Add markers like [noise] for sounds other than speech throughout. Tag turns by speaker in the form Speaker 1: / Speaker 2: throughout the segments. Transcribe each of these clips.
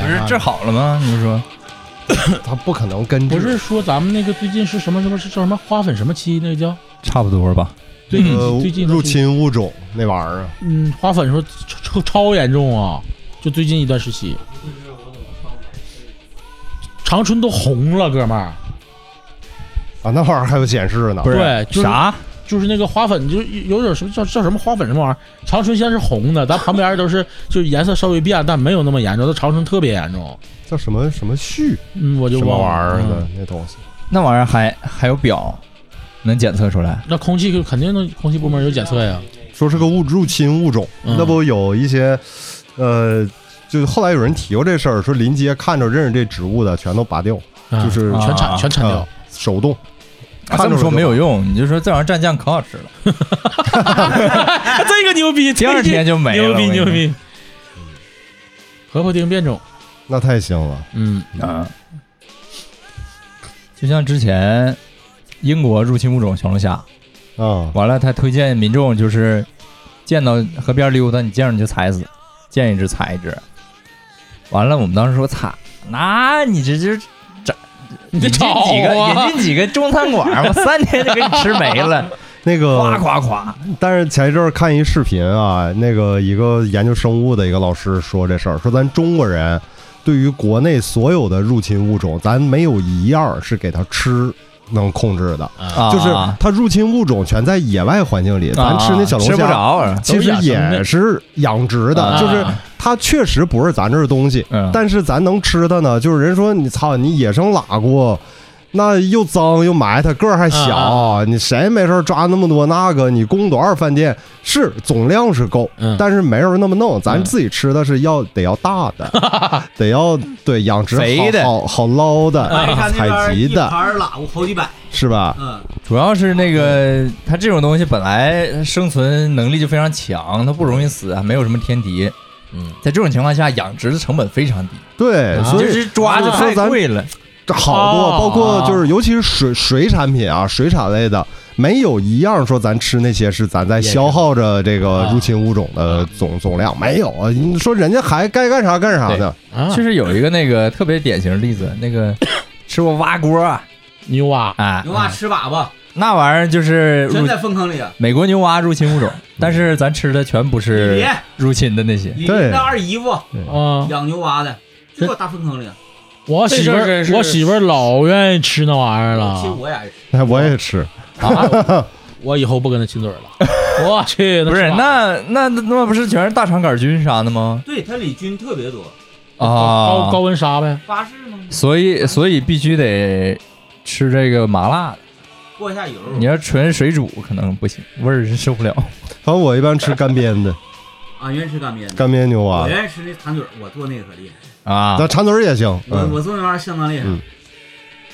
Speaker 1: 啊
Speaker 2: 治好了吗？你说
Speaker 1: 他不可能根治。
Speaker 3: 不是说咱们那个最近是什么什么是叫什么花粉什么期那个叫
Speaker 2: 差不多吧？
Speaker 3: 最近、
Speaker 1: 呃
Speaker 3: 最近
Speaker 1: 入侵物种那玩意儿，啊
Speaker 3: 嗯花粉说超超严重啊，就最近一段时期，长春都红了，哥们儿。
Speaker 1: 啊，那玩意儿还有显示呢。
Speaker 2: 哎不是
Speaker 3: 对就是
Speaker 2: 啥？
Speaker 3: 就是那个花粉，就有点什么叫叫什么花粉什么玩意儿。长春现在是红的，咱旁边都是 [laughs] 就是颜色稍微变，但没有那么严重。但长春特别严重，
Speaker 1: 叫什么什么絮，
Speaker 3: 嗯，我就
Speaker 1: 什么
Speaker 3: 忘了
Speaker 1: 玩意儿
Speaker 3: 嗯
Speaker 1: 的那东西，
Speaker 2: 那玩意儿还还有表能检测出来？
Speaker 3: 那空气就肯定能，空气部门有检测呀。
Speaker 1: 说是个物入侵物种，
Speaker 3: 嗯
Speaker 1: 那不有一些，呃，就是后来有人提过这事儿，说临街看着认识这植物的全都拔掉，
Speaker 3: 啊
Speaker 1: 就是
Speaker 2: 啊
Speaker 3: 全铲全铲掉
Speaker 1: 啊，手动。
Speaker 2: 啊
Speaker 1: 看
Speaker 2: 这
Speaker 1: 着
Speaker 2: 么说
Speaker 1: 就
Speaker 2: 没有用，你就说这玩意儿蘸酱可好吃了，
Speaker 3: [laughs] 这个牛
Speaker 2: [laughs]
Speaker 3: 逼，
Speaker 2: 第二天就没了。我
Speaker 3: 牛逼
Speaker 2: 跟你
Speaker 3: 牛
Speaker 2: 说！
Speaker 3: 逼。婆婆丁变种，
Speaker 1: 那太香了。
Speaker 3: 嗯，
Speaker 2: 啊，就像之前英国入侵物种小龙虾，
Speaker 1: 啊、
Speaker 2: 完了他推荐民众就是见到河边溜达，你见着你就踩死，见一只踩一只。完了，我们当时说擦，那、你这就是
Speaker 3: 你
Speaker 2: 引进
Speaker 3: 吵
Speaker 2: 几个
Speaker 3: 啊
Speaker 2: 引！进几个中餐馆，
Speaker 3: [laughs]
Speaker 2: 我三天就给你吃没了，
Speaker 1: 那
Speaker 2: 夸
Speaker 1: 个，
Speaker 2: 夸夸。
Speaker 1: 但是前一阵儿看一视频啊，那个一个研究生物的一个老师说这事儿，说咱中国人对于国内所有的入侵物种，咱没有一样儿是给它吃能控制的，
Speaker 2: 啊
Speaker 1: 就是它入侵物种全在野外环境里，咱吃那小龙
Speaker 2: 吃不
Speaker 1: 虾。
Speaker 2: 着，
Speaker 1: 其实也是养殖的，
Speaker 2: 啊
Speaker 1: 就是它确实不是咱这儿东西，
Speaker 2: 嗯，
Speaker 1: 但是咱能吃它呢。就是人说你操，你野生拉蛄，那又脏又埋汰，个儿还小，
Speaker 2: 嗯
Speaker 3: 啊
Speaker 1: 你谁没事儿抓那么多那个？你供多少饭店？是总量是够，
Speaker 3: 嗯
Speaker 1: 但是没人那么弄。咱
Speaker 3: 嗯
Speaker 1: 自己吃的是要得要大的，
Speaker 2: [laughs]
Speaker 1: 得要对养殖好
Speaker 2: 肥的
Speaker 1: 好好捞的、
Speaker 4: 哎看那边
Speaker 1: 采集
Speaker 4: 一
Speaker 1: 的，
Speaker 4: 盘喇叭好几百，
Speaker 1: 是吧？
Speaker 4: 嗯，
Speaker 2: 主要是那个它这种东西本来生存能力就非常强，它不容易死，啊没有什么天敌。
Speaker 3: 嗯，
Speaker 2: 在这种情况下，养殖的成本非常低，
Speaker 1: 对，所以
Speaker 2: 就是抓就
Speaker 1: 啊
Speaker 2: 太贵了。
Speaker 1: 这好多，
Speaker 3: 哦
Speaker 1: 包括就是尤其是水水产品啊，水产类的，没有一样说咱吃那些是咱在消耗着这个入侵物种的
Speaker 3: 嗯
Speaker 1: 总总量，没有啊。你说人家还该干啥干啥呢？
Speaker 3: 啊
Speaker 2: 就，是有一个那个特别典型的例子，那 [coughs] 个吃过蛙锅啊，
Speaker 3: 牛蛙，
Speaker 2: 哎
Speaker 4: 牛
Speaker 1: 嗯
Speaker 4: 蛙吃粑粑，
Speaker 2: 那玩意儿就是
Speaker 4: 真
Speaker 2: 入
Speaker 4: 在粪坑里啊！
Speaker 2: 美国牛蛙入侵物种，但是咱吃的全不
Speaker 4: 李
Speaker 2: 是
Speaker 4: 林，
Speaker 2: 入侵的那些。
Speaker 1: 嗯
Speaker 4: 李
Speaker 1: 对
Speaker 4: 林那二姨夫
Speaker 3: 啊，
Speaker 4: 养牛蛙的，就搁大粪坑里。啊
Speaker 3: 我媳妇
Speaker 5: 这
Speaker 3: 儿
Speaker 5: 事儿是
Speaker 3: 我媳妇儿老愿意吃那玩意儿
Speaker 4: 其实
Speaker 3: 了，
Speaker 4: 我也是，
Speaker 1: 哎， [laughs] 我也吃，
Speaker 3: 啊，我以后不跟她亲嘴儿 [laughs] 了，我去，
Speaker 2: 不是，
Speaker 3: 那
Speaker 2: 那那那那不是全是大肠杆菌啥的吗？
Speaker 4: 对它里菌特别多，
Speaker 3: 高
Speaker 2: 啊，
Speaker 3: 高温杀呗，
Speaker 4: 巴氏吗？
Speaker 2: 所以所以必须得吃这个麻辣的。
Speaker 4: 过一下油。
Speaker 2: 你要纯水煮可能不行，味儿是受不了。
Speaker 1: 反正我一般吃干煸
Speaker 3: [laughs]
Speaker 1: 的，
Speaker 4: 俺愿意啊吃干煸的，
Speaker 1: 干煸牛蛙
Speaker 3: 哎
Speaker 4: 我，愿意吃那馋嘴儿，我做那个可厉害，
Speaker 2: 啊
Speaker 1: 那馋嘴儿也行，
Speaker 4: 我
Speaker 1: 嗯，
Speaker 4: 我做那玩意儿相当厉害
Speaker 1: 嗯，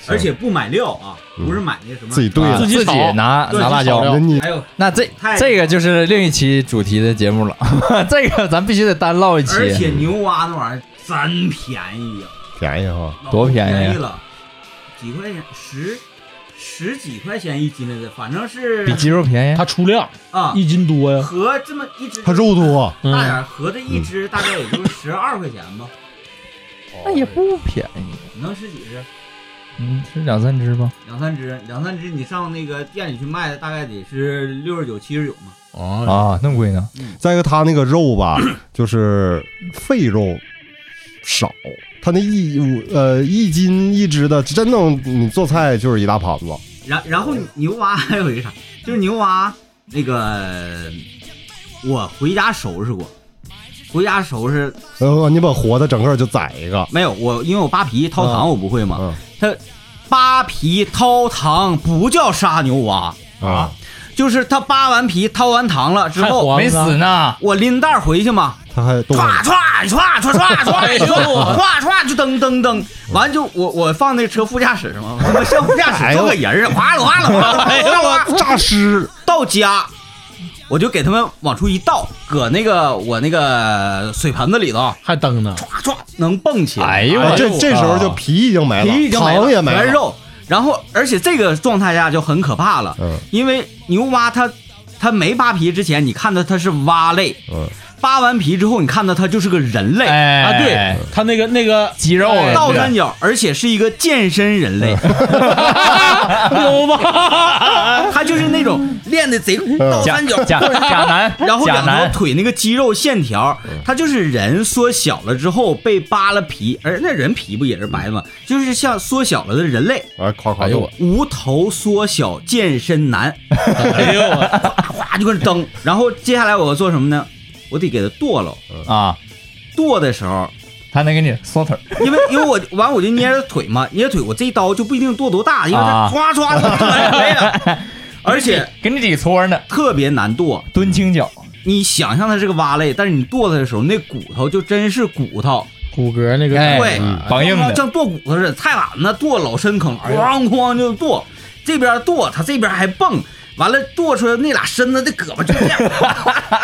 Speaker 4: 而且不买料啊，
Speaker 1: 嗯
Speaker 4: 不是买那什么
Speaker 1: 自己对
Speaker 2: 啊
Speaker 1: 的
Speaker 3: 自。己
Speaker 2: 自己
Speaker 3: 炒
Speaker 2: 拿
Speaker 4: 对
Speaker 2: 拿辣椒
Speaker 3: 自己。炒
Speaker 1: 那你
Speaker 4: 还有，
Speaker 2: 那这
Speaker 4: 太
Speaker 2: 这个就是另一期主题的节目了， [laughs] 这个咱必须得单唠一
Speaker 4: 而
Speaker 2: 期。
Speaker 4: 且牛蛙那玩意儿真便宜呀，
Speaker 1: 便宜哈，
Speaker 4: 老
Speaker 2: 多便宜啊
Speaker 4: 便宜了，几块钱十十几块钱一斤来着，反正是
Speaker 2: 比鸡肉便宜
Speaker 3: 它，出量
Speaker 4: 啊，
Speaker 3: 哎一斤多呀，
Speaker 4: 合这么一只
Speaker 1: 它肉多，
Speaker 4: 大点
Speaker 3: 嗯，
Speaker 4: 儿，合着一只大概也就是十二块钱吧，
Speaker 3: 哦
Speaker 2: 那也不便宜，
Speaker 4: 你能吃几只？
Speaker 2: 嗯，吃两三只吧。
Speaker 4: 两三只，两三只，你上那个店里去卖，大概得是六十九、七十九嘛。
Speaker 3: 哦，
Speaker 2: 啊，那么贵呢？
Speaker 1: 再一个，它那个肉
Speaker 3: [coughs]
Speaker 1: 吧，就是肥肉少，它那一五呃一斤一只的，真能你做菜就是一大盘子。
Speaker 4: 然然
Speaker 3: 哦
Speaker 4: 后牛蛙 [laughs] 还有一个啥，就是牛蛙那个，我回家收拾过，回家收拾
Speaker 1: 呃，你把活的整个就宰一个，
Speaker 4: 没有我，因为我扒皮
Speaker 3: 哦
Speaker 4: 掏
Speaker 1: 啊
Speaker 4: 糖我不会嘛
Speaker 1: 嗯，
Speaker 4: 它扒皮掏糖不叫杀牛蛙，
Speaker 1: 啊，
Speaker 4: 就是它扒完皮掏完糖了之
Speaker 3: 太
Speaker 4: 后，
Speaker 3: 黄
Speaker 2: 没
Speaker 3: 了
Speaker 2: 死，呢，
Speaker 4: 我拎袋儿回去嘛，
Speaker 1: 它还动哎
Speaker 4: 歘歘歘歘歘
Speaker 1: [laughs]
Speaker 4: 歘 [laughs] 歘歘就噔噔噔，完就我我放那车副驾驶嘛，我上副驾
Speaker 1: 哎
Speaker 4: 驶坐个人儿，哗啦哗啦哗啦哗啦，
Speaker 1: 诈尸，
Speaker 4: 到家我就给他们往出一倒，搁那个我那个水盆子里头，
Speaker 3: 还蹬呢，
Speaker 4: 唰唰能蹦起来，
Speaker 2: 哎呦
Speaker 1: 哎
Speaker 2: 我
Speaker 1: 这
Speaker 2: 的
Speaker 1: 这时候就皮已经没了，
Speaker 4: 皮已经没
Speaker 1: 哎糖也
Speaker 4: 了，
Speaker 1: 没
Speaker 4: 全是
Speaker 1: 了，
Speaker 4: 肉，然后而且这个状态下就很可怕了，
Speaker 1: 嗯
Speaker 4: 因为牛蛙它它没扒皮之前，你看到它是蛙类，
Speaker 1: 嗯，
Speaker 4: 扒完皮之后，你看到它就是个人类。
Speaker 2: 哎
Speaker 3: 啊，对，他那个那个
Speaker 2: 肌肉
Speaker 3: 哎
Speaker 4: 倒
Speaker 2: 对
Speaker 4: 三角，而且是一个健身人类，
Speaker 3: 有吧？
Speaker 4: [laughs] 他就是那种练的贼倒
Speaker 2: 假
Speaker 4: 三角，
Speaker 2: 假假男，
Speaker 4: 然后
Speaker 2: 假
Speaker 4: 两条
Speaker 2: 男，
Speaker 4: 腿那个肌肉线条，它就是人缩小了之后被扒了皮，而那人皮不也是白的吗？就是像缩小了的人类，
Speaker 1: 哎，夸夸
Speaker 3: 哎呦我
Speaker 1: 我，
Speaker 4: 无头缩小健身男，
Speaker 3: 哎呦我，
Speaker 4: 哗就跟蹬。然后接下来我要做什么呢？我得给它剁了。
Speaker 2: 啊，
Speaker 4: 剁的时候，
Speaker 2: 他能给你缩腿儿，
Speaker 4: 因为因为我完我就捏着腿嘛，捏着腿我这一刀就不一定剁多大，因为它
Speaker 2: 啊
Speaker 4: 唰唰就剁完没
Speaker 2: [laughs]
Speaker 4: 了，而且
Speaker 2: 给你几撮呢，
Speaker 4: 特别难剁。
Speaker 2: 蹲清脚，
Speaker 4: 你想象它是个蛙类，但是你剁它的时候，那骨头就真是骨头，
Speaker 3: 骨骼那个
Speaker 2: 哎
Speaker 4: 对，
Speaker 2: 绑硬
Speaker 4: [laughs]
Speaker 2: 的，
Speaker 4: 像剁骨头似的，菜板子剁老深坑，哐哐就剁，这边剁，它这边还蹦，完了剁出来那俩身子的胳膊
Speaker 2: [laughs]
Speaker 4: 就这样，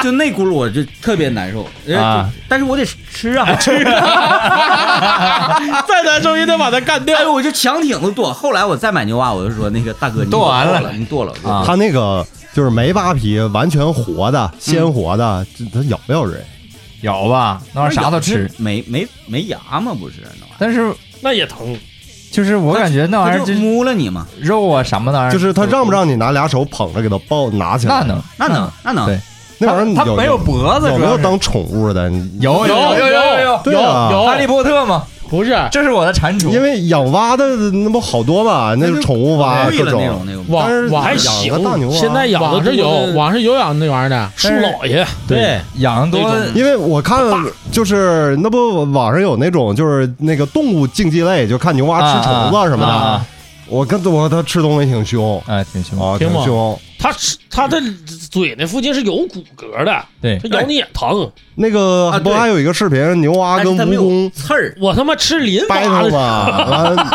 Speaker 4: 就那轱辘我就特别难受，呃
Speaker 2: 啊
Speaker 4: 但是我得吃
Speaker 2: [laughs]
Speaker 4: 啊，吃
Speaker 3: [laughs] 再难受也得把他干掉
Speaker 4: 哎。呦，我就强挺着剁。后来我再买牛蛙，我就说那个大哥，你
Speaker 2: 剁完了
Speaker 4: 了，你剁了
Speaker 2: 啊
Speaker 1: 他那个就是没扒皮，完全活的、鲜活的，这它咬不咬人？
Speaker 2: 咬吧，那玩意儿啥都吃，，
Speaker 4: 没没没牙吗？不是那玩意儿，
Speaker 2: 但是
Speaker 5: 那也疼，
Speaker 2: 就是我感觉那玩意
Speaker 4: 它
Speaker 2: 儿就
Speaker 4: 就
Speaker 2: 是
Speaker 4: 摸了你嘛，
Speaker 2: 肉啊什么的玩意儿，
Speaker 1: 就是他让不让你拿俩手捧着给他抱拿起
Speaker 2: 那
Speaker 1: 来？
Speaker 2: 能，
Speaker 4: 那能那能
Speaker 2: 对，
Speaker 1: 那玩意儿
Speaker 2: 他没有
Speaker 1: 有
Speaker 2: 脖子，
Speaker 1: 有
Speaker 2: 主
Speaker 1: 没
Speaker 2: 要
Speaker 1: 有
Speaker 2: 是
Speaker 1: 当宠物的？你
Speaker 2: 有有有有有
Speaker 1: 对啊
Speaker 2: 哈利
Speaker 3: 有
Speaker 2: 波特嘛，
Speaker 3: 不是
Speaker 2: 这是我的蟾蜍，
Speaker 1: 因为养蛙的那不好多嘛，那
Speaker 4: 那
Speaker 1: 是
Speaker 4: 就
Speaker 1: 宠物蛙
Speaker 4: 贵
Speaker 1: 各
Speaker 4: 了那种
Speaker 1: 种。
Speaker 4: 那种。
Speaker 3: 网
Speaker 1: 但是
Speaker 3: 网
Speaker 5: 还
Speaker 1: 养个
Speaker 5: 行
Speaker 1: 大牛蛙
Speaker 5: 现在养的
Speaker 3: 网上
Speaker 5: 这
Speaker 3: 有
Speaker 5: 个
Speaker 3: 网上有养那玩意儿的，
Speaker 5: 树老爷，
Speaker 3: 对，
Speaker 2: 养得多
Speaker 3: 那种
Speaker 1: 因为我看就是那不网上有那种就是那个动物竞技类，就看牛蛙吃虫子什么
Speaker 2: 啊
Speaker 1: 的
Speaker 2: 啊。
Speaker 1: 我跟我它吃东西挺凶
Speaker 2: 啊啊，挺凶，
Speaker 1: 啊，
Speaker 3: 挺
Speaker 1: 挺
Speaker 3: 猛
Speaker 1: 凶。
Speaker 5: 它吃它的嘴那附近是有骨骼的，
Speaker 2: 对
Speaker 5: 它，咬你也疼。
Speaker 1: 那个
Speaker 4: 啊
Speaker 1: 不
Speaker 4: 对
Speaker 1: 还有一个视频，牛蛙
Speaker 4: 但
Speaker 1: 跟
Speaker 4: 是它没
Speaker 1: 蜈
Speaker 4: 有
Speaker 1: 蚣
Speaker 4: 刺儿，
Speaker 5: 我他妈吃林
Speaker 1: 掰它
Speaker 5: 蛙的，
Speaker 1: 嘛，完了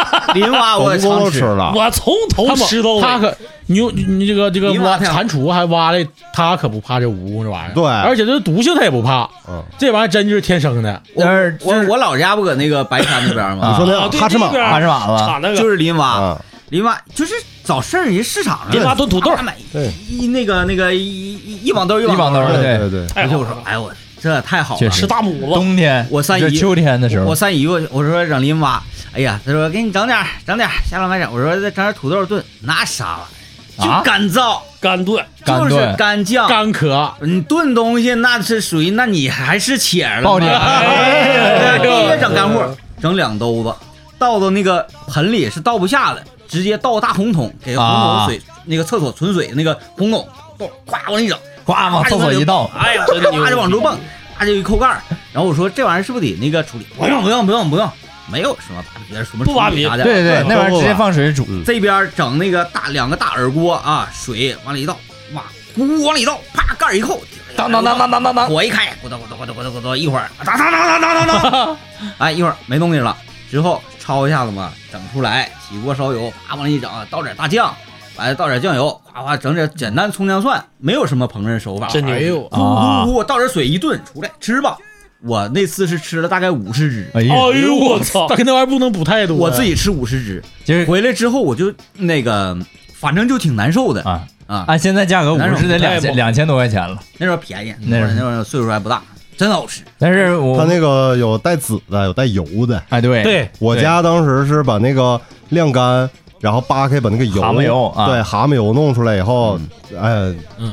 Speaker 1: [laughs]
Speaker 4: 林蛙 [laughs] 我
Speaker 1: 蜈
Speaker 4: 也
Speaker 1: 蚣
Speaker 4: 常
Speaker 1: 都
Speaker 4: 吃
Speaker 1: 吃。了。
Speaker 5: 我从头
Speaker 3: 他
Speaker 5: 吃到尾。
Speaker 3: 他可牛，你这个这个
Speaker 4: 你啊
Speaker 3: 挖
Speaker 4: 挖它
Speaker 3: 蟾蜍还挖的，他可不怕这蜈蚣这玩意儿，
Speaker 1: 对
Speaker 3: 而且这毒性他也不怕，
Speaker 1: 嗯
Speaker 3: 这玩意儿真就是天生的。
Speaker 4: 我
Speaker 2: 但是
Speaker 4: 我我老家不搁那个白山那边
Speaker 1: 你
Speaker 4: 吗？
Speaker 1: 说
Speaker 5: 啊
Speaker 1: 那
Speaker 5: 对
Speaker 1: 哈士
Speaker 5: 这
Speaker 1: 马
Speaker 5: 边
Speaker 2: 哈士马吧，
Speaker 5: 产那个
Speaker 4: 就是林蛙，
Speaker 1: 啊，
Speaker 4: 林蛙就是早市人市场上
Speaker 5: 林蛙炖土豆
Speaker 4: 啪买
Speaker 1: 对
Speaker 4: 一那个那个一一一网兜一
Speaker 2: 一网兜
Speaker 4: 的。
Speaker 1: 对
Speaker 2: 对
Speaker 1: 对对，
Speaker 5: 太
Speaker 4: 而且
Speaker 5: 好
Speaker 4: 我说
Speaker 5: 了，，
Speaker 4: 哎我这太好
Speaker 2: 确
Speaker 4: 了。
Speaker 2: 实
Speaker 5: 吃大母子，
Speaker 2: 冬天
Speaker 4: 我三姨
Speaker 2: 就秋天的时
Speaker 4: 我
Speaker 2: 候，
Speaker 4: 三姨夫，我说整林蛙，哎呀，他说给你整点儿整点儿，下楼买点儿。我说再整点儿土豆炖，那啥玩意儿，
Speaker 2: 啊
Speaker 4: 就干燥，
Speaker 5: 干炖，
Speaker 2: 干
Speaker 4: 就
Speaker 2: 炖
Speaker 4: 是干酱。
Speaker 3: 干咳，
Speaker 4: 你炖东西那是属于，那你还是且儿了吗
Speaker 2: 爆点 [laughs]
Speaker 4: [laughs] 哎
Speaker 5: 哎
Speaker 4: 必
Speaker 5: 呦
Speaker 4: 须得整干货，整两兜子，倒到那个盆里是倒不下的，直接倒大红桶，给红
Speaker 2: 啊
Speaker 4: 桶水、那个厕所存水那个红桶，倒咵往里整，
Speaker 2: 哗往厕所一倒，
Speaker 5: 哎呀，真牛
Speaker 4: 咵就往出蹦，咵就一扣盖儿。然后我说这玩意儿是不是得那个处理？不用不用不用不用，没有什么扒皮什么
Speaker 5: 不扒
Speaker 4: 处理
Speaker 5: 皮
Speaker 4: 啥的，
Speaker 2: 对对，那玩意儿直接放水煮，
Speaker 4: 这边整那个大两个大耳锅啊，水往里一倒，哇，咕往里一倒，啪盖儿一扣，
Speaker 2: 当当当当当当当，
Speaker 4: 火一开，咕咚咕咚咕咚咕咚咕咚，一会儿，当当当当当当当，
Speaker 5: [laughs]
Speaker 4: 哎，一会儿没东西了，之后焯一下子嘛，整出来，起锅烧油，啪往里一整，倒点大酱，完了倒点酱油，哗哗整点简单葱姜蒜，没有什么烹饪手法，
Speaker 5: 真
Speaker 3: 哎
Speaker 5: 牛，
Speaker 3: 呦，
Speaker 4: 咕
Speaker 2: 啊
Speaker 4: 咕咕倒点水一炖出来吃吧。我那次是吃了大概五十只，
Speaker 2: 哎呀，
Speaker 5: 哎呦我操
Speaker 3: 他！跟那玩意儿不能补太多。
Speaker 4: 我自己吃五十只，
Speaker 2: 就是
Speaker 4: 回来之后我就那个，反正就挺难受的
Speaker 2: 啊，
Speaker 4: 啊。
Speaker 2: 按现在价格五
Speaker 4: 男人
Speaker 2: 十得
Speaker 4: 不太
Speaker 2: 两千
Speaker 4: 猛
Speaker 2: 两千多块钱了，
Speaker 4: 那时候便宜，
Speaker 2: 那
Speaker 4: 那
Speaker 2: 时候
Speaker 4: 时候岁数还不大，真好吃。
Speaker 2: 但是我
Speaker 1: 它那个有带籽的，有带油的。
Speaker 2: 哎对
Speaker 3: 对，
Speaker 1: 我家当时是把那个晾干，然后扒开把那个油
Speaker 2: 蛤蟆油啊
Speaker 1: 对蛤蟆油弄出来以后，哎，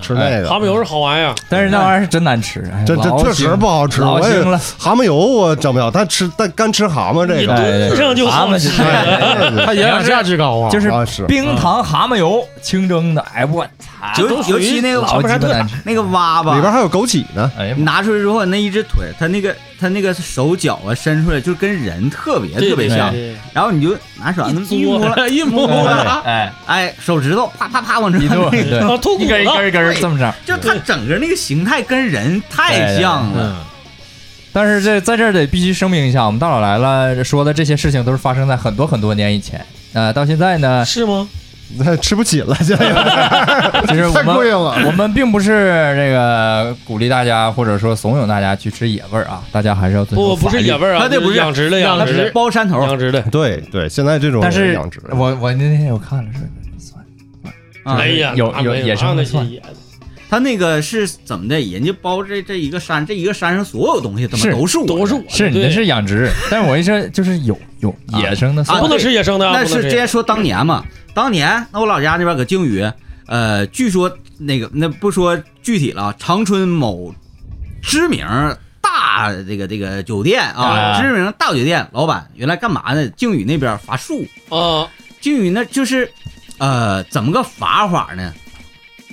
Speaker 1: 吃那个
Speaker 5: 蛤蟆油是好玩意儿，
Speaker 2: 但是那玩意儿是真难吃，哎
Speaker 1: 这这
Speaker 2: 老
Speaker 1: 确实
Speaker 2: 腥
Speaker 1: 不好吃，
Speaker 2: 老
Speaker 1: 我也
Speaker 2: 腥了，
Speaker 1: 蛤蟆油我整不了，但吃但干吃蛤蟆这
Speaker 5: 你
Speaker 1: 个，哎
Speaker 5: 炖上就
Speaker 2: 蛤
Speaker 5: 好
Speaker 2: 蟆哎
Speaker 5: 吃
Speaker 2: 就。 [laughs]
Speaker 1: 对
Speaker 3: 它营养价值高啊，
Speaker 4: [laughs]
Speaker 2: 就是
Speaker 1: 啊是嗯
Speaker 2: 冰糖蛤蟆油清蒸的，哎我操，
Speaker 4: 尤
Speaker 2: 都属
Speaker 4: 尤
Speaker 2: 于
Speaker 4: 其那个
Speaker 2: 老
Speaker 4: 不
Speaker 2: 鸡
Speaker 4: 是
Speaker 2: 巴
Speaker 4: 特
Speaker 2: 难吃，
Speaker 4: 那个蛙吧，
Speaker 1: 里边还有枸杞呢，
Speaker 2: 哎呀
Speaker 4: 你拿出来之后，那一只腿，它那个它那个手脚啊伸出来，就跟人特别
Speaker 5: 对
Speaker 4: 特别
Speaker 5: 对
Speaker 4: 像
Speaker 5: 对。对
Speaker 4: 然后你就拿手那么一摸了，
Speaker 3: 一摸
Speaker 2: 妈
Speaker 4: 哎
Speaker 2: 呀，哎，
Speaker 4: [laughs] 哎，手指头啪啪啪往这
Speaker 2: 一
Speaker 4: 儿
Speaker 2: 肚，
Speaker 4: 那个，
Speaker 2: 对，
Speaker 5: 啊，吐骨
Speaker 2: 一根一根
Speaker 5: 了，
Speaker 2: 一根这么长。
Speaker 4: 就它整个那个形态跟人太像了。
Speaker 3: [laughs] 嗯，
Speaker 2: 但是这在这儿得必须声明一下，我们大佬来了说的这些事情都是发生在很多很多年以前。呃，到现在
Speaker 5: [coughs]
Speaker 2: 呢，
Speaker 5: 是吗？
Speaker 1: 哎吃不起了，现在有点
Speaker 2: 就是我
Speaker 1: 太贵
Speaker 2: 们
Speaker 1: 了。
Speaker 2: 我们并不是这个鼓励大家或者说怂恿大家去吃野味儿啊，大家还是要遵守
Speaker 5: 不，不
Speaker 2: 法
Speaker 5: 是
Speaker 2: 律
Speaker 5: 野。味儿啊，
Speaker 4: 啊对不是
Speaker 5: 养殖的，
Speaker 4: 它
Speaker 5: 养殖
Speaker 4: 是
Speaker 5: 的，
Speaker 4: 包山头
Speaker 5: 养殖的。
Speaker 1: 对对，现在这种
Speaker 2: 但是
Speaker 1: 养殖的，
Speaker 2: 我我那天我看了是，算了
Speaker 4: 啊
Speaker 5: 哎，呀，
Speaker 2: 有
Speaker 5: 那
Speaker 2: 有
Speaker 5: 没
Speaker 2: 野生的
Speaker 5: 那
Speaker 2: 蒜
Speaker 5: 些野的，
Speaker 4: 它那个是怎么的？人家包这这一个山，这一个山上所有东西他妈
Speaker 2: 是
Speaker 4: 都是我的
Speaker 5: 都是我的
Speaker 2: 是你
Speaker 5: 对
Speaker 2: 那是养殖，但是我一说就是有有
Speaker 4: 啊
Speaker 2: 野生的
Speaker 4: 啊
Speaker 2: 蒜
Speaker 5: 不能吃野生的啊，
Speaker 4: 那
Speaker 5: 不能
Speaker 4: 是
Speaker 5: 吃
Speaker 4: 之
Speaker 5: 野生
Speaker 4: 前说当年嘛，当年那我老家那边搁靖宇，呃，据说那个那不说具体了，长春某知名大这个这个酒店啊，
Speaker 2: 啊
Speaker 4: 知名大酒店老板原来干嘛呢？靖宇那边伐树，
Speaker 5: 的啊，
Speaker 4: 靖宇那就是呃怎么个伐法呢？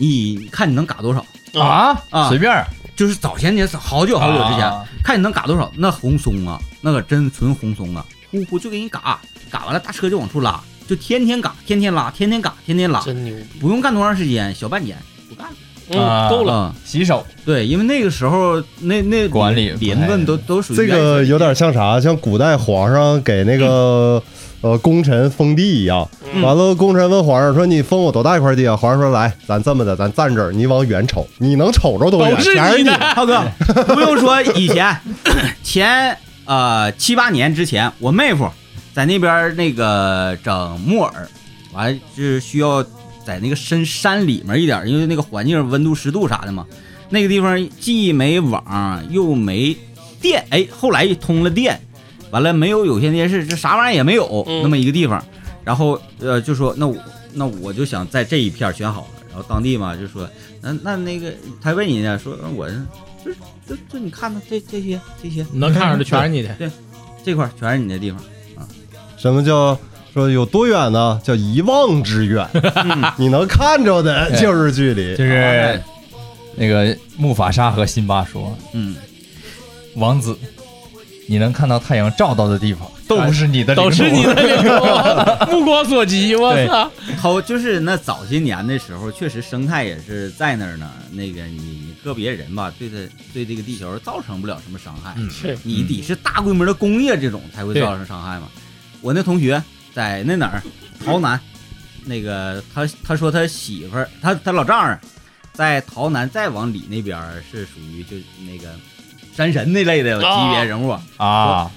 Speaker 4: 你看你能嘎多少？
Speaker 2: 啊
Speaker 4: 啊
Speaker 2: 随便儿，
Speaker 4: 就是早些年好久好久之前，
Speaker 2: 啊
Speaker 4: 看你能嘎多少。那红松啊，那可真纯红松啊，呼呼就给你嘎，嘎完了大车就往出拉，就天天嘎，天天拉，天天嘎，天天拉，
Speaker 5: 真牛逼，
Speaker 4: 不用干多长时间，小半年不干了。
Speaker 5: 嗯，
Speaker 2: 啊
Speaker 5: 够了，
Speaker 4: 了、
Speaker 2: 洗手
Speaker 4: 对，因为那个时候那那
Speaker 2: 管理不太
Speaker 4: 林子都都属于
Speaker 1: 这个有点像啥？像古代皇上给那个、呃功臣封地一样。
Speaker 5: 嗯
Speaker 1: 完了，功臣问皇上说：“你封我多大一块地啊？”皇上说：“来，咱这么的，咱站这儿，你往远瞅，你能瞅着多远
Speaker 5: 都是？
Speaker 1: 全是
Speaker 5: 你
Speaker 1: 你
Speaker 5: 的。
Speaker 4: 浩哥不用说以前 [coughs] 前呃七八年之前，我妹夫在那边那个整木耳，完了就是需要在那个深山里面一点，因为那个环境温度十度啥的嘛，那个地方既没网又没电，哎，后来通了电，完了没有有线电视，这啥玩意儿也没有，
Speaker 5: 嗯
Speaker 4: 那么一个地方，然后呃就说那我那我就想在这一片儿选好了，然后当地嘛就说那那那个他问人家说呃我这这这你看看这这些这些
Speaker 3: 能看上的全是
Speaker 4: [laughs]
Speaker 3: 你的。
Speaker 4: 这块儿全是你的地方，
Speaker 1: 什么叫说有多远呢？叫一望之远，
Speaker 4: 嗯
Speaker 1: 你能看着的就是距离。
Speaker 2: 就是那个木法沙和辛巴说
Speaker 4: 嗯，
Speaker 2: 王子，你能看到太阳照到的地方，都不是你的领
Speaker 5: 都
Speaker 2: 土，
Speaker 5: 是你的领
Speaker 3: [laughs]
Speaker 5: 土，目光所及，我操！
Speaker 4: 头就是那早些年的时候，确实生态也是在那儿呢。那个你你个别人吧，对它对这个地球造成不了什么伤害，
Speaker 3: 嗯
Speaker 5: 是
Speaker 4: 你得是大规模的工业这种才会
Speaker 3: 对
Speaker 4: 造成伤害嘛。我那同学在那哪儿，洮南，那个他他说他媳妇儿，他他老丈人在洮南再往里那边儿是属于就那个山神那类的级别人物。
Speaker 3: 哦
Speaker 2: 啊，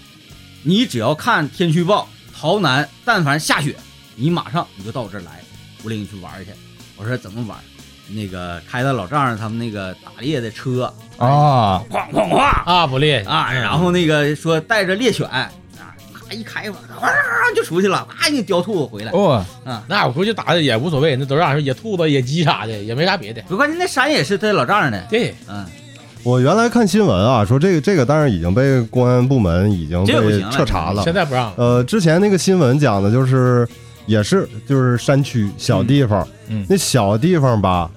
Speaker 4: 你只要看天气预报，洮南但凡下雪，你马上你就到我这儿来，我领你去玩儿去。我说怎么玩儿？那个开他老丈人他们那个打猎的车，
Speaker 2: 啊，
Speaker 4: 哐哐哐
Speaker 3: 啊，不列
Speaker 4: 啊，然后那个说带着猎犬啊，咔一开一会儿，哗、就出去了，啊，你叼兔子回来。
Speaker 2: 哦，
Speaker 3: 那我估计打的也无所谓，那都让人野兔子、野鸡啥的，也没啥别的。
Speaker 4: 不关键那山也是他老丈人的，
Speaker 3: 对，
Speaker 4: 嗯，
Speaker 1: 我原来看新闻啊，说这个这个，当然已经被公安部门已经
Speaker 4: 这个不
Speaker 1: 被
Speaker 4: 行了
Speaker 1: 彻查
Speaker 4: 啊
Speaker 1: 了
Speaker 3: 现。在不让了。
Speaker 1: 呃，之前那个新闻讲的就是，也是就是山区小地方，
Speaker 2: 嗯嗯
Speaker 1: 那小地方吧，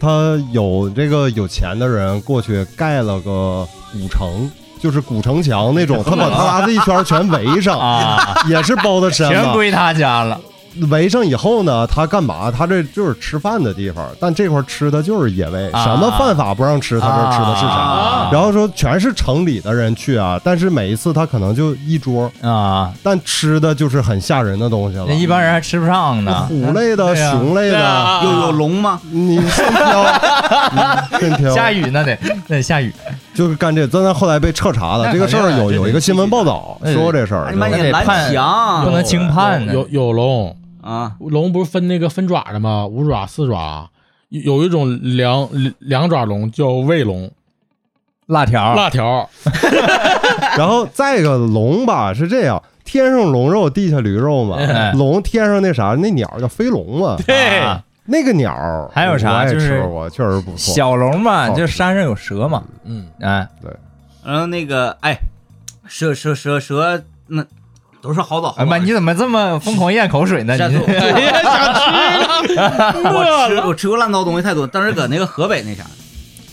Speaker 1: 他有这个有钱的人过去盖了个古城，就是古城墙那
Speaker 4: [laughs]
Speaker 1: 种，他把他这一圈全围上，
Speaker 2: 啊，
Speaker 1: 也是包的山
Speaker 2: 全
Speaker 1: 嘛。
Speaker 2: 归他家了，
Speaker 1: 围上以后呢，他干嘛？他这就是吃饭的地方，但这块吃的就是野味，
Speaker 2: 啊
Speaker 1: 什么犯法不让吃，他这吃的是啥？
Speaker 2: 啊
Speaker 1: 然后说全是城里的人去啊，但是每一次他可能就一桌，
Speaker 2: 啊，
Speaker 1: 但吃的就是很吓人的东西了
Speaker 2: 那。一般人还吃不上呢， [laughs]
Speaker 1: 虎类的、
Speaker 2: 对呀
Speaker 1: 熊类
Speaker 5: 对
Speaker 1: 的，
Speaker 5: 啊
Speaker 4: 有有龙吗？
Speaker 1: 你现挑，嗯现挑。
Speaker 2: 下雨那得 [laughs] 那得下雨，
Speaker 1: 就是干这，但他后来被彻查了。
Speaker 2: 那
Speaker 1: 这个事儿
Speaker 2: 肯定啊
Speaker 1: 有
Speaker 2: 这
Speaker 1: 有
Speaker 2: 得
Speaker 1: 一个新闻报道
Speaker 2: 哎
Speaker 1: 说这事
Speaker 4: 哎
Speaker 1: 儿
Speaker 4: 呀，妈，
Speaker 2: 那
Speaker 4: 你
Speaker 2: 得
Speaker 4: 蓝
Speaker 2: 判不
Speaker 4: 翔
Speaker 2: 能轻判呢
Speaker 3: 有有有龙，
Speaker 4: 啊，
Speaker 3: 龙不是分那个分爪的吗？五爪、四爪，有有一种两两爪龙叫卫龙，
Speaker 2: 辣条，
Speaker 3: 辣条。
Speaker 2: [laughs]
Speaker 1: 然后再一个龙吧是这样，天上龙肉，地下驴肉嘛。
Speaker 2: 哎
Speaker 1: 龙天上那啥，那鸟叫飞龙
Speaker 2: [laughs]
Speaker 1: 嘛，
Speaker 3: 对
Speaker 2: 啊
Speaker 1: 那个鸟儿
Speaker 2: 还有啥
Speaker 1: 我爱
Speaker 2: 就是
Speaker 1: 吃过，确实不错。
Speaker 2: 小龙嘛，
Speaker 1: 好
Speaker 2: 就山上有蛇嘛，
Speaker 3: 嗯，
Speaker 2: 哎，
Speaker 4: 然后那个哎，蛇蛇蛇蛇，那都是好早好
Speaker 2: 哎
Speaker 4: 早
Speaker 2: 妈，
Speaker 4: 的
Speaker 2: 你怎么这么疯狂咽口水呢？
Speaker 4: 山
Speaker 2: 你
Speaker 4: 兔
Speaker 5: 哎呀，想吃了，
Speaker 4: [laughs] 我
Speaker 5: 饿
Speaker 4: 吃
Speaker 5: 了。
Speaker 4: 我吃过烂糟东西太多，当时搁那个河北那啥，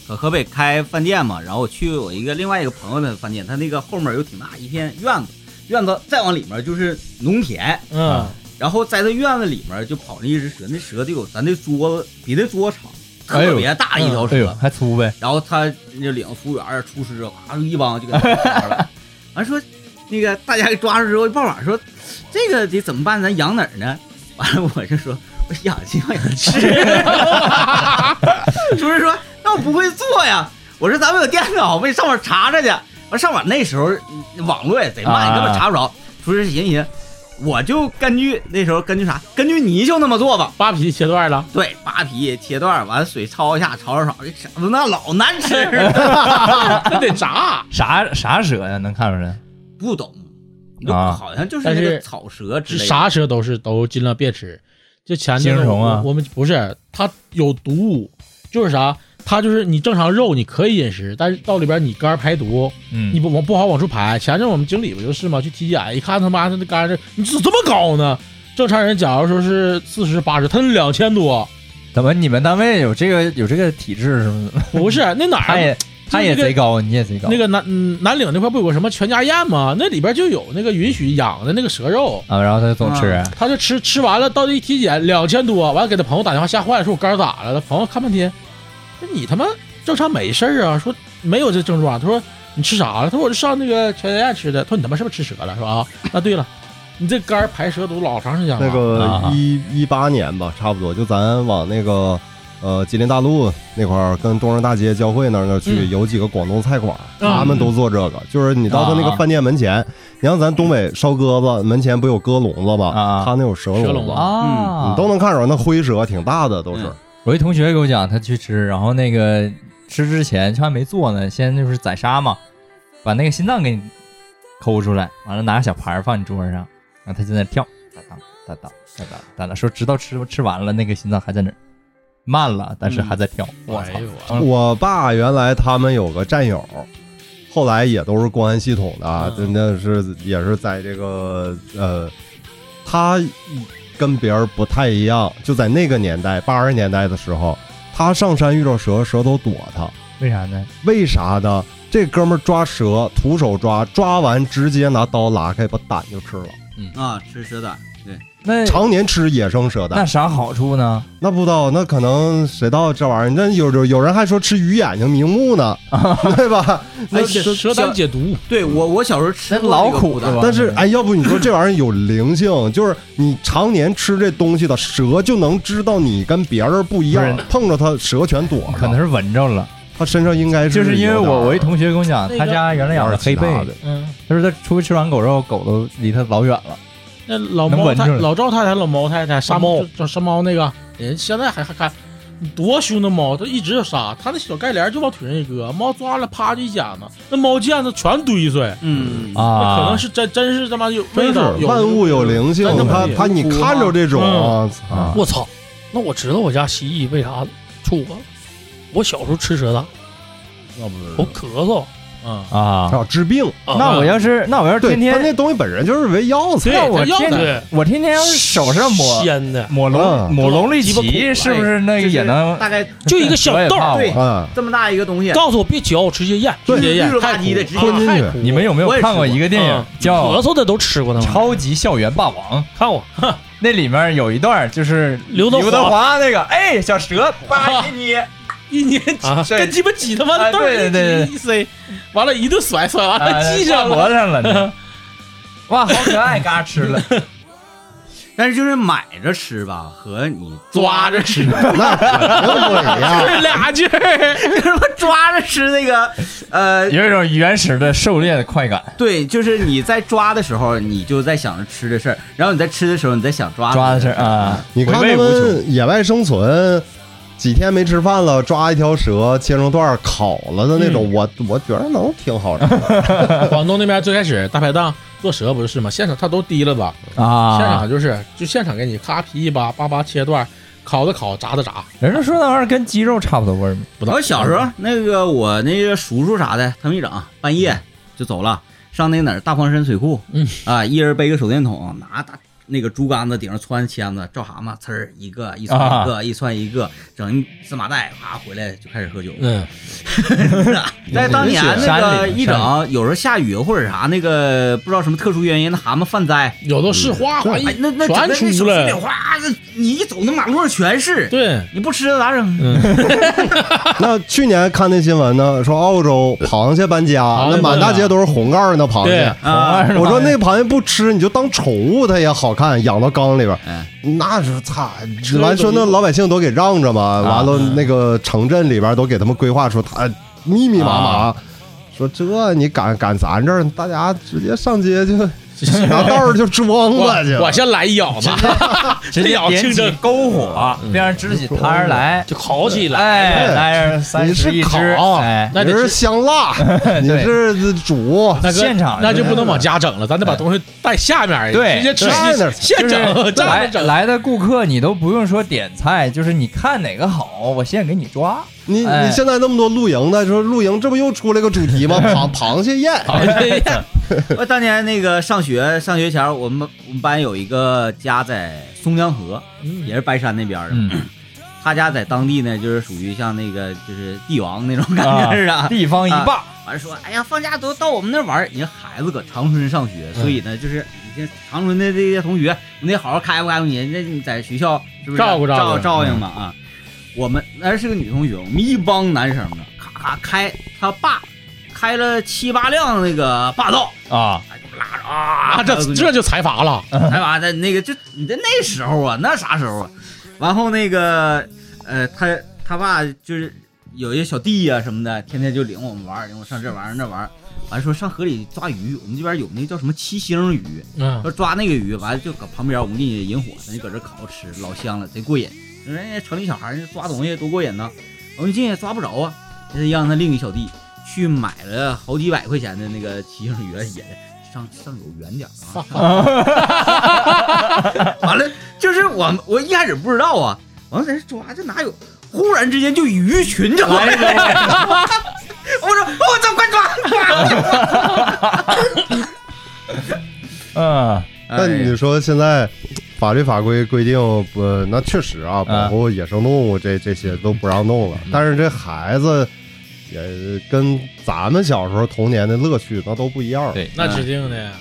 Speaker 4: 搁河北开饭店嘛，然后我去我一个另外一个朋友的饭店，他那个后面有挺大一片院子，院子再往里面就是农田，啊
Speaker 3: 嗯，
Speaker 4: 然后在这院子里面就跑那一只蛇，那蛇得有咱这桌子比这桌子长，
Speaker 2: 哎呦
Speaker 4: 特别大一条
Speaker 2: [laughs] 哎
Speaker 4: 蛇，
Speaker 2: 呦，还粗呗，
Speaker 4: 然后他就领服务员儿、厨师，哗啊一帮就给他抓了。完说那个大家给抓住之后，爆碗说这个得怎么办？咱养哪儿呢？完了我就说我养鸡往养吃。 [laughs] 厨师说那我不会做呀。我说咱们有电脑，我给你上网查查去。完上网那时候嗯网络也贼慢，你根本查不着。厨师寻思寻思，我就根据那时候根据啥，根据泥鳅那么做吧。
Speaker 3: 扒皮切断了，
Speaker 4: 对，扒皮切段，完水焯一下，炒炒炒，这饺子那老难吃了，
Speaker 5: 那得炸。
Speaker 2: 啥啥蛇呀？能看出来？
Speaker 4: 不懂，就
Speaker 2: 啊
Speaker 4: 好像就是
Speaker 3: 但
Speaker 4: 那
Speaker 3: 是
Speaker 4: 个草蛇之
Speaker 3: 这
Speaker 4: 类的。
Speaker 3: 啥蛇都是都尽量别吃。就前
Speaker 2: 寄
Speaker 3: 阵
Speaker 2: 生
Speaker 3: 子
Speaker 2: 虫啊
Speaker 3: 我我们不是它有毒物，就是啥，它就是你正常肉你可以饮食，但是到里边你肝排毒，你
Speaker 2: 嗯，
Speaker 3: 不往不好往出排。前阵我们经理不就是嘛，去体检一看他妈他那肝这你怎么这么高呢？正常人假如说是四十八十，他两千多，
Speaker 2: 怎么你们单位有这个有这个体制是不是？
Speaker 3: 不是那哪
Speaker 2: 他
Speaker 3: 儿
Speaker 2: 也他也贼高，你也贼高。
Speaker 3: 那个南嗯南岭那块不有个什么全家宴吗？那里边就有那个允许养的那个蛇肉，
Speaker 2: 啊，然后他就总吃，
Speaker 3: 他就吃吃完了，到一体检两千多，完了给他朋友打电话吓坏了，说我肝儿咋了？他朋友看半天，说你他妈正常没事儿啊，说没有这症状。他说你吃啥了？他说我就上那个全家宴吃的。他说你他妈是不是吃蛇了？说啊，那对了，你这肝儿排蛇毒老长时间了。
Speaker 1: 那个
Speaker 2: 啊
Speaker 1: 一一八年吧，差不多，就咱往那个呃吉林大路那块儿跟东胜大街交汇那儿那儿去，
Speaker 3: 嗯
Speaker 1: 有几个广东菜馆，
Speaker 3: 啊
Speaker 1: 他们都做这个，就是你到他那
Speaker 2: 啊
Speaker 1: 个饭店门前，你像咱东北烧鸽子门前不有鸽笼子
Speaker 2: 啊
Speaker 1: 吗？他那有蛇
Speaker 3: 蛇
Speaker 1: 笼
Speaker 3: 笼
Speaker 1: 子
Speaker 3: 子。
Speaker 2: 啊，
Speaker 3: 嗯
Speaker 1: 你都能看着那灰蛇挺大的，都是
Speaker 4: 嗯
Speaker 2: 我一同学给我讲，他去吃，然后那个吃之前他还没做呢，先就是宰杀嘛，把那个心脏给你抠出来，完了拿个小盘儿放你桌上，然后他就在那跳，哒哒哒哒哒哒哒哒，说直到吃吃完了，那个心脏还在那儿慢了，但是还在跳。我
Speaker 3: 哎
Speaker 2: 操！
Speaker 3: 呦我，
Speaker 1: 我爸原来他们有个战友，后来也都是公安系统的啊，真的是也是在这个呃，他跟别人不太一样，就在那个年代八十年代的时候，他上山遇到蛇，蛇都躲他，
Speaker 2: 为啥呢？
Speaker 1: 为啥呢？这哥们儿抓蛇，徒手抓，抓完直接拿刀拉开，把胆就吃了。
Speaker 4: 啊，吃蛇胆，对，
Speaker 2: 那
Speaker 1: 常年吃野生蛇胆
Speaker 2: 那，啥好处呢？
Speaker 1: 那不知道，那可能谁知道这玩意儿？那有有有人还说吃鱼眼睛明目呢，对吧？那
Speaker 3: 哎蛇蛇胆解毒，
Speaker 4: 对我我小时候吃
Speaker 2: 那
Speaker 4: 过
Speaker 2: 老
Speaker 4: 这个
Speaker 2: 苦
Speaker 4: 苦
Speaker 2: 了吧？
Speaker 1: 但是哎，要不你说这玩意儿有灵性， [laughs] 就是你常年吃这东西的蛇就能知道你跟别人不一样
Speaker 2: 不，
Speaker 1: 碰着它蛇全躲
Speaker 2: 可能
Speaker 1: 是
Speaker 2: 是闻着了，
Speaker 1: 它身上应该
Speaker 2: 就是因为
Speaker 1: 有点
Speaker 2: 我
Speaker 1: 儿
Speaker 2: 我一同学跟我讲，
Speaker 3: 那
Speaker 2: 他
Speaker 3: 个
Speaker 2: 家原来养的黑
Speaker 1: 有点儿
Speaker 2: 贝
Speaker 1: 其他，的
Speaker 3: 嗯，
Speaker 2: 他说他出去吃完狗肉，狗都离他老远了。
Speaker 3: 那老
Speaker 2: 能
Speaker 3: 猫
Speaker 2: 闻
Speaker 3: 太
Speaker 2: 出来
Speaker 3: 老赵太太、老猫太太杀猫叫杀猫那个人，现在还还看多凶的猫，它一直杀，它那小盖帘就往腿上一搁，猫抓了啪就一夹子，那猫毽子全堆碎，
Speaker 4: 嗯
Speaker 2: 啊，
Speaker 3: 那可能是真真是他妈有
Speaker 1: 真是
Speaker 3: 味道，有
Speaker 1: 万物有。灵性
Speaker 3: 真的，
Speaker 1: 它
Speaker 3: 没有
Speaker 1: 它你看着这种
Speaker 2: 嗯
Speaker 1: 啊啊，
Speaker 5: 我操！那我知道我家蜥蜴为啥出过了。我小时候吃蛇胆，
Speaker 3: 那不知
Speaker 5: 我
Speaker 3: 道
Speaker 5: 咳嗽。
Speaker 3: 嗯，
Speaker 2: 啊。
Speaker 1: 啊治病。
Speaker 5: 啊
Speaker 2: 那我要是那我要是
Speaker 1: 对，
Speaker 2: 天
Speaker 1: 它
Speaker 2: 天
Speaker 1: 那东西本身就是为药材
Speaker 3: 对，
Speaker 2: 那我
Speaker 3: 它药
Speaker 2: 天
Speaker 3: 材
Speaker 5: 对，
Speaker 2: 我天天要是手上抹
Speaker 5: 鲜的，
Speaker 2: 抹龙
Speaker 1: 嗯
Speaker 2: 抹龙利
Speaker 5: 鸡巴
Speaker 2: 奇，
Speaker 5: 苦
Speaker 2: 是不是那
Speaker 4: 就
Speaker 2: 个
Speaker 4: 是
Speaker 2: 也能
Speaker 4: 大概
Speaker 5: 就一个小豆儿，
Speaker 2: 我也
Speaker 4: 对
Speaker 2: 怕我
Speaker 1: 啊，
Speaker 4: 这么大一个东西，
Speaker 5: 告诉我别嚼，直接咽，
Speaker 1: 对
Speaker 5: 直接咽
Speaker 4: 绿了，吧
Speaker 5: 太苦
Speaker 4: 唧的直接
Speaker 5: 啊
Speaker 1: 吞进
Speaker 5: 太
Speaker 1: 去
Speaker 5: 苦
Speaker 2: 你们有没有
Speaker 4: 我也
Speaker 2: 看过
Speaker 4: 吃过
Speaker 2: 一个电影
Speaker 5: 嗯
Speaker 2: 叫《
Speaker 5: 咳嗽的都吃过呢？
Speaker 2: 超级校园霸王》？
Speaker 5: 看我，
Speaker 2: 那里面有一段就是
Speaker 5: 刘德华
Speaker 2: 刘德华那个，哎，小蛇叭给你，
Speaker 3: 一捏 [laughs]
Speaker 5: 啊
Speaker 3: 跟鸡巴挤他妈
Speaker 2: 哎
Speaker 3: 的豆
Speaker 2: 对
Speaker 3: 儿
Speaker 2: 对
Speaker 3: 一挤一塞，完了一顿甩，甩完
Speaker 2: 啊
Speaker 3: 了系上
Speaker 2: 挂
Speaker 3: 了。
Speaker 2: 脖子上了， [laughs] 哇，好可爱，嘎吃了，
Speaker 4: 但是就是买着吃吧，和你
Speaker 3: 抓着
Speaker 4: 吃， [laughs]
Speaker 1: 那肯定不一
Speaker 2: [laughs]
Speaker 1: 样。
Speaker 3: 这 [laughs] 俩劲儿，
Speaker 4: 什么抓着吃那个，呃，
Speaker 2: 有一种原始的狩猎的快感，
Speaker 4: 对，就是你在抓的时候，你就在想着吃的事儿，然后你在吃的时候，你在想抓
Speaker 2: 抓的
Speaker 4: 的
Speaker 2: 是啊，
Speaker 1: 你看
Speaker 2: 回味
Speaker 1: 他
Speaker 2: 无穷。
Speaker 1: 们野外生存，几天没吃饭了，抓一条蛇切成段儿烤了的那
Speaker 2: 嗯
Speaker 1: 种，我我觉得能挺好吃的。
Speaker 3: 广东那边最开始大排档做蛇不是吗？现场他都提了吧，现
Speaker 2: 啊，
Speaker 3: 场就是就现场给你咔皮一扒扒扒切段，烤的烤，炸的炸，
Speaker 2: 人家说那玩意儿跟鸡肉差不多味儿吗？
Speaker 3: 不大
Speaker 4: 我小时候那个我那个叔叔啥的，他们一整半夜就走了，上那哪儿大荒山水库，
Speaker 3: 嗯
Speaker 4: 啊，一人背个手电筒，拿大那个竹竿子顶上穿签子，照蛤蟆呲儿一个一
Speaker 3: 啊
Speaker 4: 窜一个、一窜一个，整一芝麻袋，啊回来就开始喝酒。
Speaker 3: 嗯，
Speaker 4: [laughs] 在当年那
Speaker 2: 山
Speaker 4: 个
Speaker 2: 里
Speaker 4: 一整，有时候下雨或者啥，那个不知道什么特殊原因，那蛤蟆犯灾，
Speaker 3: 有的是哗哗一
Speaker 4: 哎，那那整
Speaker 3: 全
Speaker 4: 个那
Speaker 3: 出
Speaker 4: 手心里
Speaker 3: 来，
Speaker 4: 哗，那你一走那马路上全是，
Speaker 3: 对，
Speaker 4: 你不吃它咋整？啊
Speaker 3: 嗯，
Speaker 1: [laughs] 那去年看那新闻呢，说澳洲螃蟹
Speaker 2: [laughs]
Speaker 1: 搬家，
Speaker 3: 螃蟹
Speaker 1: 那满大街都是红盖儿那螃
Speaker 3: 对
Speaker 1: 蟹。
Speaker 2: 红二
Speaker 4: 啊，
Speaker 2: 十八
Speaker 1: [laughs] 我说那螃蟹不吃，你就当宠物，它也好看，养到缸里边儿
Speaker 4: 哎。
Speaker 1: 那是擦，完说那老百姓都给让着
Speaker 2: 啊
Speaker 1: 嘛，完了那个城镇里边儿都给他们规划哎出它
Speaker 2: 啊 [laughs]
Speaker 1: 密密麻麻。说这你赶赶咱这儿，大家直接上街就然后到时候就装吧去
Speaker 3: 我我先来一咬呢， [laughs]
Speaker 2: 直接
Speaker 3: 咬
Speaker 2: 点
Speaker 3: 清
Speaker 2: 起
Speaker 3: 蒸
Speaker 2: 篝火，这样支起摊儿来，
Speaker 5: 就烤起
Speaker 3: 嗯
Speaker 5: 来。
Speaker 2: 哎，来点三
Speaker 1: 你是
Speaker 2: 十一
Speaker 1: 烤啊
Speaker 2: 只，哎，
Speaker 3: 那
Speaker 1: 你
Speaker 3: 得
Speaker 1: 是香辣，
Speaker 2: [laughs]
Speaker 1: 你是煮，
Speaker 3: 那
Speaker 2: 现场
Speaker 3: 那就不能
Speaker 2: 往
Speaker 3: 往家整了，咱得把东西带下面，
Speaker 2: 对
Speaker 3: 直接吃
Speaker 1: 站那儿
Speaker 3: 现 [laughs] 整，
Speaker 2: 就是
Speaker 3: 站
Speaker 2: 来
Speaker 3: 着整。
Speaker 2: 来的顾客，你都不用说点菜，就是你看哪个好，我现给你抓。
Speaker 1: 你
Speaker 2: 哎
Speaker 1: 你现在那么多露营的，说露营这不又出来个主题
Speaker 2: [laughs]
Speaker 1: 吗？螃螃蟹宴，
Speaker 2: 哎
Speaker 1: [laughs]
Speaker 4: [laughs] 我当年那个上学上学前儿，我们我们班有一个家在松江河，
Speaker 5: 嗯
Speaker 4: 也是白山那边儿的。
Speaker 2: [laughs] 嗯，
Speaker 4: 他家在当地呢，就是属于像那个就是帝王那种感
Speaker 3: 啊
Speaker 4: 觉似的。
Speaker 2: 地方一霸，
Speaker 4: 完了说，哎呀，放假都到我们那玩儿。你这孩子搁长春上学，
Speaker 3: 嗯
Speaker 4: 所以呢，就是你这长春的这些同学，你得好好开发开发你。那你在学校是不是
Speaker 3: 照顾照
Speaker 4: 照
Speaker 3: 顾嗯
Speaker 4: 照应嘛啊？我们那是个女同学，我们一帮男生呢，咔咔开他爸开了七八辆那个霸道
Speaker 2: 啊，
Speaker 4: 哎就拉着啊，
Speaker 3: 啊，这这就财阀了，
Speaker 4: [laughs] 哎妈的，那个就你在那时候啊，那啥时候啊？完后那个呃，他他爸就是有一些小弟啊呀、什么的，天天就领我们玩儿，领我上这玩儿那玩儿。完说上河里抓鱼，我们这边有那个叫什么七星鱼，
Speaker 5: 嗯，
Speaker 4: 说抓那个鱼，完了就搁旁边我们给你引火，咱就搁这烤着吃，老香了，贼过瘾。人家城里小孩儿抓东西多过瘾呢，我们进去抓不着啊，就是让他另一小弟去买了好几百块钱的那个七星鱼，也上上有远点儿啊。 [laughs] 完了，就是我们我一开始不知道啊，完了在这抓，这哪有？忽然之间就鱼群就来了， [laughs] 我说我操，快抓！快抓
Speaker 2: 嗯，
Speaker 1: [laughs] 那
Speaker 4: 哎
Speaker 1: 你说现在法律法规规定，呃，那确实
Speaker 2: 嗯
Speaker 1: 啊，保护野生动物这这些都不让弄了。但是这孩子也跟咱们小时候童年的乐趣那都不一样。
Speaker 2: 对
Speaker 5: 那指定的呀。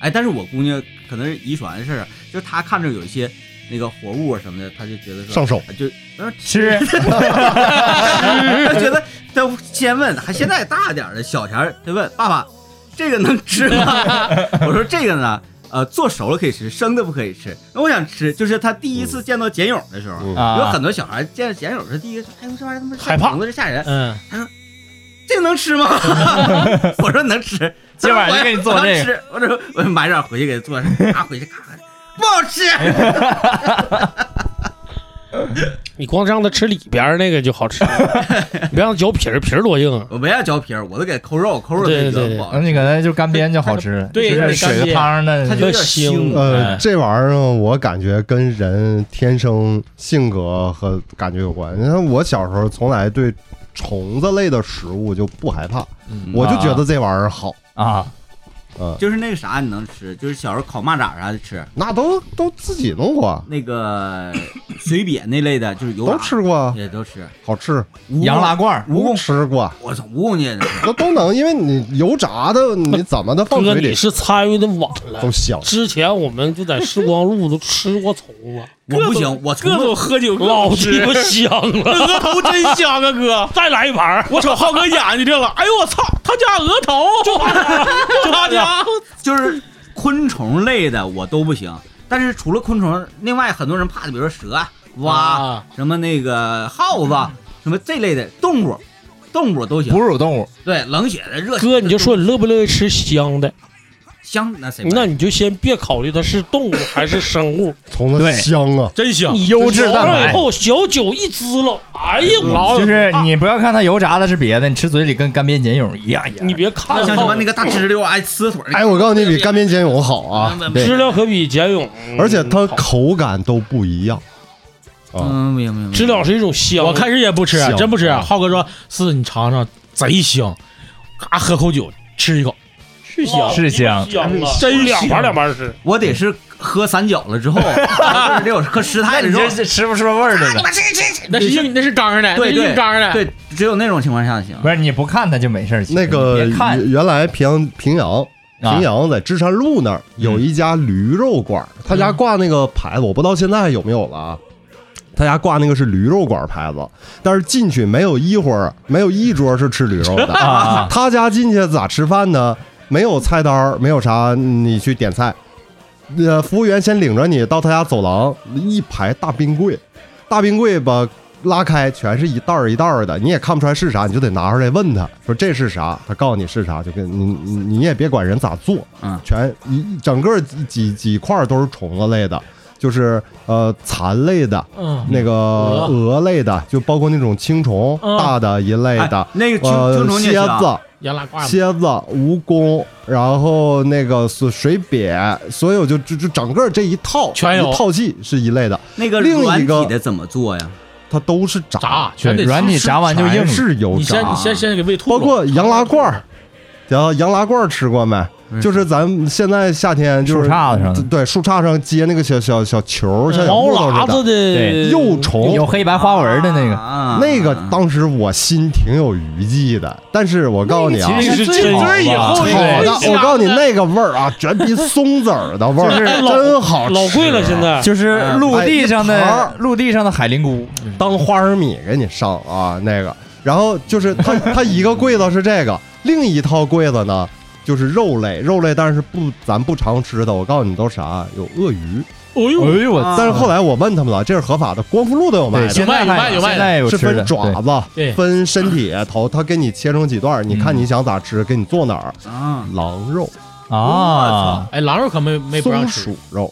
Speaker 4: 哎，但是我姑娘可能是遗传的事儿，啊就是她看着有一些那个活物啊什么的，她就觉得说
Speaker 1: 上手，
Speaker 4: 啊就她说
Speaker 2: 吃，
Speaker 4: [laughs] 她觉得她先问，还现在大点儿的小前儿，她问爸爸这个能吃吗？ [laughs] 我说这个呢，呃，做熟了可以吃，生的不可以吃。那我想吃，就是她第一次见到茧蛹的时候。
Speaker 1: 嗯
Speaker 2: 啊
Speaker 4: 有很多小孩见到茧蛹是第一个说：“哎呦，这玩意儿他妈
Speaker 5: 害怕
Speaker 4: 虫子这吓人，
Speaker 5: 嗯，
Speaker 4: 这个能吃吗？” [laughs] 我说能吃，
Speaker 2: [laughs] 今晚就给你做这个
Speaker 4: 个。我说我买点回去给他做，拿回去咔咔，不好吃。
Speaker 2: 哎
Speaker 5: 你光让它吃里边儿那个就好吃，你别让它嚼皮儿，皮儿多硬啊！
Speaker 4: 我不要嚼皮儿，我都给抠肉，抠肉
Speaker 5: 对
Speaker 4: 都觉
Speaker 5: 对
Speaker 4: 得
Speaker 5: 对
Speaker 4: 不好
Speaker 2: 那。你可能就干煸就好吃，
Speaker 3: 对
Speaker 2: 就是水
Speaker 3: 干煸
Speaker 2: 汤的，
Speaker 4: 它就有点腥，
Speaker 1: 呃
Speaker 2: 哎，
Speaker 1: 这玩意儿呢我感觉跟人天生性格和感觉有关。你看我小时候从来对虫子类的食物就不害怕，
Speaker 5: 嗯
Speaker 1: 我就觉得这玩意儿好。
Speaker 2: 啊，
Speaker 1: 嗯，
Speaker 4: 就是那个啥你能吃，就是小时候烤蚂蚱啥的吃，
Speaker 1: 那都都自己弄过，啊
Speaker 4: 那个 [coughs] 水瘪那类的，就是油
Speaker 2: 啊
Speaker 1: 都
Speaker 4: 炸
Speaker 1: 吃过，啊
Speaker 4: 也都吃。
Speaker 1: 好吃，
Speaker 4: 蜈蚣
Speaker 2: 羊拉，罐儿，
Speaker 4: 蜈
Speaker 1: 都
Speaker 4: 蚣，
Speaker 1: 吃过。啊
Speaker 4: 我操，蜈蚣你也能吃。
Speaker 1: 那都能，因为你油炸的，你怎么的放
Speaker 5: 啊哥，
Speaker 1: 嘴
Speaker 5: 你
Speaker 1: 里
Speaker 5: 是参与的晚了
Speaker 1: 都。香。
Speaker 5: 之前我们就在时光路都吃过虫子，
Speaker 4: 我不行，我从
Speaker 3: 各种喝酒，
Speaker 5: 老鸡
Speaker 3: 吃，
Speaker 5: 巴香了！
Speaker 3: 额头真香啊，哥！
Speaker 5: 再来一盘儿，
Speaker 3: 我瞅浩哥眼睛这了，哎呦我操，他家额头， [laughs] 就他家，
Speaker 4: 就是昆虫类的我都不行，但是除了昆虫，另外很多人怕的，比如说蛇、啊蛙、
Speaker 5: 哇，
Speaker 4: 什么那个耗子，什么这类的动物，动物都行
Speaker 2: 哺。乳动物，
Speaker 4: 对，冷血的、热血的
Speaker 5: 哥，你就说你乐不乐意吃香的？
Speaker 4: 香，那谁不
Speaker 5: 那你就先别考虑它是动物还是生物，
Speaker 1: 虫子
Speaker 2: 对
Speaker 1: 香啊，
Speaker 3: 真香！
Speaker 5: 你
Speaker 2: [laughs] 优质蛋白
Speaker 5: 熬上以后小酒一滋了，哎呀，
Speaker 3: 嗯
Speaker 5: 我
Speaker 2: 就是
Speaker 3: 啊
Speaker 2: 你不要看它油炸的是别的，你吃嘴里跟干煸茧蛹一样一样。
Speaker 5: 你别看
Speaker 4: 那像什么
Speaker 5: 它
Speaker 4: 那个大哧溜啊，哎，呲腿儿那个。
Speaker 1: 哎，我告诉你，比干煸茧蛹好啊，
Speaker 5: 质
Speaker 2: 对，
Speaker 5: 量可比茧蛹，嗯
Speaker 1: 而且它
Speaker 5: 好
Speaker 1: 口感都不一样啊。
Speaker 4: 嗯，没嗯有没有，
Speaker 5: 知了是一种香，
Speaker 3: 我开始也不吃，
Speaker 1: 香
Speaker 3: 真不吃。
Speaker 1: 啊
Speaker 3: 浩哥说：“四，你尝尝，贼香。”咔，喝口酒，吃一口，
Speaker 5: 是
Speaker 2: 香是香 [laughs]
Speaker 5: 香啊
Speaker 3: 真
Speaker 5: 两
Speaker 3: 香
Speaker 5: 盘两盘吃，
Speaker 4: 我得是喝三饺了之后，或者得有喝十
Speaker 2: 那
Speaker 4: 菜了
Speaker 2: 你
Speaker 4: 之
Speaker 2: 这
Speaker 4: 后，
Speaker 2: 是吃不出味儿来了。
Speaker 3: 那是硬，那是刚的，
Speaker 4: 对
Speaker 3: 那是硬刚的。
Speaker 4: 对，只有那种情况下行
Speaker 2: 不。是你不看它就没事儿。其实
Speaker 1: 那个
Speaker 2: 嗯你别看
Speaker 1: 原原来平阳平阳
Speaker 2: 啊
Speaker 1: 平阳在芝山路那儿有一家驴肉馆儿，他家挂那个牌子，我不知道现在还有没有了啊。他家挂那个是驴肉馆儿牌子，但是进去没有一会儿，没有一桌是吃驴肉的。
Speaker 2: [laughs] 啊，
Speaker 1: 他家进去咋吃饭呢？没有菜单儿，没有啥，你去点菜。呃，服务员先领着你到他家走廊，一排大冰柜，大冰柜把拉开全是一袋儿一袋儿的，你也看不出来是啥，你就得拿出来问他说这是啥，他告诉你是啥，就跟你你你也别管人咋做，
Speaker 4: 嗯
Speaker 1: 全一整个几几几块儿都是虫子类的，就是呃蚕类的，
Speaker 3: 嗯，
Speaker 1: 那个蛾类的，就包括那种青虫、
Speaker 3: 嗯
Speaker 1: 大的一类的，
Speaker 4: 哎那个青
Speaker 1: 呃
Speaker 4: 青虫你也
Speaker 1: 蝎
Speaker 4: 行啊
Speaker 1: 子、
Speaker 3: 羊拉挂
Speaker 1: 蝎子、蜈蚣，然后那个水水瘪，所有就就就整个这一套
Speaker 3: 全有
Speaker 1: 一套系是一类的，
Speaker 4: 那个
Speaker 1: 另一
Speaker 4: 软
Speaker 1: 个
Speaker 4: 体的怎么做呀？
Speaker 1: 它都是炸，
Speaker 3: 炸，全
Speaker 2: 对，
Speaker 3: 得
Speaker 2: 软体
Speaker 3: 吃
Speaker 2: 炸完就硬
Speaker 1: 全
Speaker 2: 了。
Speaker 1: 是有
Speaker 3: 你
Speaker 1: 炸
Speaker 3: 先。你先先给喂吐
Speaker 1: 包
Speaker 3: 了，
Speaker 1: 括羊拉罐儿，然后羊拉罐儿吃过没？
Speaker 4: 嗯
Speaker 1: 就是咱们现在夏天就是
Speaker 2: 树杈子上的
Speaker 1: 对树杈上接那个小小小球儿，像小
Speaker 5: 毛
Speaker 1: 木头
Speaker 5: 喇
Speaker 1: 似的
Speaker 5: 子的
Speaker 2: 对
Speaker 1: 幼虫，
Speaker 2: 有黑白花纹的那个，
Speaker 4: 啊
Speaker 1: 那个当时我心挺有余悸的，但是我告诉你啊，
Speaker 5: 那个其实是
Speaker 2: 真好
Speaker 5: 以
Speaker 2: 吧
Speaker 5: 后
Speaker 1: 炒
Speaker 5: 的
Speaker 1: 的，
Speaker 5: 对
Speaker 1: 我告诉你那个味儿啊，绝比松子儿的味儿，
Speaker 5: 就是
Speaker 1: 真好吃。
Speaker 5: 老贵了，现在
Speaker 2: 就是陆地
Speaker 1: 啊
Speaker 2: 上
Speaker 1: 哎
Speaker 2: 的
Speaker 1: 盘
Speaker 2: 陆地上的海灵菇，
Speaker 1: 当花生米给你上啊，那个。然后就是它，
Speaker 5: [laughs]
Speaker 1: 它一个柜子是这个，另一套柜子呢就是肉类，肉类但是不咱不常吃的。我告诉你都啥，有鳄鱼。
Speaker 3: 哎呦，
Speaker 2: 哎呦我
Speaker 4: 啊
Speaker 1: 但是后来我问他们了，这是合法的，光复路都有卖
Speaker 2: 对，
Speaker 1: 的。
Speaker 2: 现在
Speaker 3: 有卖
Speaker 2: 还
Speaker 3: 有卖有
Speaker 2: 现
Speaker 3: 卖的
Speaker 2: 在有
Speaker 1: 是
Speaker 2: 吃
Speaker 1: 分
Speaker 2: 的，
Speaker 1: 爪
Speaker 2: 对
Speaker 3: 对
Speaker 1: 子，分身体头，它给你切成几段儿，你看
Speaker 2: 嗯
Speaker 1: 你想咋吃，给你做哪儿。
Speaker 4: 啊，
Speaker 1: 狼肉、
Speaker 2: 啊，
Speaker 3: 哎，狼肉可没没不让
Speaker 1: 松
Speaker 3: 吃，
Speaker 1: 鼠肉，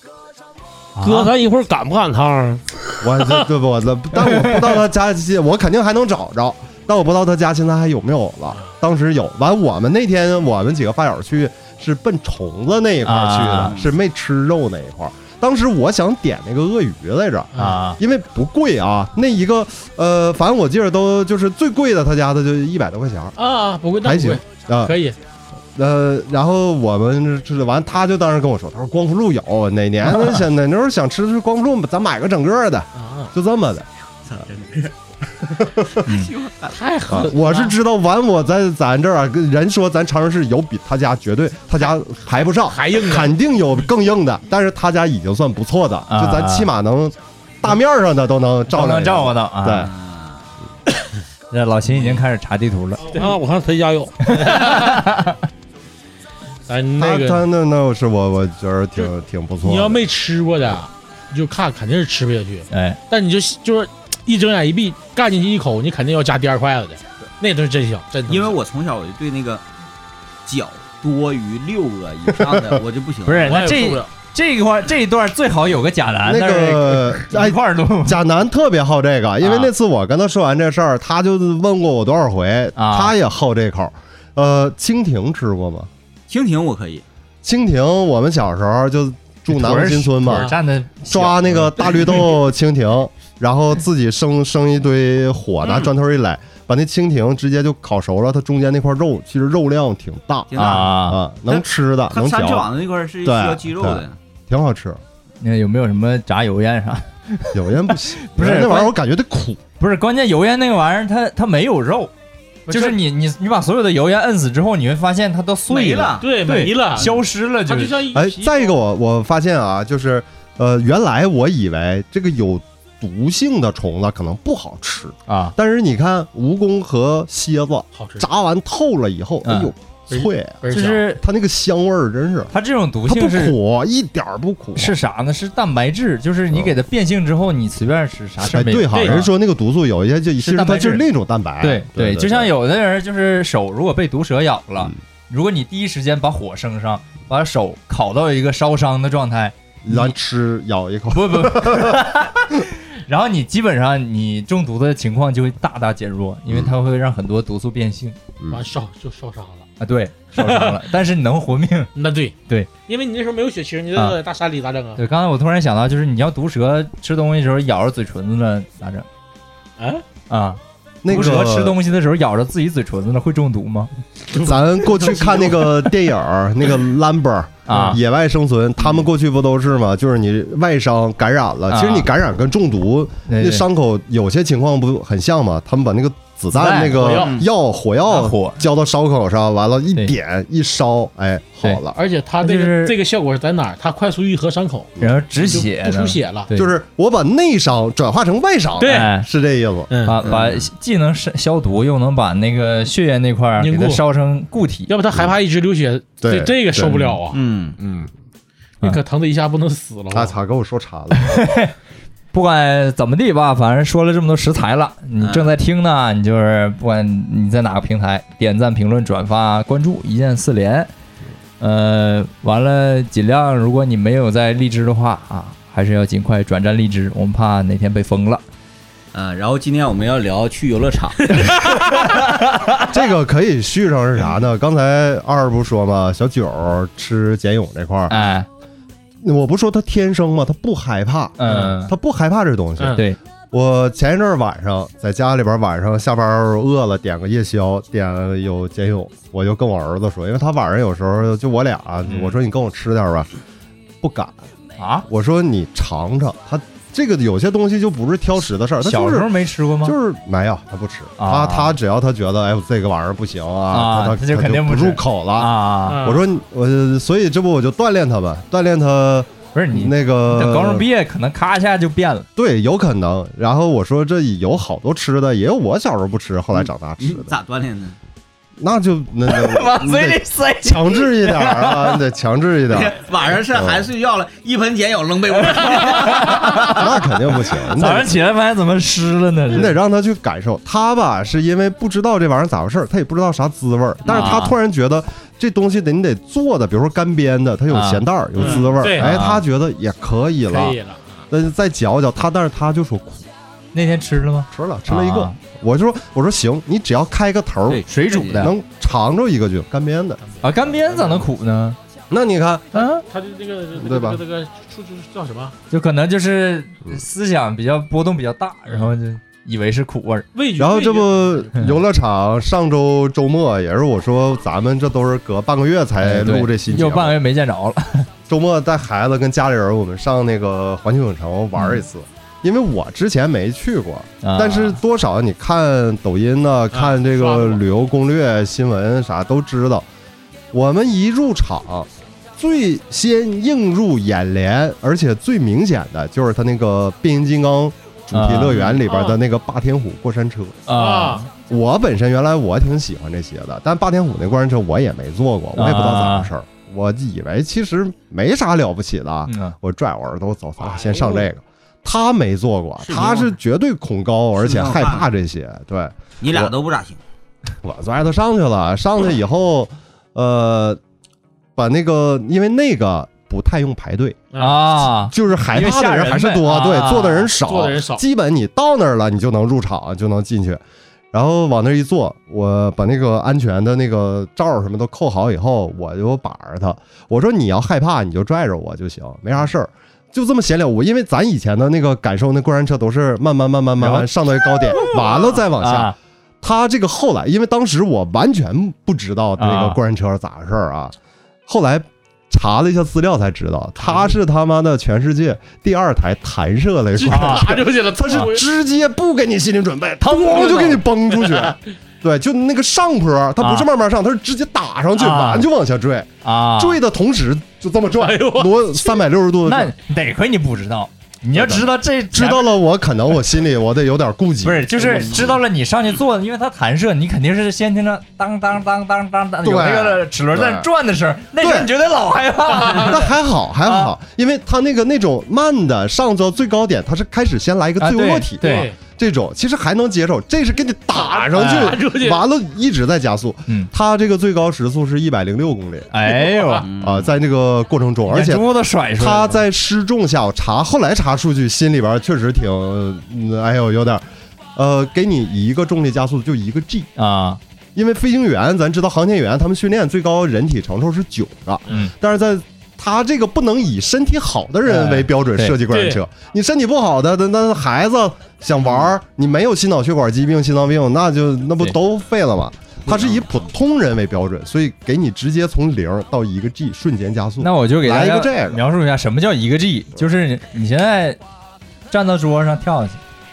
Speaker 5: 哥，
Speaker 2: 啊
Speaker 5: 咱一会儿赶不赶趟儿？
Speaker 1: 我这对不？我这但我不知道他家现，我肯定还能找着，但我不知道他家现在还有没有了。当时有，完我们那天我们几个发小去是奔虫子那一块儿去的，
Speaker 2: 啊
Speaker 1: 是没吃肉那一块儿。当时我想点那个鳄鱼来着，
Speaker 2: 啊，
Speaker 1: 因为不贵啊，那一个呃，反正我记着都就是最贵的，他家的就一百多块钱儿
Speaker 3: 啊，不贵，那
Speaker 1: 还
Speaker 3: 不
Speaker 1: 行。
Speaker 3: 贵
Speaker 1: 啊，
Speaker 3: 可以，
Speaker 1: 呃，然后我们吃完，他就当时跟我说，他说光复路有，啊哪年想哪时候想吃是光复路，咱买个整个的，嗯
Speaker 3: 啊，
Speaker 1: 就这么的。
Speaker 4: 操真是
Speaker 3: 太狠
Speaker 1: 啊
Speaker 3: 了，
Speaker 1: 我是知道完我在咱这儿啊，跟人说咱长春市有比他家绝对他家排不
Speaker 3: [laughs]
Speaker 1: 上，
Speaker 3: 还硬啊呢，
Speaker 1: 肯定有更硬的，但是他家已经算不错的，
Speaker 2: 啊
Speaker 1: 就咱起码能大面儿上的都能照嗯
Speaker 2: 照能照顾
Speaker 1: 的。
Speaker 2: 到啊。
Speaker 1: 对，
Speaker 2: [coughs] 那老秦已经开始查地图了，
Speaker 5: 啊，我看他
Speaker 1: [laughs]
Speaker 5: 家有。
Speaker 1: 他
Speaker 3: 哎，那个
Speaker 1: 他那那是我我觉得挺挺不错的。
Speaker 3: 你要没吃过的，你就看肯定是吃不下去，
Speaker 2: 哎，
Speaker 3: 但你就就是一睁眼一闭，干进去一口，你肯定要加第二筷子的，那都是真香，真的。
Speaker 4: 因为我从小我就对那个脚多于六个以上
Speaker 1: [laughs]
Speaker 4: 的我就不行，
Speaker 2: 不是
Speaker 3: 我
Speaker 2: 那
Speaker 3: 也受不
Speaker 2: 这
Speaker 3: 了，
Speaker 2: 这一块这一段最好有个假男，
Speaker 1: 那个 [laughs]
Speaker 2: 但是
Speaker 1: 哎
Speaker 2: 一块儿录
Speaker 1: 贾南特别好这
Speaker 2: 啊
Speaker 1: 个，因为那次我跟他说完这事儿，他就问过我多少回，
Speaker 2: 啊
Speaker 1: 他也好这口。呃，蜻蜓吃过吗？
Speaker 4: 蜻蜓我可以，
Speaker 1: 蜻蜓，我们小时候就住南门新村
Speaker 2: 腿 [laughs]
Speaker 1: 嘛
Speaker 2: 儿，站的
Speaker 1: 抓那个大绿豆蜻
Speaker 2: [laughs]
Speaker 1: 蜓，然后自己生生一堆火，
Speaker 2: 嗯
Speaker 1: 拿砖头一垒，把那蜻蜓直接就烤熟了，它中间那块肉其实肉量挺大
Speaker 4: 挺大。
Speaker 2: 啊，
Speaker 1: 啊，能吃的，
Speaker 4: 它
Speaker 1: 能
Speaker 4: 三翅
Speaker 1: 嚼，
Speaker 4: 膀的那块儿是需
Speaker 1: 对
Speaker 4: 要肌肉的，
Speaker 1: 挺好吃。
Speaker 2: 那有没有什么炸油烟啥？
Speaker 1: 有人不行，
Speaker 2: [laughs] 不是
Speaker 1: 那玩意儿，我感觉得苦。
Speaker 2: 不是，关键油烟那个玩意儿，它它没有肉，就是你你你把所有的油烟摁死之后，你会发现它都碎
Speaker 4: 没了
Speaker 3: 对，
Speaker 2: 对
Speaker 3: 没了，
Speaker 2: 消失了，
Speaker 3: 它
Speaker 2: 就
Speaker 3: 就是像一
Speaker 1: 哎，
Speaker 3: 皮
Speaker 1: 再一个我我发现啊，就是呃，原来我以为这个有毒性的虫子可能不好吃，
Speaker 2: 啊，
Speaker 1: 但是你看蜈蚣和蝎子
Speaker 3: 好吃，
Speaker 1: 炸完透了以后，
Speaker 2: 嗯
Speaker 1: 哎呦
Speaker 3: 嗯
Speaker 1: 脆啊，
Speaker 3: 就
Speaker 2: 就是
Speaker 1: 它那个香味儿真是，
Speaker 2: 它这种毒
Speaker 1: 它不
Speaker 2: 性是
Speaker 1: 苦，一点儿不苦。
Speaker 2: 是啥呢？是蛋白质，就是你给它变性之后，你随便吃啥事
Speaker 1: 哎，
Speaker 2: 儿没有。
Speaker 1: 对哈，
Speaker 3: 这个
Speaker 1: 人说那个毒素有一些就其实
Speaker 2: 蛋白
Speaker 1: 它
Speaker 2: 质
Speaker 1: 就是另一种蛋白，
Speaker 2: 对
Speaker 1: 对，嗯
Speaker 2: 就像有的人就是手如果被毒蛇咬了，如果你第一时间把火升上，把手烤到一个烧伤的状态，
Speaker 1: 咱吃咬一口，
Speaker 2: 不不， [laughs] 然后你基本上你中毒的情况就会大大减弱，因为它会让很多毒素变性
Speaker 3: 完烧就烧伤了。
Speaker 2: 啊，对，烧伤 [laughs] 了，但是你能活命。
Speaker 3: 那对
Speaker 2: 对，
Speaker 3: 因为你那时候没有血清，你
Speaker 2: 啊
Speaker 3: 在大山里咋整啊？
Speaker 2: 对，刚才我突然想到，就是你要毒蛇吃东西的时候咬着嘴唇子了，咋整
Speaker 3: 啊，
Speaker 2: 啊？
Speaker 1: 那
Speaker 2: 毒蛇吃
Speaker 1: 个
Speaker 2: 东西的时候咬着自己嘴唇子了，会中毒吗？ [laughs]
Speaker 1: 咱过去看那个电影儿，那个 Lumber
Speaker 2: 啊
Speaker 1: 野外生存，他们过去不都是吗？就是你外伤感染了，
Speaker 2: 啊
Speaker 1: 其实你感染跟中毒
Speaker 2: 对
Speaker 1: 那
Speaker 2: 对
Speaker 1: 伤口有些情况不很像吗？他们把那个子弹那
Speaker 2: 子弹
Speaker 1: 个
Speaker 4: 火
Speaker 1: 药火
Speaker 2: 啊
Speaker 1: 药
Speaker 2: 火
Speaker 1: 浇到伤口上，完了，一
Speaker 2: 对
Speaker 1: 点一烧，哎，
Speaker 2: 对
Speaker 1: 好了。
Speaker 3: 而且它
Speaker 2: 它
Speaker 3: 这
Speaker 2: 就
Speaker 3: 个
Speaker 2: 是
Speaker 3: 这个效果是在哪儿？它快速愈合伤口，
Speaker 2: 然后止
Speaker 3: 就
Speaker 2: 血
Speaker 3: 不
Speaker 2: 呢
Speaker 3: 出，血了。
Speaker 2: 对，
Speaker 1: 就是我把内伤转化成外伤，
Speaker 3: 对
Speaker 2: 哎
Speaker 1: 是这意思。
Speaker 3: 嗯，
Speaker 2: 把把
Speaker 4: 嗯
Speaker 2: 既能消消毒，又能把那个血液那块儿给
Speaker 3: 凝
Speaker 2: 它
Speaker 3: 固
Speaker 2: 烧成固体。
Speaker 3: 要不他害怕一直流血，
Speaker 1: 对
Speaker 3: 这这个受不了啊！
Speaker 4: 嗯，
Speaker 1: 嗯，哎
Speaker 3: 你可疼的一下不能死了吧
Speaker 1: 那？操，给我说馋了。
Speaker 2: 不管怎么地吧，反正说了这么多食材了，你
Speaker 4: 嗯
Speaker 2: 正在听呢，你就是不管你在哪个平台，点赞、评论、转发、关注，一键四连。呃，完了，尽量如果你没有在荔枝的话啊，还是要尽快转战荔枝，我们怕哪天被封了。
Speaker 4: 啊，然后今天我们要聊去游乐场，
Speaker 1: [laughs] 这个可以续上是啥呢？刚才二不说嘛，小九儿吃茧蛹这块儿，
Speaker 2: [laughs] 哎，
Speaker 1: 我不说他天生嘛，他不害怕，
Speaker 2: 嗯，
Speaker 1: 他不害怕这东西。
Speaker 5: 嗯
Speaker 2: 对，
Speaker 1: 我前一阵儿晚上在家里边，晚上下班儿饿了，点个夜宵，点了有煎蛹，我就跟我儿子说，因为他晚上有时候就我俩，
Speaker 2: 嗯
Speaker 1: 我说你跟我吃点儿吧，不敢，
Speaker 2: 啊，
Speaker 1: 我说你尝尝，他这个有些东西就不是挑食的事儿，他
Speaker 2: 小
Speaker 1: 就
Speaker 2: 时
Speaker 1: 是
Speaker 2: 候没吃过吗？
Speaker 1: 就是没有，他不吃他
Speaker 2: 啊
Speaker 1: 他只要他觉得哎呦这个玩意儿不行
Speaker 2: 啊
Speaker 1: 他
Speaker 2: 他
Speaker 1: 他
Speaker 2: 就肯定
Speaker 1: 不
Speaker 2: 不吃
Speaker 1: 入口了。
Speaker 2: 啊，
Speaker 5: 嗯
Speaker 1: 我说你我所以这不我就锻炼他们，锻炼他
Speaker 2: 不是嗯你
Speaker 1: 那个
Speaker 2: 等高中毕业可能咔一下就变了。
Speaker 1: 对有可能。然后我说这有好多吃的，也有我小时候不吃，后来
Speaker 2: 嗯
Speaker 1: 长大吃
Speaker 4: 你
Speaker 1: 的。
Speaker 4: 咋锻炼的？
Speaker 1: 那
Speaker 2: [laughs]
Speaker 1: 就那那
Speaker 2: 往
Speaker 1: 你
Speaker 2: 嘴里
Speaker 1: 得
Speaker 2: 塞。
Speaker 1: 强制一点儿啊，你得强制一点
Speaker 2: [laughs]
Speaker 1: 儿，
Speaker 4: [laughs] 晚上是还睡觉了，一盆碱有扔被窝里。
Speaker 1: 那肯定不行。你
Speaker 2: [laughs] 早上
Speaker 1: 得
Speaker 2: 起来发现怎么湿了呢？
Speaker 1: 你得让他去感受。他吧是因为不知道这玩意儿咋回事儿，他也不知道啥滋味儿，但是他
Speaker 2: 啊
Speaker 1: 突然觉得。这东西得你得做的，比如说干煸的，它有
Speaker 2: 啊
Speaker 1: 咸淡儿，有
Speaker 5: 嗯
Speaker 1: 滋味儿。
Speaker 5: 对
Speaker 1: 哎，
Speaker 2: 啊
Speaker 1: 他觉得也可以了
Speaker 5: 可。以了，
Speaker 1: 那就再嚼嚼他，但是他就说苦
Speaker 2: 那天吃了吗？
Speaker 1: 吃了，吃了一个
Speaker 2: 啊。
Speaker 1: 我就说我说行，你只要开个头儿，
Speaker 2: 水煮的
Speaker 1: 能尝着一个就干煸的。
Speaker 2: 啊，干煸咋能苦呢？
Speaker 1: 那你看，
Speaker 2: 啊，
Speaker 5: 他就这个
Speaker 1: 对吧
Speaker 5: 这个这个叫什么
Speaker 2: 就可能就是思想比较波动比较大，然后就以为是苦味儿。
Speaker 5: 味觉？
Speaker 1: 然后这不
Speaker 5: 味
Speaker 1: 游乐场上周周末也是我说咱们这都是隔半个月才录这新节
Speaker 2: 哎又
Speaker 1: 目，
Speaker 2: 半个月没见着了。
Speaker 1: 周末带孩子跟家里人我们上那个环球影城玩一次。
Speaker 2: 嗯
Speaker 1: 因为我之前没去过，
Speaker 2: 啊
Speaker 1: [laughs] 但是多少你看抖音呐、看这
Speaker 5: 啊刷
Speaker 1: 个
Speaker 5: 过
Speaker 1: 旅游攻略、新闻啥都知道。我们一入场，最先映入眼帘，而且最明显的就是它那个变形金刚主题乐园里
Speaker 5: 啊
Speaker 1: 边的那个霸天虎过山车。
Speaker 5: 觉
Speaker 2: 啊，
Speaker 5: 啊，
Speaker 1: 我本身原来我挺喜欢这些的，但霸天虎那过山车我也没坐过，我也不知道咋
Speaker 5: 啊
Speaker 1: 回事儿。我以为其实没啥了不起的，
Speaker 2: 嗯
Speaker 1: 我拽我儿子，我走，咱俩先上这个。他没坐过，
Speaker 4: 哎是
Speaker 1: 他是绝对恐高，而且
Speaker 4: 是
Speaker 1: 害怕这些。对，
Speaker 4: 你俩都不咋行，
Speaker 1: 我拽他上去了，上去以后，呃，把那个，因为那个不太用排队，
Speaker 2: 啊，
Speaker 1: 就是害怕的人还是
Speaker 2: 因为
Speaker 1: 多，
Speaker 2: 吓人呗
Speaker 1: 对，
Speaker 2: 啊
Speaker 1: 坐的人少，
Speaker 5: 坐的人少
Speaker 1: 基本你到那儿了，你就能入场，就能进去。然后往那儿一坐，我把那个安全的那个罩儿什么都扣好以后，我就把着他，我说你要害怕你就拽着我就行，没啥事儿，就这么闲聊。我因为咱以前的那个感受，那过山车都是慢慢慢慢慢
Speaker 2: 然后
Speaker 1: 慢上到一高
Speaker 2: [laughs]
Speaker 1: 点，完了再往下。
Speaker 2: 啊
Speaker 1: 他这个后来，因为当时我完全不知道那
Speaker 2: 啊
Speaker 1: 个过山车咋回事儿啊，后来查了一下资料才知道，他是他妈的全世界第二台弹射类
Speaker 2: 啊
Speaker 1: 过山车，
Speaker 5: 爬出去了，
Speaker 1: 他
Speaker 5: 他
Speaker 1: 是
Speaker 5: 是
Speaker 1: 直接不给你心理准备，咣就给你崩出去。
Speaker 2: [laughs]
Speaker 1: 对，就那个上坡，他不是慢慢上，他是直接打上去，
Speaker 2: 啊
Speaker 1: 完就往下坠，
Speaker 2: 啊，
Speaker 1: 坠的同时就这么
Speaker 5: 哎
Speaker 1: 转，
Speaker 5: 呦我
Speaker 1: 挪三百六十度。
Speaker 2: 那得亏你不知道，你要知道这
Speaker 1: 知道了，我可能我心里我得有点顾忌。
Speaker 2: 不是，就是知道了你上去坐，因为它弹射，你肯定是先听着当当当当当当
Speaker 1: 对
Speaker 2: 有那个齿轮在那转的声儿，那时候
Speaker 1: 对
Speaker 2: 你觉得老害怕了。
Speaker 1: 但还
Speaker 2: 啊
Speaker 1: 好还好，因为他那个那种慢的上到最高点，他是开始先来一个
Speaker 2: 啊
Speaker 1: 最
Speaker 2: 对
Speaker 1: 落体，
Speaker 2: 对，
Speaker 1: 这种其实还能接受，这是给你打上
Speaker 2: 打
Speaker 5: 出
Speaker 1: 去，
Speaker 5: 去
Speaker 1: 完了一直在加速。
Speaker 2: 嗯，
Speaker 1: 他这个最高时速是一百零六公里
Speaker 2: 哎呦，
Speaker 4: 嗯
Speaker 1: 啊、在那个过程中，而且
Speaker 2: 眼珠子都甩出来了。
Speaker 1: 他在失重下，我查后来查数据，心里边确实挺，嗯哎呦有点儿，呃，给你一个重力加速就一个 G，
Speaker 2: 啊，
Speaker 1: 因为飞行员咱知道航天员他们训练最高人体承受是九个，
Speaker 2: 嗯，
Speaker 1: 但是在他这个不能以身体好的人为标准
Speaker 2: 哎
Speaker 1: 设计过山车，你身体不好的那那孩子想玩儿，你没有心脑血管疾病、心脏病，那就那不
Speaker 2: 对
Speaker 1: 都废了吗？他是以普通人为标准，所以给你直接从零到一个 G 瞬间加速。
Speaker 2: 那我就给大
Speaker 1: 来一
Speaker 2: 家
Speaker 1: 个这个
Speaker 2: 描述一下什么叫一个 G，就是你你现在站到桌上跳下去，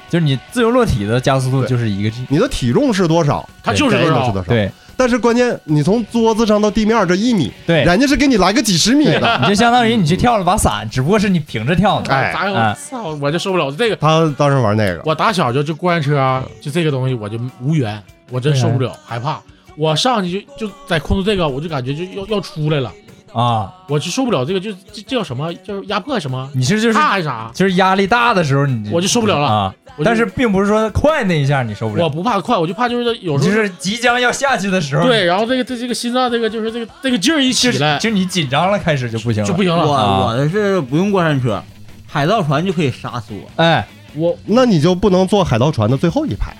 Speaker 2: 就是你自由落体的加速度
Speaker 1: 对
Speaker 2: 就是一个 G。
Speaker 1: 你的体重是多少？
Speaker 5: 他就是
Speaker 1: 给
Speaker 5: 多
Speaker 1: 你的
Speaker 5: 少
Speaker 1: 是？多少？
Speaker 2: 对
Speaker 1: 但是关键，你从桌子上到地面儿这一米，
Speaker 2: 对，
Speaker 1: 人家是给你来个几十米
Speaker 2: 对
Speaker 1: 的。
Speaker 2: 你就相当于你去跳了把伞，只不过是你平着
Speaker 1: [laughs]
Speaker 2: 跳的。
Speaker 1: 哎
Speaker 5: 咋
Speaker 2: 哎
Speaker 5: 我操，我就受不了这个。
Speaker 1: 他当时玩那个，
Speaker 5: 我打小就就过山车啊，就这个东西我就无缘，我真受不了，害怕。我上去就就在控制这个，我就感觉就要要出来了，
Speaker 2: 啊，
Speaker 3: 我就受不了这个，就这这叫什么？叫压迫什么？
Speaker 2: 你是就是
Speaker 3: 怕还是啥？
Speaker 2: 就是压力大的时候你
Speaker 3: 我就受不了了
Speaker 2: 啊，
Speaker 3: 我就
Speaker 2: 但是并不是说快那一下你受不
Speaker 3: 我
Speaker 2: 了，
Speaker 3: 不怕快，我就怕就是有时
Speaker 2: 就
Speaker 3: 候
Speaker 2: 是即将要下去的时候，
Speaker 3: 对，然后这个这这个心脏这个就是这个这个劲儿一起
Speaker 2: 就是
Speaker 3: 来
Speaker 2: 就是你紧张了开始就不行了，
Speaker 3: 就不行
Speaker 4: 我
Speaker 3: 了。
Speaker 2: 啊
Speaker 4: 我的是不用过山车，海盗船就可以杀死我。
Speaker 2: 哎，
Speaker 3: 我
Speaker 1: 那你就不能坐海盗船的最后一排，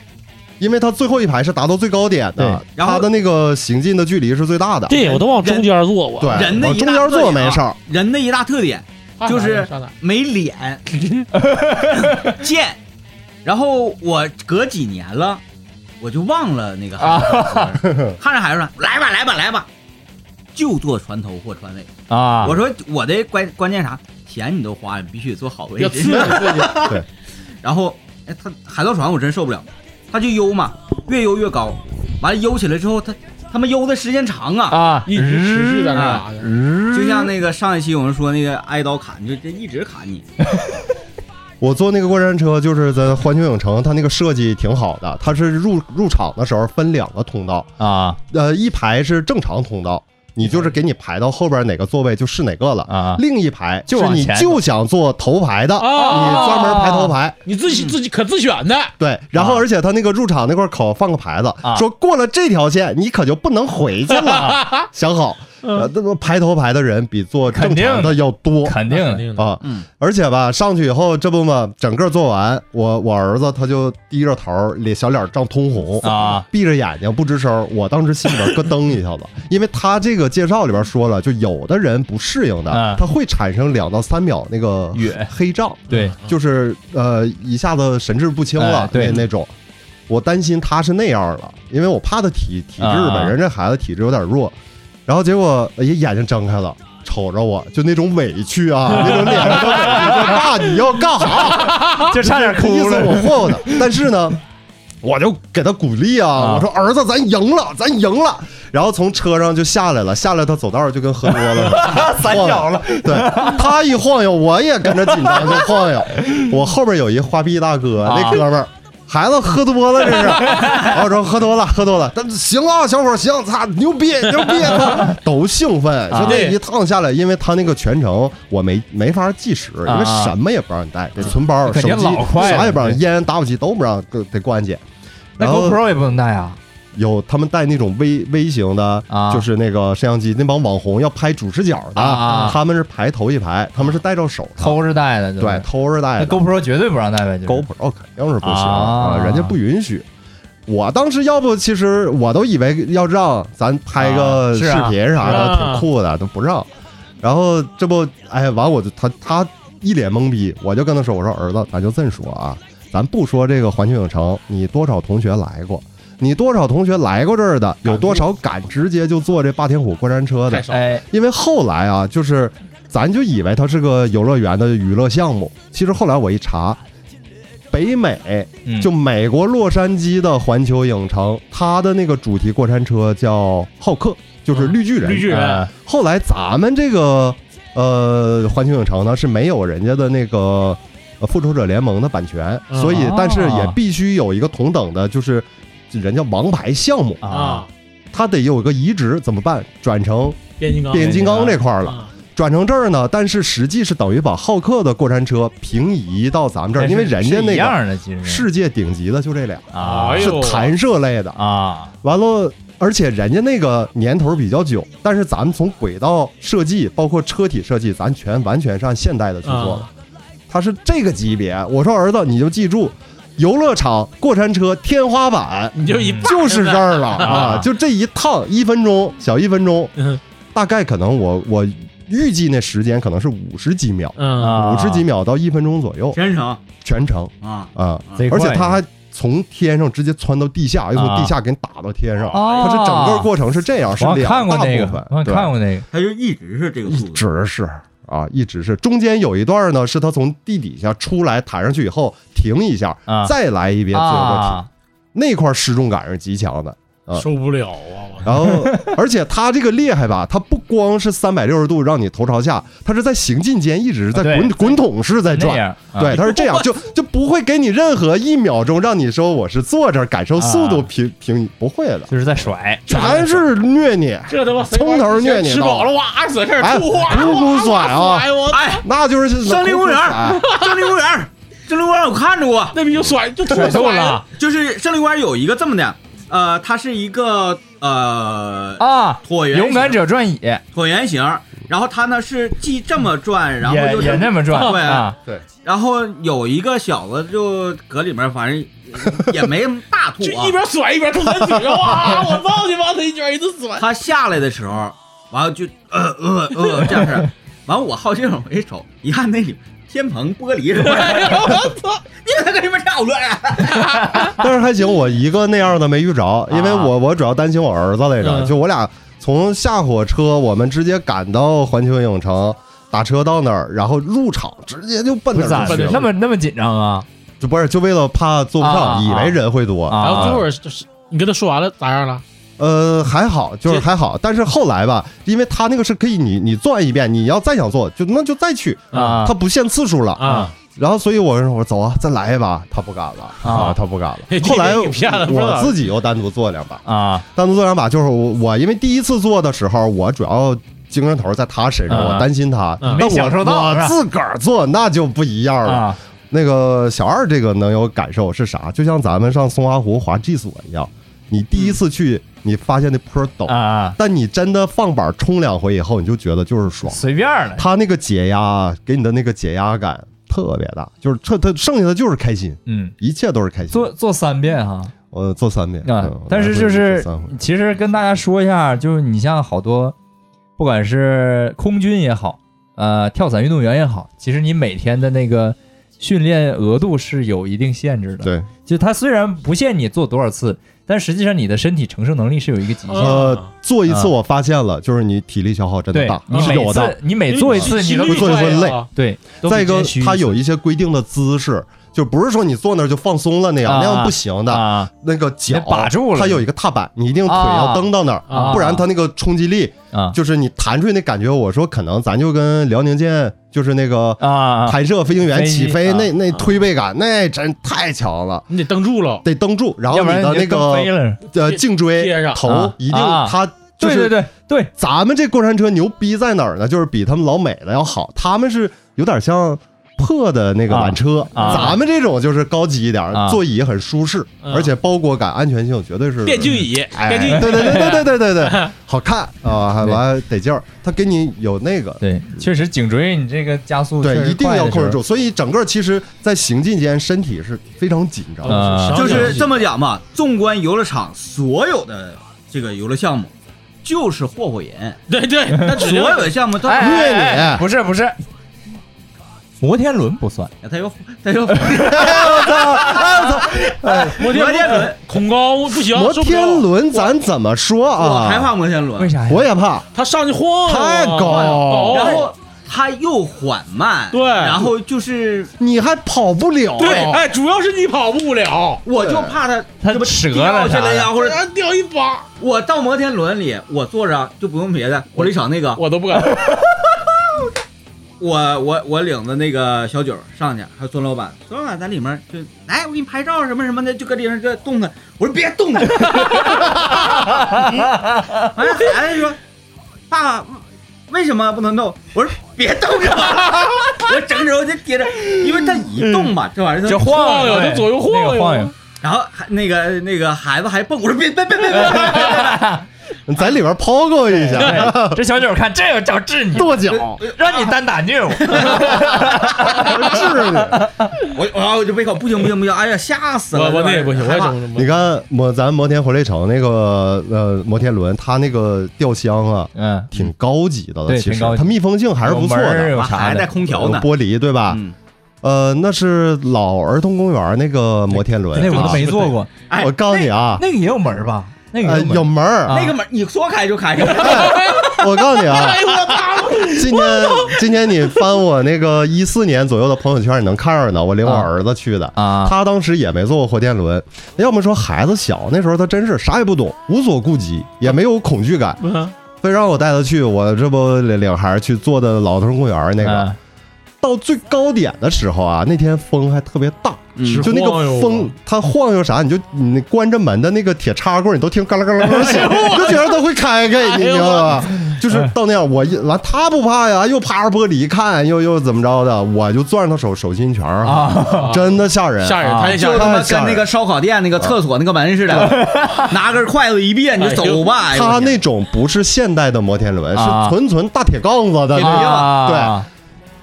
Speaker 1: 因为它最后一排是达到最高点的
Speaker 2: 对，
Speaker 4: 然后
Speaker 1: 它的那个行进的距离是最大的。
Speaker 5: 对，我都往中间坐我。
Speaker 1: 对，
Speaker 4: 人的
Speaker 1: 往
Speaker 4: 一
Speaker 1: 中
Speaker 4: 大
Speaker 1: 间
Speaker 4: 特
Speaker 1: 坐
Speaker 4: 点
Speaker 1: 没
Speaker 4: 啊
Speaker 1: 事儿，
Speaker 4: 人的一大特点
Speaker 3: 怕
Speaker 4: 就是
Speaker 3: 啥呢
Speaker 4: 没
Speaker 3: [laughs]
Speaker 4: 脸，贱。然后我隔几年了，我就忘了那个
Speaker 3: 啊
Speaker 4: 海盗船
Speaker 3: [laughs]
Speaker 4: 的事儿看着海盗船，来吧来吧来吧，就坐船头或船尾。
Speaker 2: 啊，
Speaker 4: 我说我的关关键啥，钱你都花，你必须得坐好
Speaker 3: 啥呢
Speaker 4: 位
Speaker 3: 要
Speaker 4: 置。
Speaker 1: [laughs]
Speaker 3: 刺激刺激，
Speaker 4: [laughs] 然后，哎，他海盗船我真受不了，他就悠嘛，越悠越高，完了悠起来之后，他他妈悠的时间长啊，
Speaker 2: 啊，
Speaker 3: 一直持续在那
Speaker 4: 啊
Speaker 3: 啥的。
Speaker 4: 就像那个上一期我们说那个挨刀砍，就这一直砍你，
Speaker 1: 我坐那个过山车，就是在环球影城，它那个设计挺好的。它是入入场的时候分两个通道，
Speaker 2: 啊
Speaker 1: 呃，一排是正常通道，你就是给你排到后边哪个座位就是哪个了；
Speaker 2: 啊，
Speaker 1: 另一排
Speaker 2: 就是往
Speaker 1: 你
Speaker 2: 前
Speaker 1: 就想坐头排的，
Speaker 3: 啊
Speaker 1: 你专门排头排。
Speaker 3: 你自己自己可自选的，
Speaker 1: 对，然后
Speaker 2: 啊
Speaker 1: 而且它那个入场那块口放个牌子
Speaker 2: 啊，
Speaker 1: 说过了这条线你可就不能回去
Speaker 2: [laughs]
Speaker 1: 了。想好，呃，那么排头排的人比坐正常的要多
Speaker 2: 嗯肯定
Speaker 3: 肯
Speaker 2: 的
Speaker 3: 定的。
Speaker 1: 啊。
Speaker 4: 嗯，
Speaker 1: 而且吧，上去以后，这不嘛，整个做完，我我儿子他就低着头，脸小脸涨通红，
Speaker 2: 啊
Speaker 1: 闭着眼睛不吱声。我当时心里边咯噔一
Speaker 2: [laughs]
Speaker 1: 下子，因为他这个介绍里边说了，就有的人不适应的
Speaker 2: 嗯，
Speaker 1: 他会产生两到三秒那个
Speaker 2: 晕
Speaker 1: 黑障，
Speaker 2: 对
Speaker 1: 就是呃一下子神志不清了
Speaker 2: 哎，对
Speaker 1: 那那种。我担心他是那样了，因为我怕他体体质
Speaker 2: 啊
Speaker 1: 本身这孩子体质有点弱，然后结果哎眼睛睁开了。瞅着我就那种委屈啊，那种脸上 [laughs] 的委屈，说爸你要干啥？
Speaker 2: 就差点
Speaker 1: 意
Speaker 2: 哭
Speaker 1: 思
Speaker 2: 了
Speaker 1: 我霍霍他，但是呢，我就给他鼓励啊，
Speaker 2: 啊
Speaker 1: 我说儿子咱赢了，咱赢了。然后从车上就下来了，下来他走道就跟喝多了似的，
Speaker 2: [laughs] 散脚了
Speaker 1: 对他一晃悠，我也跟着紧张就晃
Speaker 2: [laughs]
Speaker 1: 悠。我后边有一花臂大哥，
Speaker 2: 啊
Speaker 1: 那哥们儿。孩子喝多了，这是。然后说喝多了，喝多了。但行啊，小伙儿，行，操，牛逼，牛
Speaker 2: [laughs]
Speaker 1: 逼，都兴奋。
Speaker 2: 啊
Speaker 1: 说这一趟下来，因为他那个全程我没没法计时，因为
Speaker 2: 啊
Speaker 1: 什么也不让你带，这存包、手
Speaker 2: 肯
Speaker 1: 机
Speaker 2: 定老快了
Speaker 1: 啥也不让，烟、打火机都不让，都得关起。
Speaker 2: 那
Speaker 1: 然后
Speaker 2: GoPro 也不能带啊
Speaker 1: 有他们带那种微微型的，
Speaker 2: 啊
Speaker 1: 就是那个摄像机，那帮网红要拍主视角的，
Speaker 2: 啊啊
Speaker 1: 他们是排头一排，他们是戴着手的，
Speaker 2: 偷着带的，就是
Speaker 1: 对，，偷着戴
Speaker 2: 那
Speaker 1: 的。
Speaker 2: GoPro 绝对不让带呗，就是
Speaker 1: GoPro 哦肯定是不行
Speaker 2: 啊
Speaker 1: 人家不允许。我当时要不，其实我都以为要让咱拍
Speaker 2: 啊
Speaker 1: 个
Speaker 2: 是
Speaker 1: 视
Speaker 2: 啊
Speaker 1: 频啥的，
Speaker 3: 啊
Speaker 1: 挺酷的，都不让。然后这不，哎，完我就他他一脸懵逼，我就跟他说，我说儿子，咱就这么说啊，咱不说这个环球影城，你多少同学来过，你多少同学来过这儿的，有多少敢直接就坐这霸天虎过山车的
Speaker 3: 太，少了，
Speaker 2: 哎
Speaker 1: 因为后来啊，就是咱就以为它是个游乐园的娱乐项目，其实后来我一查，北美
Speaker 2: 嗯
Speaker 1: 就美国洛杉矶的环球影城，它的那个主题过山车叫浩克，就是绿巨人。
Speaker 3: 哦绿巨人
Speaker 2: 哎
Speaker 1: 后来咱们这个呃环球影城呢是没有人家的那个。呃复仇者联盟的版权，
Speaker 3: 嗯
Speaker 1: 所以
Speaker 2: 哦
Speaker 1: 但是也必须有一个同等的，就是人家王牌项目，
Speaker 2: 啊
Speaker 3: 啊，
Speaker 1: 它得有一个移植，怎么办？转成
Speaker 3: 变形金刚
Speaker 1: 变形金刚这块儿了。
Speaker 3: 啊
Speaker 1: 转成这儿呢，但是实际是等于把浩克的过山车平移到咱们这儿，
Speaker 2: 但是
Speaker 1: 因为人家
Speaker 2: 哎是
Speaker 1: 那
Speaker 2: 一
Speaker 1: 个
Speaker 2: 样的其实
Speaker 1: 世界顶级的就这俩，
Speaker 2: 啊
Speaker 3: 哎
Speaker 1: 是
Speaker 3: 呦
Speaker 1: 弹射类的。
Speaker 2: 啊
Speaker 1: 完了，而且人家那个年头比较久，但是咱们从轨道设计，包括车体设计，咱全完全是按现代的去做的
Speaker 3: 啊。
Speaker 1: 它是这个级别，我说儿子你就记住，游乐场过山车天花板
Speaker 3: 你就一
Speaker 2: 嗯
Speaker 1: 就是这儿了
Speaker 2: 啊
Speaker 1: 啊！就这一趟一分钟，小一分钟，
Speaker 3: 嗯
Speaker 1: 大概可能我我预计那时间可能是五十几秒，
Speaker 3: 嗯
Speaker 2: 啊
Speaker 1: 五十几秒到一分钟左右
Speaker 4: 全程
Speaker 1: 全程
Speaker 4: 啊，
Speaker 1: 啊，
Speaker 2: 贼
Speaker 1: 而
Speaker 2: 快
Speaker 1: 且他还从天上直接窜到地下，又从地下给你打到天上，
Speaker 2: 啊
Speaker 1: 它是整个过程是这样，是
Speaker 2: 我好像
Speaker 1: 两
Speaker 2: 看过
Speaker 1: 大
Speaker 2: 那
Speaker 1: 部
Speaker 2: 个
Speaker 1: 分，，
Speaker 2: 我好像
Speaker 1: 对
Speaker 2: 看过那个
Speaker 4: 他就一直是这个
Speaker 1: 一
Speaker 4: 速度，
Speaker 1: 直是啊，一直是中间有一段呢，是他从地底下出来弹上去以后停一下，
Speaker 2: 啊
Speaker 1: 再来一遍自由落体，
Speaker 2: 啊
Speaker 1: 那块儿失重感是极强的。啊
Speaker 3: 受不了啊！我
Speaker 1: 然后，而且它这个厉害吧，它不光是三百六十度让你头朝下，它是在行进间一直在
Speaker 2: 啊对
Speaker 1: 滚滚筒式在
Speaker 2: 那
Speaker 1: 转。
Speaker 2: 样，啊
Speaker 1: 对，，它是这样，就就不会给你任何一秒钟让你说我是坐这儿感受速度
Speaker 2: 啊
Speaker 1: 平平，不会的，
Speaker 2: 就是在甩，
Speaker 1: 全是虐你。
Speaker 3: 这他妈谁
Speaker 1: 从头虐你
Speaker 3: 吃饱了哇，搁这
Speaker 1: 哎
Speaker 3: 儿吐哇，
Speaker 1: 咕咕甩啊
Speaker 3: 哇哇哇
Speaker 1: [laughs]
Speaker 4: 哎，
Speaker 1: 那哎就是
Speaker 4: 森林公园儿，
Speaker 2: [laughs]
Speaker 4: 森林公园儿，森林公园儿我看着过，
Speaker 3: 那逼就甩就
Speaker 5: 甩
Speaker 3: 腿
Speaker 5: 动
Speaker 3: 甩
Speaker 4: 啊
Speaker 5: 了，
Speaker 4: 就是森林公园儿有一个这么的，呃，它是一个呃
Speaker 2: 啊，
Speaker 4: 椭圆形
Speaker 2: 勇敢者转椅也
Speaker 4: 椭圆形，然后它呢是既这么转，然后又
Speaker 2: 也
Speaker 4: 是
Speaker 2: 这么转
Speaker 4: 对
Speaker 2: 啊，
Speaker 4: 然后有一个小子就搁里面，反正也没
Speaker 2: [laughs]
Speaker 4: 大吐
Speaker 3: 就
Speaker 4: 啊
Speaker 3: 一。边甩一边吐他嘴哇！我操你妈，他一圈一直甩。
Speaker 4: 他下来的时候，完了就呃呃呃这样式儿，完了我好心往回瞅，一看那里天棚玻璃是吧？
Speaker 3: 哎呀，
Speaker 2: [laughs]
Speaker 3: 我操！
Speaker 4: 你搁这里面干啥乱？
Speaker 1: 但是还行，我一个那样的没遇
Speaker 2: 啊
Speaker 1: 着，因为我我主要担心我儿子来着，
Speaker 3: 嗯
Speaker 1: 就我俩从下火车，我们直接赶到环球影城，打车到那儿，然后入场直接就奔
Speaker 2: 不
Speaker 1: 那
Speaker 2: 是
Speaker 1: 儿
Speaker 2: 咋
Speaker 1: 就去
Speaker 2: 的
Speaker 1: 了，
Speaker 2: 那么那么紧张啊
Speaker 1: 就不是就为了怕坐不
Speaker 2: 啊啊
Speaker 1: 上，以
Speaker 2: 啊
Speaker 1: 为人会多，
Speaker 2: 啊！
Speaker 3: 然后最后就是你跟他说完了咋样了？
Speaker 1: 呃，还好，就是还好，但是后来吧，因为他那个是可以你你转一遍，你要再想做就那就再去，
Speaker 2: 啊
Speaker 1: 他不限次数了。
Speaker 2: 啊
Speaker 1: 然后所以我说我说走啊，再来一把，他不敢了
Speaker 2: 啊
Speaker 1: 他不敢了
Speaker 3: 这。个
Speaker 1: 后来
Speaker 3: 给骗了不知道
Speaker 1: 我自己又单独做两把，
Speaker 2: 啊
Speaker 1: 单独做两把就是我我因为第一次做的时候，我主要精神头在他身上，
Speaker 2: 嗯
Speaker 1: 我担心他，
Speaker 3: 嗯
Speaker 1: 但
Speaker 2: 没享受
Speaker 1: 我
Speaker 2: 到是
Speaker 1: 我
Speaker 2: 吧
Speaker 1: 自个儿做那就不一样了。
Speaker 2: 啊！
Speaker 1: 那个小二这个能有感受是啥？就像咱们上松花湖滑 G 索一样，你第一次去，你发现那坡陡，
Speaker 2: 啊啊，
Speaker 1: 但你真的放板冲两回以后，你就觉得就是爽。
Speaker 2: 随便儿了
Speaker 1: 他那个解压给你的那个解压感特别大，就是这他剩下的就是开心，
Speaker 2: 嗯，
Speaker 1: 一切都是开心。
Speaker 2: 做做三遍哈
Speaker 1: 我做三遍
Speaker 2: 啊
Speaker 1: 嗯！
Speaker 2: 但是就
Speaker 1: 我来回
Speaker 2: 是
Speaker 1: 做三回
Speaker 2: 其实跟大家说一下，就是你像好多，不管是空军也好，呃，跳伞运动员也好，其实你每天的那个训练额度是有一定限制的。
Speaker 1: 对，
Speaker 2: 就它虽然不限你做多少次，但实际上你的身体承受能力是有一个极限的。
Speaker 1: 呃，做一次我发现了，就是你体力消耗真的
Speaker 2: 嗯对
Speaker 1: 大，
Speaker 2: 你
Speaker 1: 是
Speaker 2: 每
Speaker 1: 有的。
Speaker 2: 次你每做一次你都
Speaker 1: 会做一会累
Speaker 3: 啊
Speaker 2: 对，都
Speaker 1: 再一
Speaker 2: 比
Speaker 1: 个
Speaker 2: 之前虚，
Speaker 1: 它有
Speaker 2: 一
Speaker 1: 一些规定的姿势，就不是说你坐那儿就放松了那样，
Speaker 2: 啊
Speaker 1: 那样不行
Speaker 2: 次
Speaker 1: 的。
Speaker 2: 啊
Speaker 1: 那个脚
Speaker 2: 得把住了
Speaker 1: 它有一个踏板，你一定腿要蹬到那儿，
Speaker 2: 啊
Speaker 1: 不然它那个冲击力
Speaker 2: 啊
Speaker 1: 就是你弹出去那感觉。我说可能咱就跟辽宁舰就是那个
Speaker 2: 啊啊
Speaker 1: 弹射飞行员
Speaker 2: 飞
Speaker 1: 起飞
Speaker 2: 啊
Speaker 1: 那那推背感，那真太强了。
Speaker 3: 你得蹬住了，
Speaker 1: 得蹬住，然后
Speaker 2: 要不然
Speaker 1: 的
Speaker 2: 你
Speaker 1: 那
Speaker 2: 就飞
Speaker 1: 个
Speaker 2: 了。
Speaker 1: 呃颈椎
Speaker 3: 贴上
Speaker 1: 头
Speaker 2: 啊
Speaker 1: 一定
Speaker 2: 啊
Speaker 1: 它就
Speaker 2: 对对
Speaker 1: 是
Speaker 2: 对对，
Speaker 1: 咱们这过山车牛逼在哪儿呢？就是比他们老美的要好，他们是有点像破的那个缆车，
Speaker 2: 啊
Speaker 1: 咱们这种就是高级一点，
Speaker 2: 啊
Speaker 1: 座椅很舒适，
Speaker 3: 嗯
Speaker 1: 而且包裹感、安全性绝对是
Speaker 3: 电竞。椅，
Speaker 1: 哎，
Speaker 3: 电竞
Speaker 1: 对
Speaker 3: 椅，
Speaker 1: 对对对对对对
Speaker 2: [laughs]
Speaker 1: 对，好看啊，还完得劲儿，它给你有那个，
Speaker 2: 对，确实颈椎你这个加速确
Speaker 1: 对，
Speaker 2: 实
Speaker 1: 一定
Speaker 2: 快
Speaker 1: 要
Speaker 2: 的
Speaker 1: 控制
Speaker 2: 时候
Speaker 1: 住。所以整个其实，在行进间，身体是非常紧张的。
Speaker 2: 啊
Speaker 3: 哦小
Speaker 4: 就
Speaker 3: 点声
Speaker 4: 是这么讲吧，纵观游乐场所有的这个游乐项目，就是霍
Speaker 2: [laughs]
Speaker 4: 霍人，
Speaker 3: 对对，那
Speaker 4: 所
Speaker 3: 只
Speaker 4: 有
Speaker 3: 能
Speaker 4: 的项目都，
Speaker 2: 哎
Speaker 1: 虐你
Speaker 2: 哎哎不是不是，摩天轮不算
Speaker 4: 啊他又
Speaker 2: [laughs]
Speaker 4: 他又
Speaker 2: 哎
Speaker 3: 摩
Speaker 4: 摩天轮，
Speaker 3: 恐高不行，
Speaker 1: 摩
Speaker 3: 受不了
Speaker 1: 天，轮咱怎么说
Speaker 4: 我害
Speaker 1: 啊？
Speaker 4: 怕摩天轮
Speaker 2: 为，啥呀？
Speaker 1: 我也怕，
Speaker 3: 他上去晃啊，
Speaker 1: 太高
Speaker 3: 晃啊
Speaker 4: 然后它又缓慢，
Speaker 3: 对
Speaker 4: 然后就是
Speaker 1: 你还跑不了。
Speaker 3: 对，哎，主要是你跑不了，
Speaker 4: 我就怕它
Speaker 2: 它
Speaker 4: 这不
Speaker 2: 折
Speaker 4: 掉
Speaker 2: 了
Speaker 4: 下来呀，
Speaker 2: 啥
Speaker 4: 或
Speaker 3: 我
Speaker 4: 者
Speaker 3: 让他掉一把，
Speaker 4: 我到摩天轮里，我坐着啊就不用别的，火力场那个，
Speaker 3: 我都不敢。
Speaker 4: 我我我领着那个小九上去，还有孙老板，孙老板在里面就来，我给你拍照什么什么的，就搁里面这动弹。我说别动弹。 [laughs] 完了，孩子说，爸爸为什么不能动？我说别动着吧。 [laughs] 我整手就贴着，因为他一动吧，这玩意儿
Speaker 2: 就
Speaker 4: 就。
Speaker 2: 晃
Speaker 3: 晃悠
Speaker 2: 对
Speaker 3: 就左右晃
Speaker 2: 那
Speaker 3: 悠
Speaker 2: 个晃悠，
Speaker 4: 然后还那个那个孩子还蹦，我说别别别别别别
Speaker 1: 你在里边抛过一下，
Speaker 2: 对，这小九看这个叫治你，
Speaker 1: 跺脚
Speaker 4: [laughs]
Speaker 2: 让你单打虐我，
Speaker 1: 治你。
Speaker 4: 别！我我我就被搞，不行不行不行！哎呀，吓死
Speaker 3: 我
Speaker 4: 了！
Speaker 3: 我那也不行，我
Speaker 4: 害
Speaker 3: 也
Speaker 4: 怕
Speaker 3: 整
Speaker 1: [laughs]
Speaker 3: 不
Speaker 1: 你看摩咱摩天回力城那个呃摩天轮，它那个吊箱啊，
Speaker 2: 嗯，
Speaker 1: 挺高级的了。
Speaker 2: 对
Speaker 1: 其
Speaker 2: 挺
Speaker 1: 实
Speaker 2: 高级
Speaker 1: 它密封性还是不错
Speaker 2: 有门儿
Speaker 1: 的，
Speaker 2: 有
Speaker 4: 还
Speaker 2: 啥
Speaker 4: 还带
Speaker 2: 的，
Speaker 4: 空调
Speaker 1: 有
Speaker 4: 呢。
Speaker 1: 玻璃对吧？
Speaker 4: 嗯，
Speaker 1: 呃，那是老儿童公园那个摩天轮，
Speaker 2: 那我都没
Speaker 1: 啊
Speaker 2: 坐过，
Speaker 4: 哎，
Speaker 1: 我告诉你啊，
Speaker 2: 那个也有门儿吧？那个
Speaker 1: 呃
Speaker 2: 也
Speaker 1: 有
Speaker 2: 有门儿
Speaker 1: 门儿。
Speaker 2: 啊 [laughs] 哎
Speaker 4: 那个门你说开就开，
Speaker 1: [laughs] 我告诉你啊，
Speaker 3: 哎呦我操！
Speaker 1: 今年今年你翻我那个一四年左右的朋友圈，你能看着呢。我领我
Speaker 2: 啊
Speaker 1: 儿子去的，
Speaker 2: 啊，
Speaker 1: 他当时也没坐过火电轮。要么说孩子小，那时候他真是啥也不懂，无所顾忌，也没有恐惧感，
Speaker 5: 嗯
Speaker 1: 非让我带他去。我这不领领孩儿去坐的老头公园那个，
Speaker 2: 啊
Speaker 1: 到最高点的时候啊，那天风还特别大。
Speaker 4: 嗯
Speaker 1: 就那
Speaker 5: 晃悠
Speaker 1: 个
Speaker 5: 啊
Speaker 1: 风，它晃悠啥，你就你那关着门的那个铁叉棍儿，你 [laughs] 都听嘎啦嘎啦嘎啦响，
Speaker 4: 哎
Speaker 1: 你就觉得它会开开，你知道吧？就是到那样，我一完他不怕呀，又趴着玻璃看，又又怎么着的，我就攥着他手手心拳儿，
Speaker 2: 啊，
Speaker 1: 真的吓人。
Speaker 3: 吓人，他也吓
Speaker 4: 就
Speaker 3: 人。
Speaker 4: 他妈跟那个烧烤店那个厕所那个门似的，拿根筷子一别你就走吧。哎呦
Speaker 1: 啊他那种不是现代的摩天轮，
Speaker 2: 啊
Speaker 1: 是纯纯大铁杠子的，
Speaker 4: 啊
Speaker 2: 啊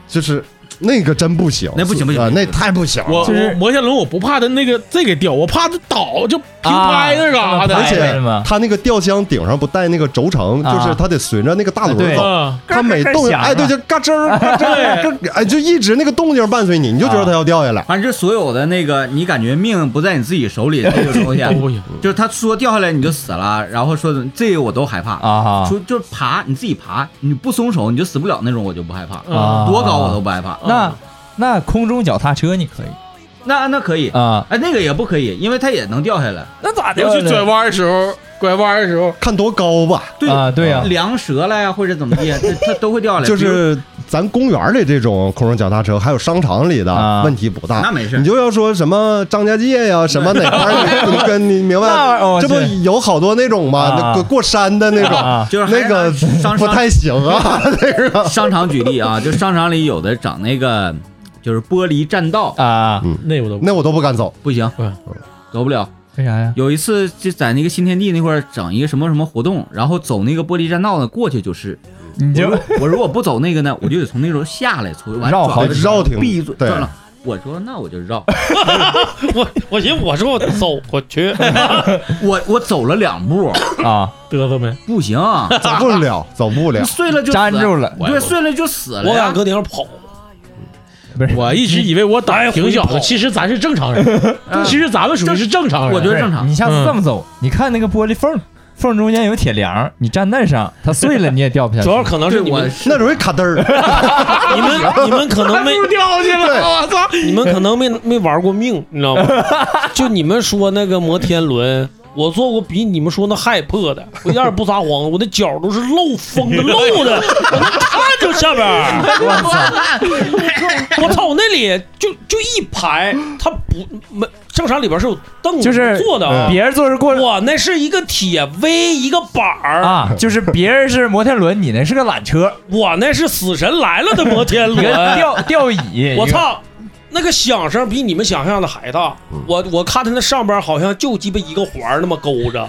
Speaker 1: 就是那个真不行，
Speaker 4: 那不行不行
Speaker 1: 啊
Speaker 4: 不行
Speaker 1: 那太不行了。
Speaker 3: 我
Speaker 2: 就是
Speaker 3: 我摩天轮我不怕它那个这个掉，我怕它倒就平拍那嘎
Speaker 2: 啊
Speaker 3: 的
Speaker 1: 而
Speaker 2: 哎为什
Speaker 1: 且
Speaker 2: 么
Speaker 1: 它那个吊箱顶上不带那个轴承，
Speaker 2: 啊
Speaker 1: 就是它得随着那个大轮
Speaker 2: 哎
Speaker 1: 子
Speaker 2: 对
Speaker 1: 走。
Speaker 3: 啊，
Speaker 1: 它每动
Speaker 2: 响
Speaker 1: 哎，对，就嘎吱儿嘎吱儿嘎吱儿，哎，就一直那个动静伴随你，你就
Speaker 4: 啊
Speaker 1: 觉得它要掉下来。
Speaker 4: 反正所有的那个，你感觉命不在你自己手里，这个
Speaker 2: [laughs]
Speaker 4: 东西，啊
Speaker 3: 都不行。
Speaker 4: 就是他说掉下来你就死了，然后说这个我都害怕。
Speaker 2: 啊
Speaker 4: 说就是爬，你自己爬，你不松手你就死不了那种，我就不害怕，
Speaker 2: 啊，
Speaker 4: 多高我都不害怕。
Speaker 2: 那那空中脚踏车你可以
Speaker 4: 那那可以，
Speaker 2: 啊，
Speaker 4: 哎，那个也不可以，因为它也能掉下来。
Speaker 2: 那咋
Speaker 3: 尤其转弯的时候，拐弯的时候，
Speaker 1: 看多高吧，
Speaker 4: 对
Speaker 2: 啊对呀
Speaker 4: 凉折了呀，或者怎么地，它它都会掉下来。
Speaker 1: 就
Speaker 4: 比如
Speaker 1: 是咱公园里这种空中脚踏车，还有商场里的
Speaker 2: 啊
Speaker 1: 问题不
Speaker 4: 那
Speaker 1: 大。
Speaker 4: 没事
Speaker 1: 你，就要说什么张家界呀，什么哪块儿，你跟你明
Speaker 2: [laughs] 那玩
Speaker 1: 白
Speaker 2: 意儿我？
Speaker 1: 这不
Speaker 2: 去
Speaker 1: 有好多那种吗？那
Speaker 2: 啊
Speaker 1: 过过山的那种，
Speaker 2: 啊
Speaker 4: 就是还是
Speaker 1: 那个 [laughs]
Speaker 4: 商
Speaker 1: 不
Speaker 4: 商
Speaker 1: 太行啊， [laughs]
Speaker 4: [laughs]
Speaker 1: 那个。
Speaker 4: 商场举例啊，就商场里有的整那个就是玻璃栈道，
Speaker 2: 啊，
Speaker 3: 那我都
Speaker 1: 那我都不敢走，
Speaker 4: 不行
Speaker 3: 嗯，
Speaker 4: 走不了。
Speaker 2: 为啥呀？
Speaker 4: 有一次就在那个新天地那块儿整一个什么什么活动，然后走那个玻璃栈道呢，过去就是。
Speaker 2: 你
Speaker 4: 我
Speaker 2: 就
Speaker 4: 如我如果不走那个呢，我 [laughs] 就得从那时候下来，从完
Speaker 2: 绕
Speaker 4: 转
Speaker 2: 好
Speaker 4: 了
Speaker 1: 几绕挺
Speaker 4: 闭嘴
Speaker 1: 对
Speaker 4: 转了。我说那我就绕， [laughs]
Speaker 5: 我我寻思我说我走，我去，
Speaker 4: 我我走了两步，
Speaker 2: 啊
Speaker 3: 嘚瑟呗。
Speaker 4: 不
Speaker 2: [laughs]
Speaker 4: 行，
Speaker 1: 走不了，走不了
Speaker 4: 你。碎了就死
Speaker 2: 粘住，了，
Speaker 4: 对，碎了就死了呀。
Speaker 5: 我敢搁顶上跑，
Speaker 2: 不是
Speaker 3: 我一直以为我胆儿挺小的，其实咱是正常人，
Speaker 4: 嗯
Speaker 3: 其实咱们属于是正常人。
Speaker 4: 我觉得正常
Speaker 2: 不是你下次
Speaker 3: 嗯
Speaker 2: 这么走，你看那个玻璃缝，缝中间有铁梁，你站那上，它碎了你也掉不下去。
Speaker 5: [laughs] 主要可能是
Speaker 4: 对
Speaker 5: 你
Speaker 4: 我
Speaker 5: 们
Speaker 4: 是
Speaker 1: 那容易卡嘚儿，
Speaker 5: 你们你们可能没
Speaker 3: 掉下
Speaker 1: 对
Speaker 3: 了，我操！
Speaker 5: 你们可能没没玩过命，你知道吗？就你们说那个摩天轮，我坐过比你们说那还破的，我一点也不撒谎，我的脚都是漏风的、漏的，我能看着下边儿。我操！我那里就就一排，它不没正常里边是有凳子
Speaker 2: 就是
Speaker 5: 坐的啊。
Speaker 2: 别人坐着过
Speaker 5: 我那是一个铁 V 一个板儿，
Speaker 2: 啊，就是别人是摩天轮，你那是个缆 [laughs] 车，
Speaker 5: 我那是死神来了的摩天
Speaker 2: 一个
Speaker 5: 轮。
Speaker 2: 吊吊椅。
Speaker 5: 我
Speaker 2: 一个！
Speaker 5: 操，那个响声比你们想象的还大。我我看他那上边好像就鸡巴一个环儿那么勾着。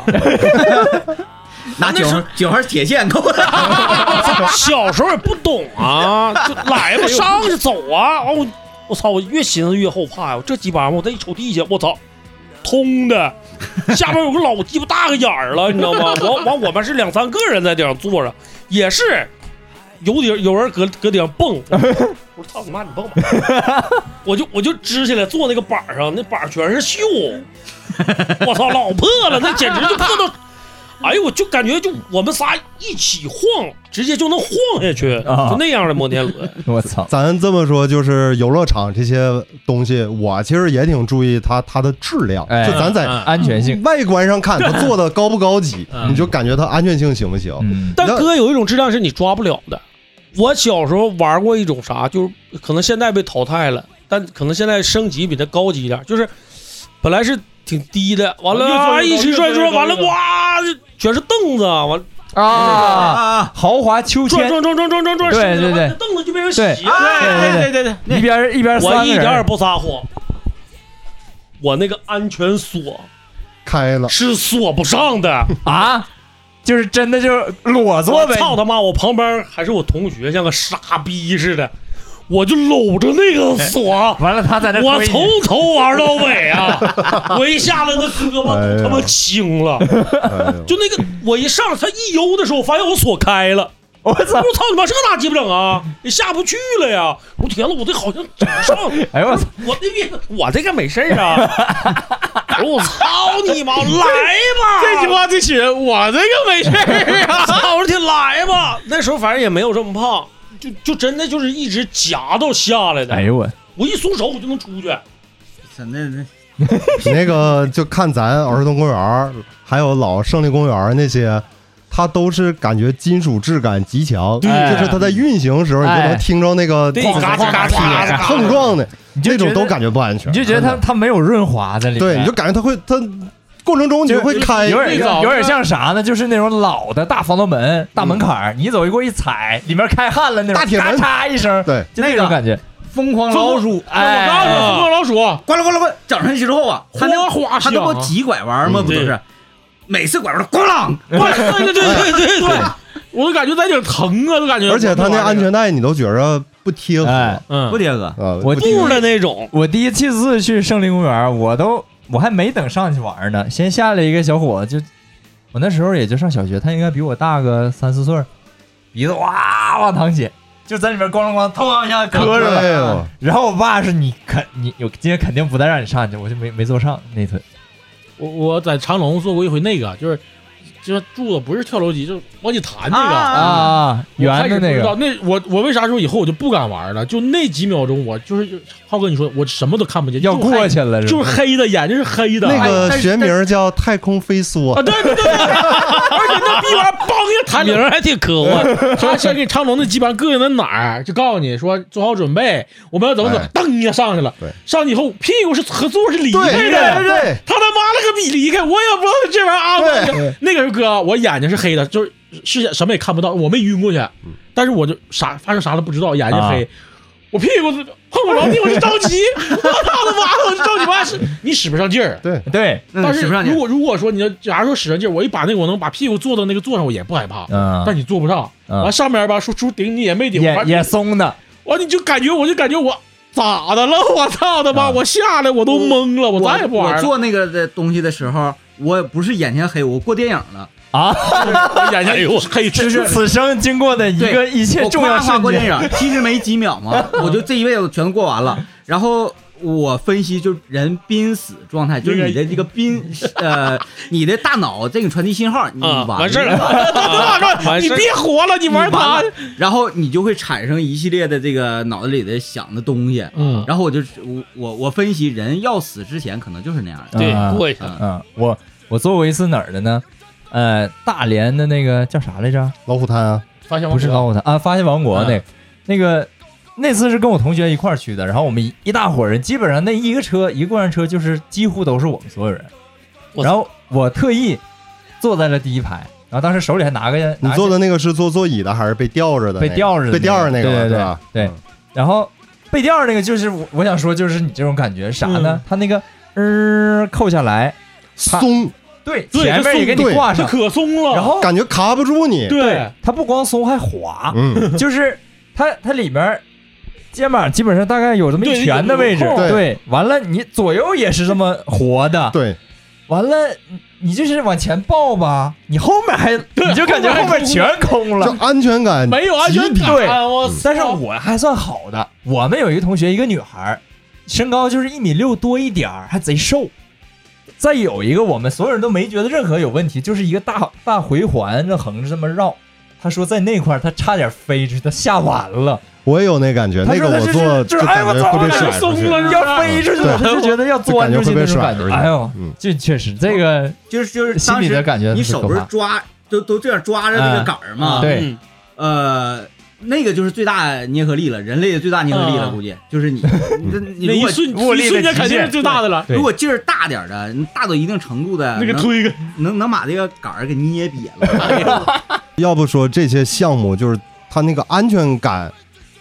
Speaker 4: 拿九号九号铁线够了。
Speaker 5: 小时候也不懂啊，就来吧，上去走啊！哦，我我操，我越寻思越后怕呀、我这鸡巴玩意儿，我再一瞅地下，我操，通的，下边有个老鸡巴大个眼儿了，你知道吗？完完，我们是两三个人在顶上坐着，也是。有顶有人搁搁顶上蹦，我说我说操你妈你蹦吧，我就我就支起来坐那个板儿上，那板儿全是锈，我操老破了，那简直就破到，哎呦我就感觉就我们仨一起晃，直接就能晃下去，
Speaker 2: 啊
Speaker 5: 就那样的摩天
Speaker 2: [laughs]
Speaker 5: 轮，
Speaker 2: 我操！
Speaker 1: 咱这么说，就是游乐场这些东西，我其实也挺注意它它的质量。
Speaker 2: 哎
Speaker 1: 就咱在
Speaker 3: 嗯
Speaker 2: 安全性，
Speaker 1: 外观上看，它做的高不高级，
Speaker 3: 嗯
Speaker 1: 你就感觉它安全性行不行？
Speaker 2: 嗯
Speaker 5: 但哥有一种质量是你抓不了的。我小时候玩过一种啥，就是可能现在被淘汰了，但可能现在升级比它高级一点，就是本来是挺低的，完了、啊
Speaker 3: 越转越
Speaker 2: 啊
Speaker 3: 高
Speaker 5: 一直转
Speaker 3: 越转
Speaker 5: 转，
Speaker 3: 越高
Speaker 5: 完了
Speaker 3: 越
Speaker 5: 哇，全是凳子，完了
Speaker 2: 啊，
Speaker 4: 啊！
Speaker 2: 豪华秋
Speaker 5: 转
Speaker 2: 千，
Speaker 5: 转转转转转转，
Speaker 2: 对
Speaker 5: 伸
Speaker 2: 对
Speaker 5: 着
Speaker 2: 对
Speaker 5: 完了凳子就变成
Speaker 2: 对
Speaker 5: 席了。
Speaker 2: 对
Speaker 3: 对对，
Speaker 4: 那
Speaker 2: 一边一边三
Speaker 5: 我
Speaker 2: 个
Speaker 5: 一点
Speaker 2: 人
Speaker 3: [laughs]
Speaker 5: 也不撒谎，我那个安全锁
Speaker 1: 开了，
Speaker 5: 是锁不上的。
Speaker 2: 啊，就是真的就是裸坐
Speaker 5: 我
Speaker 2: 呗。
Speaker 5: 操他妈！我哦旁边还是我同学，像个傻逼似的，我就搂着那个
Speaker 3: 哎
Speaker 5: 锁。
Speaker 2: 完了，他在那推
Speaker 5: [laughs] 我
Speaker 2: 你
Speaker 5: 从头玩到尾啊！我一下来，那胳
Speaker 3: 哎
Speaker 5: 膊都他妈青了，
Speaker 1: 哎呦
Speaker 5: 就那个我一上他一悠的时候，我发现我锁开了，
Speaker 2: 我
Speaker 5: 我
Speaker 2: 操！
Speaker 5: 说操你妈，这哪鸡巴整啊？你下不去了呀！我天了，我这好像整不上，
Speaker 2: 哎呦我操！
Speaker 5: 我那边我这个没事儿啊！我说我操你妈，来吧！
Speaker 3: [laughs] 这句话最气人，我这个没事儿啊。
Speaker 5: 操！我说天，来吧。那时候反正也没有这么胖，就就真的就是一直夹到下来的。
Speaker 2: 哎呦我，
Speaker 5: 我一松手我就能出去。
Speaker 4: 真的 [laughs] 那
Speaker 1: 那个就看咱儿童公园儿，还有老胜利公园儿那些，它都是感觉金属质感极强，就
Speaker 5: 对
Speaker 1: 是它在运行的时候，你就
Speaker 2: 哎
Speaker 1: 能听着那个
Speaker 5: 对
Speaker 1: 哐
Speaker 5: 嘎吱嘎吱嘎吱嘎吱
Speaker 1: 碰撞的
Speaker 2: 你就
Speaker 1: 那
Speaker 2: 觉
Speaker 1: 种
Speaker 2: 得
Speaker 1: 都感觉不安全，
Speaker 2: 你就觉得它
Speaker 1: 真的
Speaker 2: 它没有润滑在里面，
Speaker 1: 对，你就感觉它会它过程中你就会开
Speaker 2: 有点
Speaker 3: 哎最早嗯
Speaker 2: 有点像啥呢？就是那种老的大防盗门、大门槛儿，你一走一过一踩，里面开汗了那种，
Speaker 1: 大铁门
Speaker 2: 咔嚓一声，
Speaker 1: [laughs] 对，
Speaker 2: 就那种感觉。
Speaker 4: 疯狂老鼠，
Speaker 3: 我告诉你，疯
Speaker 2: 哎，
Speaker 3: 狂老 [laughs] 鼠
Speaker 4: 呱啦呱啦呱啦，整上去之后啊，他那
Speaker 3: 哗哗
Speaker 4: 他
Speaker 3: 响，
Speaker 4: 那不急拐弯吗？
Speaker 1: 嗯
Speaker 4: 不就是，每次拐弯都咣啷，
Speaker 3: 哇对对对对对对，我都感觉在顶疼啊，都感觉。
Speaker 1: 而且它那安，全带你都觉着不贴合
Speaker 2: 哎
Speaker 1: 啊，
Speaker 3: 嗯，
Speaker 4: 不贴哥，
Speaker 1: 不
Speaker 2: 我
Speaker 5: 布的那种，
Speaker 2: 我第一次去胜利公园，我都我还没等上去玩呢，先下来一个小伙子，就我那时候也就上小学，他应该比我大个三四岁儿，鼻子哇哇淌血，就在里面咣啷咣啷咣嘡一下磕着
Speaker 1: 哎
Speaker 2: 了。
Speaker 1: 呦，
Speaker 2: 然后我爸是你肯你我今天肯定不再让你上去，我就没没坐上那次。
Speaker 3: 我我在长隆做过一回那个，就是就是住的不是跳楼机，就是往起弹那个。
Speaker 4: 啊
Speaker 2: 啊，
Speaker 3: 我开
Speaker 2: 圆的
Speaker 3: 始不
Speaker 2: 那
Speaker 3: 知道
Speaker 2: 个，
Speaker 3: 那我我为啥说以后我就不敢玩了？就那几秒钟，我就是浩哥，你说我什么都看不见，
Speaker 2: 要
Speaker 3: 就是
Speaker 2: 过去了，
Speaker 3: 就是是黑的，眼睛是黑的。
Speaker 1: 那
Speaker 4: 哎
Speaker 1: 个
Speaker 4: 但是
Speaker 1: 学名叫太空飞梭
Speaker 3: 啊，，对对对对，而且那逼玩意儿嘣一下弹
Speaker 5: 名
Speaker 3: 起来
Speaker 5: 儿还挺科幻。
Speaker 3: 我 [laughs] 他先给长龙那鸡巴膈应在哪儿，就告诉你说做好准备，我们要怎么怎么
Speaker 1: 哎，
Speaker 3: 噔一下上去了
Speaker 1: 对，
Speaker 3: 上去以后屁股是和座是离
Speaker 1: 对
Speaker 3: 开的。
Speaker 1: 对
Speaker 3: 他他妈了个逼离开，我也不知道这玩意儿啊！我
Speaker 1: 对
Speaker 3: 这那个时候哥，我眼睛是黑的，就是是什么也看不到，我没晕过去，
Speaker 1: 嗯
Speaker 3: 但是我就啥发生啥都不知道，眼睛
Speaker 5: 啊
Speaker 3: 黑，我屁股碰不着地，我就着急，我操他妈的，我就着急嘛是，你使不上劲儿，啊
Speaker 1: 对，
Speaker 2: 对，
Speaker 4: 那
Speaker 3: 但
Speaker 4: 你
Speaker 3: 是
Speaker 4: 使不上
Speaker 3: 如
Speaker 4: 劲，
Speaker 3: 果如果说你要假如说使上劲儿，我一把那个我能把屁股坐到那个座上，我也不害怕。
Speaker 2: 嗯，
Speaker 3: 但你坐不上，
Speaker 2: 嗯
Speaker 3: 完上面吧，说猪顶你也没顶，
Speaker 2: 也
Speaker 3: 完
Speaker 2: 也松的，
Speaker 3: 完你就感觉我就感觉我咋的了？我操他妈！
Speaker 2: 啊
Speaker 3: 我下来我都懵了，我
Speaker 4: 我
Speaker 3: 再也不
Speaker 4: 我
Speaker 3: 玩了。
Speaker 4: 做那个的东西的时候，我不是眼前黑，我过电影了，
Speaker 3: 我哎眼睛
Speaker 2: 这
Speaker 3: 黑吃
Speaker 2: 是啊
Speaker 3: [laughs]
Speaker 2: 此生经过的一个一切
Speaker 4: 我
Speaker 2: 重要
Speaker 4: 夸夸
Speaker 2: 瞬
Speaker 4: 过电
Speaker 2: 间。
Speaker 4: 影，其实没几秒嘛，我就这一辈子全都过完了。然后我分析，就是人濒死状态，就是你的这个濒呃，你的大脑这个传递信号，你
Speaker 5: 啊，
Speaker 4: 嗯完
Speaker 5: 完事儿了，
Speaker 3: 了，
Speaker 5: 完
Speaker 3: 你
Speaker 5: 事儿
Speaker 3: 别活了，你玩
Speaker 4: 你完
Speaker 3: 它
Speaker 4: 了。然后你就会产生一系列的这个脑子里的想的东西。
Speaker 3: 嗯，
Speaker 4: 然后我就我我我分析，人要死之前可能就是那样的。
Speaker 2: 啊
Speaker 5: 对，过一下。
Speaker 4: 嗯
Speaker 2: 嗯，我我做过一次哪儿的呢？呃，大连的那个叫啥来着？
Speaker 1: 老虎滩啊，
Speaker 3: 发现
Speaker 2: 不是老虎滩啊，发现王国那个那个那次是跟我同学一块儿去的，然后我们一一大伙人，基本上那一个车一个过山车就是几乎都是我们所有人。
Speaker 5: 我
Speaker 2: 然后我特意坐在了第一排，然后当时手里还拿个
Speaker 1: 你
Speaker 2: 拿
Speaker 1: 坐
Speaker 2: 个
Speaker 1: 的那个是坐座椅的还是被吊着的那个？
Speaker 2: 被吊着的那
Speaker 1: 被
Speaker 2: 个
Speaker 1: 吊着那
Speaker 2: 对
Speaker 1: 个，
Speaker 2: 对
Speaker 1: 对吧？
Speaker 2: 对
Speaker 1: 嗯
Speaker 2: 然后背调那个就是我我想说就是你这种感觉啥
Speaker 1: 嗯
Speaker 2: 呢？它那个呃扣下来，它
Speaker 1: 松，
Speaker 2: 对，
Speaker 3: 对
Speaker 2: 前面也给你
Speaker 1: 对
Speaker 2: 挂
Speaker 3: 这
Speaker 2: 上，
Speaker 3: 可松了。
Speaker 2: 然后
Speaker 1: 感觉卡不住你。
Speaker 3: 对，
Speaker 2: 它不光松还滑，
Speaker 1: 嗯，
Speaker 2: [laughs] 就是它它里面。肩膀基本上大概有这么一
Speaker 3: 对
Speaker 2: 拳的位置
Speaker 3: 有，
Speaker 1: 空
Speaker 2: 对，完了你左右也是这么活的，
Speaker 1: 对，
Speaker 2: 完了你你就是往前抱吧，你后面还你就感觉后面全空
Speaker 1: 就
Speaker 2: [laughs] 了，
Speaker 1: 安全感
Speaker 3: 没有安全
Speaker 1: 极低
Speaker 2: 对
Speaker 5: 啊
Speaker 3: 感，我操
Speaker 2: 但是我还算好的，我们有一个同学，一个女孩儿，身高就是一米六多一点儿，还贼瘦。再有一个，我们所有人都没觉得任何有问题，就是一个大大回环，这横着这么绕。她说在那块儿她差点飞出去，她吓完了， [laughs]
Speaker 1: 我也有那感觉，
Speaker 2: 他
Speaker 1: 那
Speaker 2: 说
Speaker 1: 个
Speaker 2: 他
Speaker 1: 我
Speaker 2: 是
Speaker 1: 坐
Speaker 2: 就是哎
Speaker 1: 感
Speaker 2: 我
Speaker 1: 觉
Speaker 2: 操
Speaker 1: 会被
Speaker 2: 我
Speaker 1: 甩
Speaker 2: 感
Speaker 3: 觉
Speaker 1: 出去
Speaker 3: 松，了
Speaker 2: 要飞出去了，
Speaker 1: 对
Speaker 2: 她就觉得要
Speaker 1: 就
Speaker 2: 钻
Speaker 1: 感觉会
Speaker 2: 出去
Speaker 1: 被
Speaker 2: 那种
Speaker 1: 甩
Speaker 2: 感
Speaker 1: 出
Speaker 2: 觉。
Speaker 1: 去。
Speaker 2: 哎呦，
Speaker 1: 嗯，
Speaker 2: 这确实这个
Speaker 4: 就是就是
Speaker 2: 心
Speaker 4: 当
Speaker 2: 里的
Speaker 4: 时
Speaker 2: 感觉
Speaker 4: 你
Speaker 2: 特
Speaker 4: 手
Speaker 2: 可
Speaker 4: 不是
Speaker 2: 怕，
Speaker 4: 抓都都这样抓着那个杆儿嘛？
Speaker 2: 嗯对
Speaker 5: 嗯，
Speaker 4: 呃，那个就是最大捏合力了，人类的最大捏合力了，
Speaker 3: 嗯
Speaker 4: 估计就是你，
Speaker 2: [laughs]
Speaker 4: 你
Speaker 3: 那
Speaker 4: 你如
Speaker 3: 一
Speaker 4: 果
Speaker 3: 瞬
Speaker 2: 握力
Speaker 3: 一
Speaker 2: 的
Speaker 3: 瞬间肯
Speaker 2: 极
Speaker 3: 定
Speaker 2: 限
Speaker 3: 是最大的了。
Speaker 2: 对
Speaker 4: 如果劲儿大点儿的，大到一定程度的，
Speaker 3: 那个
Speaker 4: 能
Speaker 3: 推个
Speaker 4: 能能把这个杆儿给捏
Speaker 3: [laughs]
Speaker 4: 瘪了。
Speaker 1: 要不说这些项目就是它那个安全感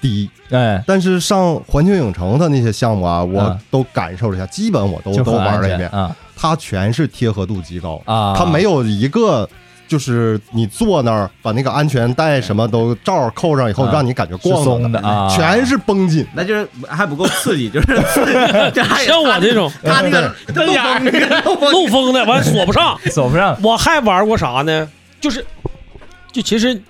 Speaker 1: 低，
Speaker 2: 哎，
Speaker 1: 但是上环球影城的那些项目啊，我
Speaker 2: 嗯
Speaker 1: 都感受了一下，基本我都
Speaker 2: 就
Speaker 1: 都
Speaker 2: 很安
Speaker 1: 玩了一
Speaker 2: 全
Speaker 1: 遍，
Speaker 2: 啊
Speaker 1: 它全是贴合度极高，
Speaker 2: 啊，
Speaker 1: 它没有一个。就是你坐那儿，把那个安全带什么都罩儿扣上以后，
Speaker 2: 啊
Speaker 1: 让你感觉
Speaker 2: 是
Speaker 1: 逛荡
Speaker 2: 松的啊，
Speaker 1: 全是绷紧。
Speaker 4: 那就是还不够刺激，
Speaker 2: [laughs]
Speaker 4: 就是刺激这还
Speaker 5: 像我这种
Speaker 4: 他那个
Speaker 3: 对
Speaker 4: 瞪眼儿， [laughs] 漏风
Speaker 5: 漏风的，完锁不上。
Speaker 2: [laughs] 走不上，
Speaker 5: 我还玩过啥呢？就是，就其实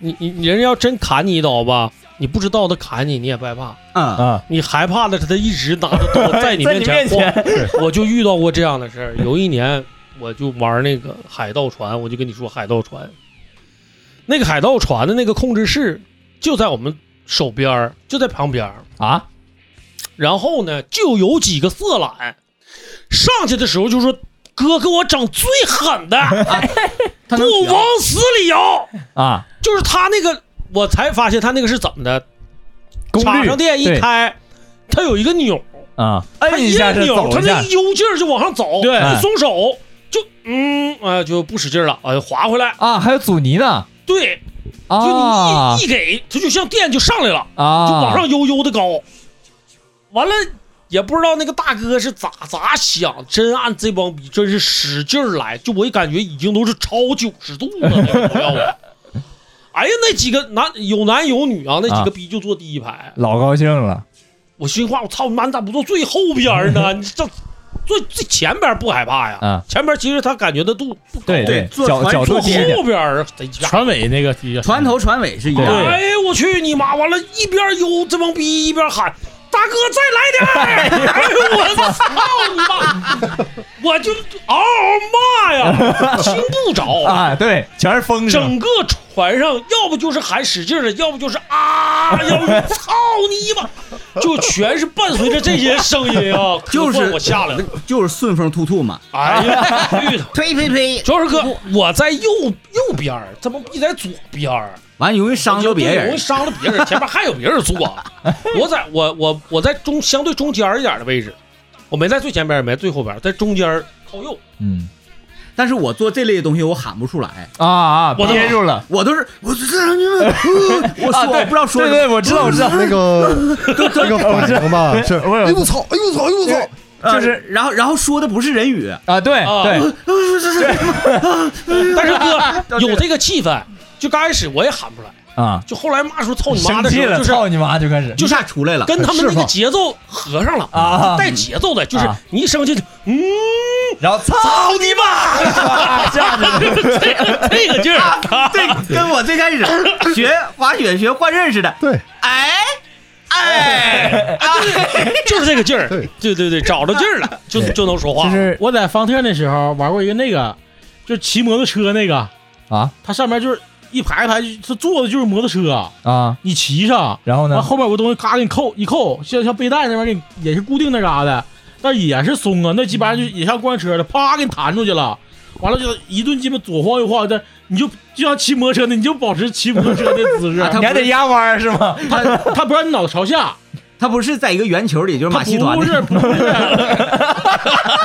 Speaker 5: 你你你人家要真砍你一刀吧，你不知道他砍你，你也不害怕，
Speaker 4: 啊，
Speaker 2: 啊，
Speaker 5: 你害怕的是他一直拿着
Speaker 2: [laughs]
Speaker 5: 刀在你
Speaker 2: 在你面
Speaker 5: 前
Speaker 2: 前
Speaker 5: 晃。我就遇到过这样的事儿。有一年我就玩那个海盗船，我就跟你说海盗船，那个海盗船的那个控制室就在我们手边儿，就在旁边儿。
Speaker 2: 啊，
Speaker 5: 然后呢，就有几个色懒上去的时候就说：“哥，给我整最
Speaker 2: [laughs]
Speaker 5: 狠的，
Speaker 4: 他
Speaker 5: 给
Speaker 4: 能
Speaker 5: 我
Speaker 4: 挑
Speaker 5: 往死里摇。
Speaker 2: 啊，”
Speaker 5: 就是他那个，我才发现他那个是怎么的，
Speaker 2: 功
Speaker 5: 插
Speaker 2: 率
Speaker 5: 上电一
Speaker 2: 对
Speaker 5: 开，它有一个钮，
Speaker 2: 啊，
Speaker 5: 它
Speaker 2: 摁一下是
Speaker 5: 按钮，
Speaker 2: 走
Speaker 5: 它
Speaker 2: 一下
Speaker 5: 那一悠劲儿就往上走，
Speaker 3: 对
Speaker 5: 一松手就嗯啊、就不使劲儿了，啊、滑回来，
Speaker 2: 啊，还有阻尼呢
Speaker 5: 对，就
Speaker 2: 啊
Speaker 5: 你一一给，它就像电就上来了。
Speaker 2: 啊，
Speaker 5: 就往上悠悠的高。完了，也不知道那个大哥是咋咋想，真按这帮逼真是使劲儿来，就我也感觉已经都是超九十度
Speaker 2: [laughs]
Speaker 5: 了，那个朋友们。哎呀，那几个男有男有女啊，那几个
Speaker 2: 啊
Speaker 5: 逼就坐第一排。
Speaker 2: 老高兴了
Speaker 5: 我心话，我操，你妈你咋不坐最后边儿
Speaker 2: [laughs]
Speaker 5: 呢？你这坐最前边儿不害怕呀？
Speaker 2: 啊，
Speaker 5: 前边儿其实他感觉的度不高，
Speaker 2: 对
Speaker 4: 对做
Speaker 2: 角
Speaker 4: 船
Speaker 2: 角度
Speaker 5: 坐
Speaker 2: 低一点
Speaker 5: 后边儿贼鸡巴
Speaker 3: 船尾那个一个
Speaker 4: 船头船尾是一样的。
Speaker 5: 哎呦我去你妈！完了，一边悠这帮逼一边喊：“大哥，再来点儿！”哎呦我操你妈！我就嗷嗷骂呀，听不着。
Speaker 2: 啊，对，全是风声
Speaker 5: 整个船上，要不就是喊使劲儿的，要不就是啊，要不就是操你妈，就全是伴随着这些声音啊，
Speaker 4: 就
Speaker 5: 可
Speaker 4: 是
Speaker 5: 算我下来了。
Speaker 4: 就是顺风吐吐嘛，
Speaker 5: 哎呀，
Speaker 2: [laughs]
Speaker 5: 绿的
Speaker 4: 推推推，
Speaker 5: 主要是哥，我在右右边儿，这帮逼在左边儿。啊
Speaker 4: 完容易伤着别
Speaker 5: 容易
Speaker 4: 人。
Speaker 5: 伤了别人，前面还有别人坐。
Speaker 3: [laughs]
Speaker 5: 我在我我我在中相对中间儿一点的位置，我没在最前边儿，也没在最后边儿，在中间儿靠右。
Speaker 2: 嗯
Speaker 4: 但是我做这类的东西我喊不出来，
Speaker 2: 啊啊，
Speaker 5: 我的妈
Speaker 2: 憋住了。[laughs]
Speaker 4: 我都是我这这呃这，我说我不知道说
Speaker 2: 啊对对，，
Speaker 4: 什么
Speaker 2: 我知道，我知道，
Speaker 1: 那个那个反应吧，是
Speaker 2: 我有
Speaker 1: 哎我操，哎我操，哎我操，
Speaker 4: 呃
Speaker 2: 就是
Speaker 4: 然后然后说的不是人语，
Speaker 2: 啊，对
Speaker 5: 啊
Speaker 2: 对，
Speaker 5: 但是哥有这个气氛，就刚开始我也喊不出来，
Speaker 2: 啊，
Speaker 5: 就后来骂出操你妈
Speaker 2: 生
Speaker 5: 的
Speaker 2: 气
Speaker 5: 时候，
Speaker 2: 了，
Speaker 5: 就是
Speaker 2: 操你妈就开始
Speaker 4: 一下出来了。
Speaker 5: 跟他们那
Speaker 1: 释
Speaker 5: 个
Speaker 1: 放
Speaker 5: 节奏合上了
Speaker 2: 啊
Speaker 5: 带节奏的，就是
Speaker 2: 啊
Speaker 5: 你一生气就， [laughs] 嗯，
Speaker 2: 然后操你妈，下去了
Speaker 5: 这个这个劲儿，
Speaker 4: 这跟我最开始学滑雪学换刃似的，
Speaker 1: 对，
Speaker 4: 哎 [laughs] 哎，
Speaker 5: 就是 [laughs] 这个劲儿，
Speaker 1: 对
Speaker 5: 对对对，找着劲儿了，就
Speaker 2: 对
Speaker 5: 就能说话
Speaker 3: 就。是 [laughs] 我在方特那时候玩过一个那个，就是骑摩托车那个，
Speaker 2: 啊
Speaker 3: 它上面就是一排一排，它坐的就是摩托车，
Speaker 2: 啊，
Speaker 3: 你骑上，
Speaker 2: 然后
Speaker 3: 完
Speaker 2: 呢？
Speaker 3: 后面有个东西咔给你扣一扣，像像背带那边给你也是固定那嘎的，但也是松啊，那鸡巴就也像过山车的，啪给你弹出去了。完了就一顿鸡巴左晃右晃的，你就就像骑摩托车的，你就保持骑摩托车的姿势。
Speaker 4: 啊他
Speaker 2: 你还得压弯儿是吗？
Speaker 4: 他
Speaker 3: 他不让你脑袋朝下，
Speaker 4: 他不是在一个圆球里，就是
Speaker 3: 他
Speaker 4: 马戏团
Speaker 3: 不
Speaker 4: 那
Speaker 3: 是不是
Speaker 4: [laughs]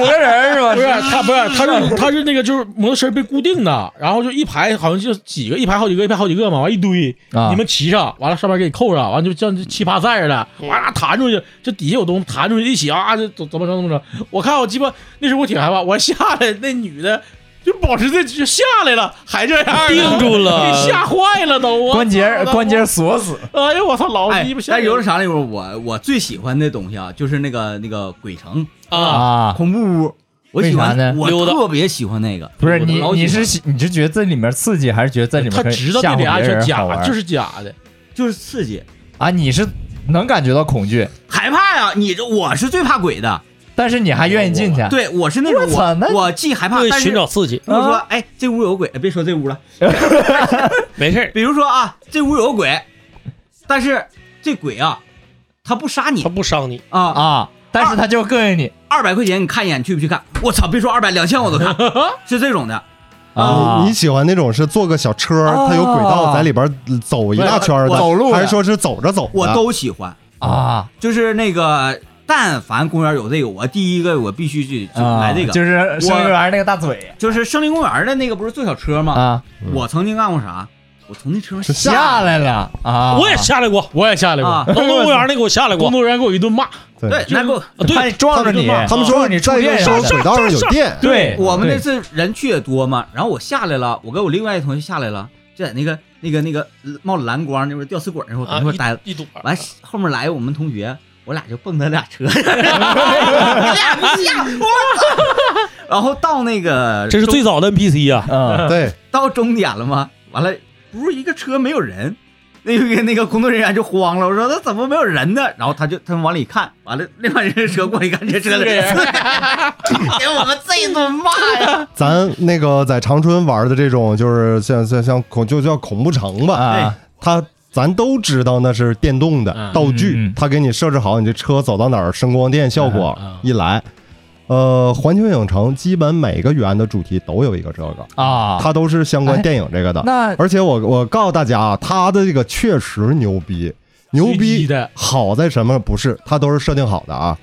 Speaker 2: 五个人是吧？
Speaker 3: 不是他不是他是他是那个就是摩托车被固定的，然后就一排好像就几个一排好几个一排好几个嘛，完一堆，
Speaker 2: 啊
Speaker 3: 你们骑上，完了上面给你扣上，完就像这奇葩赛似的，哇弹出去，这底下有东西弹出去一起啊，这怎怎么整怎么整？我看我鸡巴那时候我挺害怕，我下来那女的就保持这就下来了，还这样
Speaker 5: 定住了
Speaker 3: 给吓坏了都，我
Speaker 2: 关节
Speaker 3: 操
Speaker 2: 关节，锁死
Speaker 3: 哎呦我操老
Speaker 4: 哎
Speaker 3: 鸡巴，吓
Speaker 4: 但
Speaker 3: 人，
Speaker 4: 是有点啥那种，我我最喜欢的东西啊，就是那个那个鬼城
Speaker 5: 啊，
Speaker 2: 啊！
Speaker 4: 恐怖屋，我喜欢
Speaker 2: 为啥呢
Speaker 4: 我
Speaker 5: 溜达
Speaker 4: 特别喜欢那个。
Speaker 2: 不是
Speaker 4: 我
Speaker 2: 你
Speaker 4: 老，喜
Speaker 2: 你
Speaker 4: 欢
Speaker 2: 是喜你是觉得这里面刺激，还是觉得这里面
Speaker 3: 他
Speaker 2: 可以
Speaker 3: 知道
Speaker 2: 吓
Speaker 3: 那
Speaker 2: 唬
Speaker 3: 俩
Speaker 2: 别
Speaker 3: 是
Speaker 2: 人好
Speaker 3: 假，
Speaker 2: 玩
Speaker 3: 这是假的。
Speaker 4: 就是刺激
Speaker 2: 啊？你是能感觉到恐惧，
Speaker 4: 害怕呀、你这我是最怕鬼的，
Speaker 2: 但是你还愿意进去？
Speaker 4: 对我是那种
Speaker 2: 啊我操那
Speaker 4: 我我既害怕，
Speaker 5: 对，
Speaker 4: 但是
Speaker 5: 寻找刺激，
Speaker 4: 比如说，哎，这屋有鬼，哎别说这屋了，
Speaker 5: 没事儿，
Speaker 4: 比如说啊，这屋有鬼，但是这鬼啊，他不杀你
Speaker 5: 他不伤你。
Speaker 4: 啊，
Speaker 2: 啊，但是他就膈应你
Speaker 4: 二百块钱你看一眼去不去看？我操，别说二百，两千我
Speaker 2: [laughs]
Speaker 4: 都看，是这种的。
Speaker 2: 啊
Speaker 1: 你。喜欢那种是坐个小车，
Speaker 2: 啊
Speaker 1: 它有轨道在里边走一大圈的，
Speaker 2: 对走路的
Speaker 1: 还是说是走着走的？
Speaker 4: 我都喜欢，
Speaker 2: 啊，
Speaker 4: 就是那个，但凡公园有这个，我第一个我必须去就
Speaker 2: 啊
Speaker 4: 来这个，
Speaker 2: 就是生命园那个大嘴
Speaker 4: 就是森林公园的那个不是坐小车吗？
Speaker 2: 啊，
Speaker 5: 嗯
Speaker 4: 我曾经干过啥？我从那车上
Speaker 1: 是
Speaker 2: 下
Speaker 1: 下
Speaker 2: 来了啊！
Speaker 5: 我也下来过，
Speaker 3: 我也下来过，
Speaker 4: 啊
Speaker 5: 东东公园那个我下来
Speaker 3: 工
Speaker 5: 过，
Speaker 3: 作人员给我一顿骂，
Speaker 4: 对，那不，
Speaker 5: 啊对
Speaker 2: 他，撞着你，
Speaker 1: 他们
Speaker 2: 撞
Speaker 1: 说
Speaker 2: 着你触
Speaker 1: 在
Speaker 2: 电
Speaker 1: 说
Speaker 2: 啥的
Speaker 1: 轨道上有电，
Speaker 2: 对，
Speaker 4: 我们那
Speaker 2: 对
Speaker 4: 次人去也多嘛，然后我下来了，我跟我另外一同学下来了，就在那个那个那个冒着蓝光那边吊死鬼那块儿
Speaker 5: 啊
Speaker 4: 那块儿待了，
Speaker 5: 一一堵，
Speaker 4: 完后面来我们同学，我俩就蹦他俩车， [laughs] 我俩不下，我操！然后到那个
Speaker 5: 这是最
Speaker 2: [laughs]
Speaker 5: 啊早的 NPC 呀、
Speaker 2: 嗯
Speaker 1: 对，
Speaker 4: 到终点了吗？完了，不是一个车没有人，那个那个工作人员就慌了，我说那怎么没有人呢？然后他就他们往里看，完了那帮人车过去看，这车里 [laughs] 给我们这一顿骂呀！
Speaker 1: 咱那个在长春玩的这种，就是像像像恐就叫恐怖城吧，
Speaker 2: 啊，
Speaker 1: 它咱都知道那是电动的
Speaker 3: 嗯
Speaker 1: 道具
Speaker 2: 嗯嗯，
Speaker 1: 它给你设置好，你这车走到哪儿声光电效果
Speaker 3: 嗯嗯
Speaker 1: 一来，呃，环球影城基本每个园的主题都有一个这个，
Speaker 2: 啊，
Speaker 1: [laughs] 它都是相关电影这个的。
Speaker 2: 那
Speaker 1: 而且我我告诉大家啊，它的这个确实牛逼，牛
Speaker 3: 随
Speaker 1: 逼
Speaker 3: 机的
Speaker 1: 好在什么？不是，它都是设定好的啊。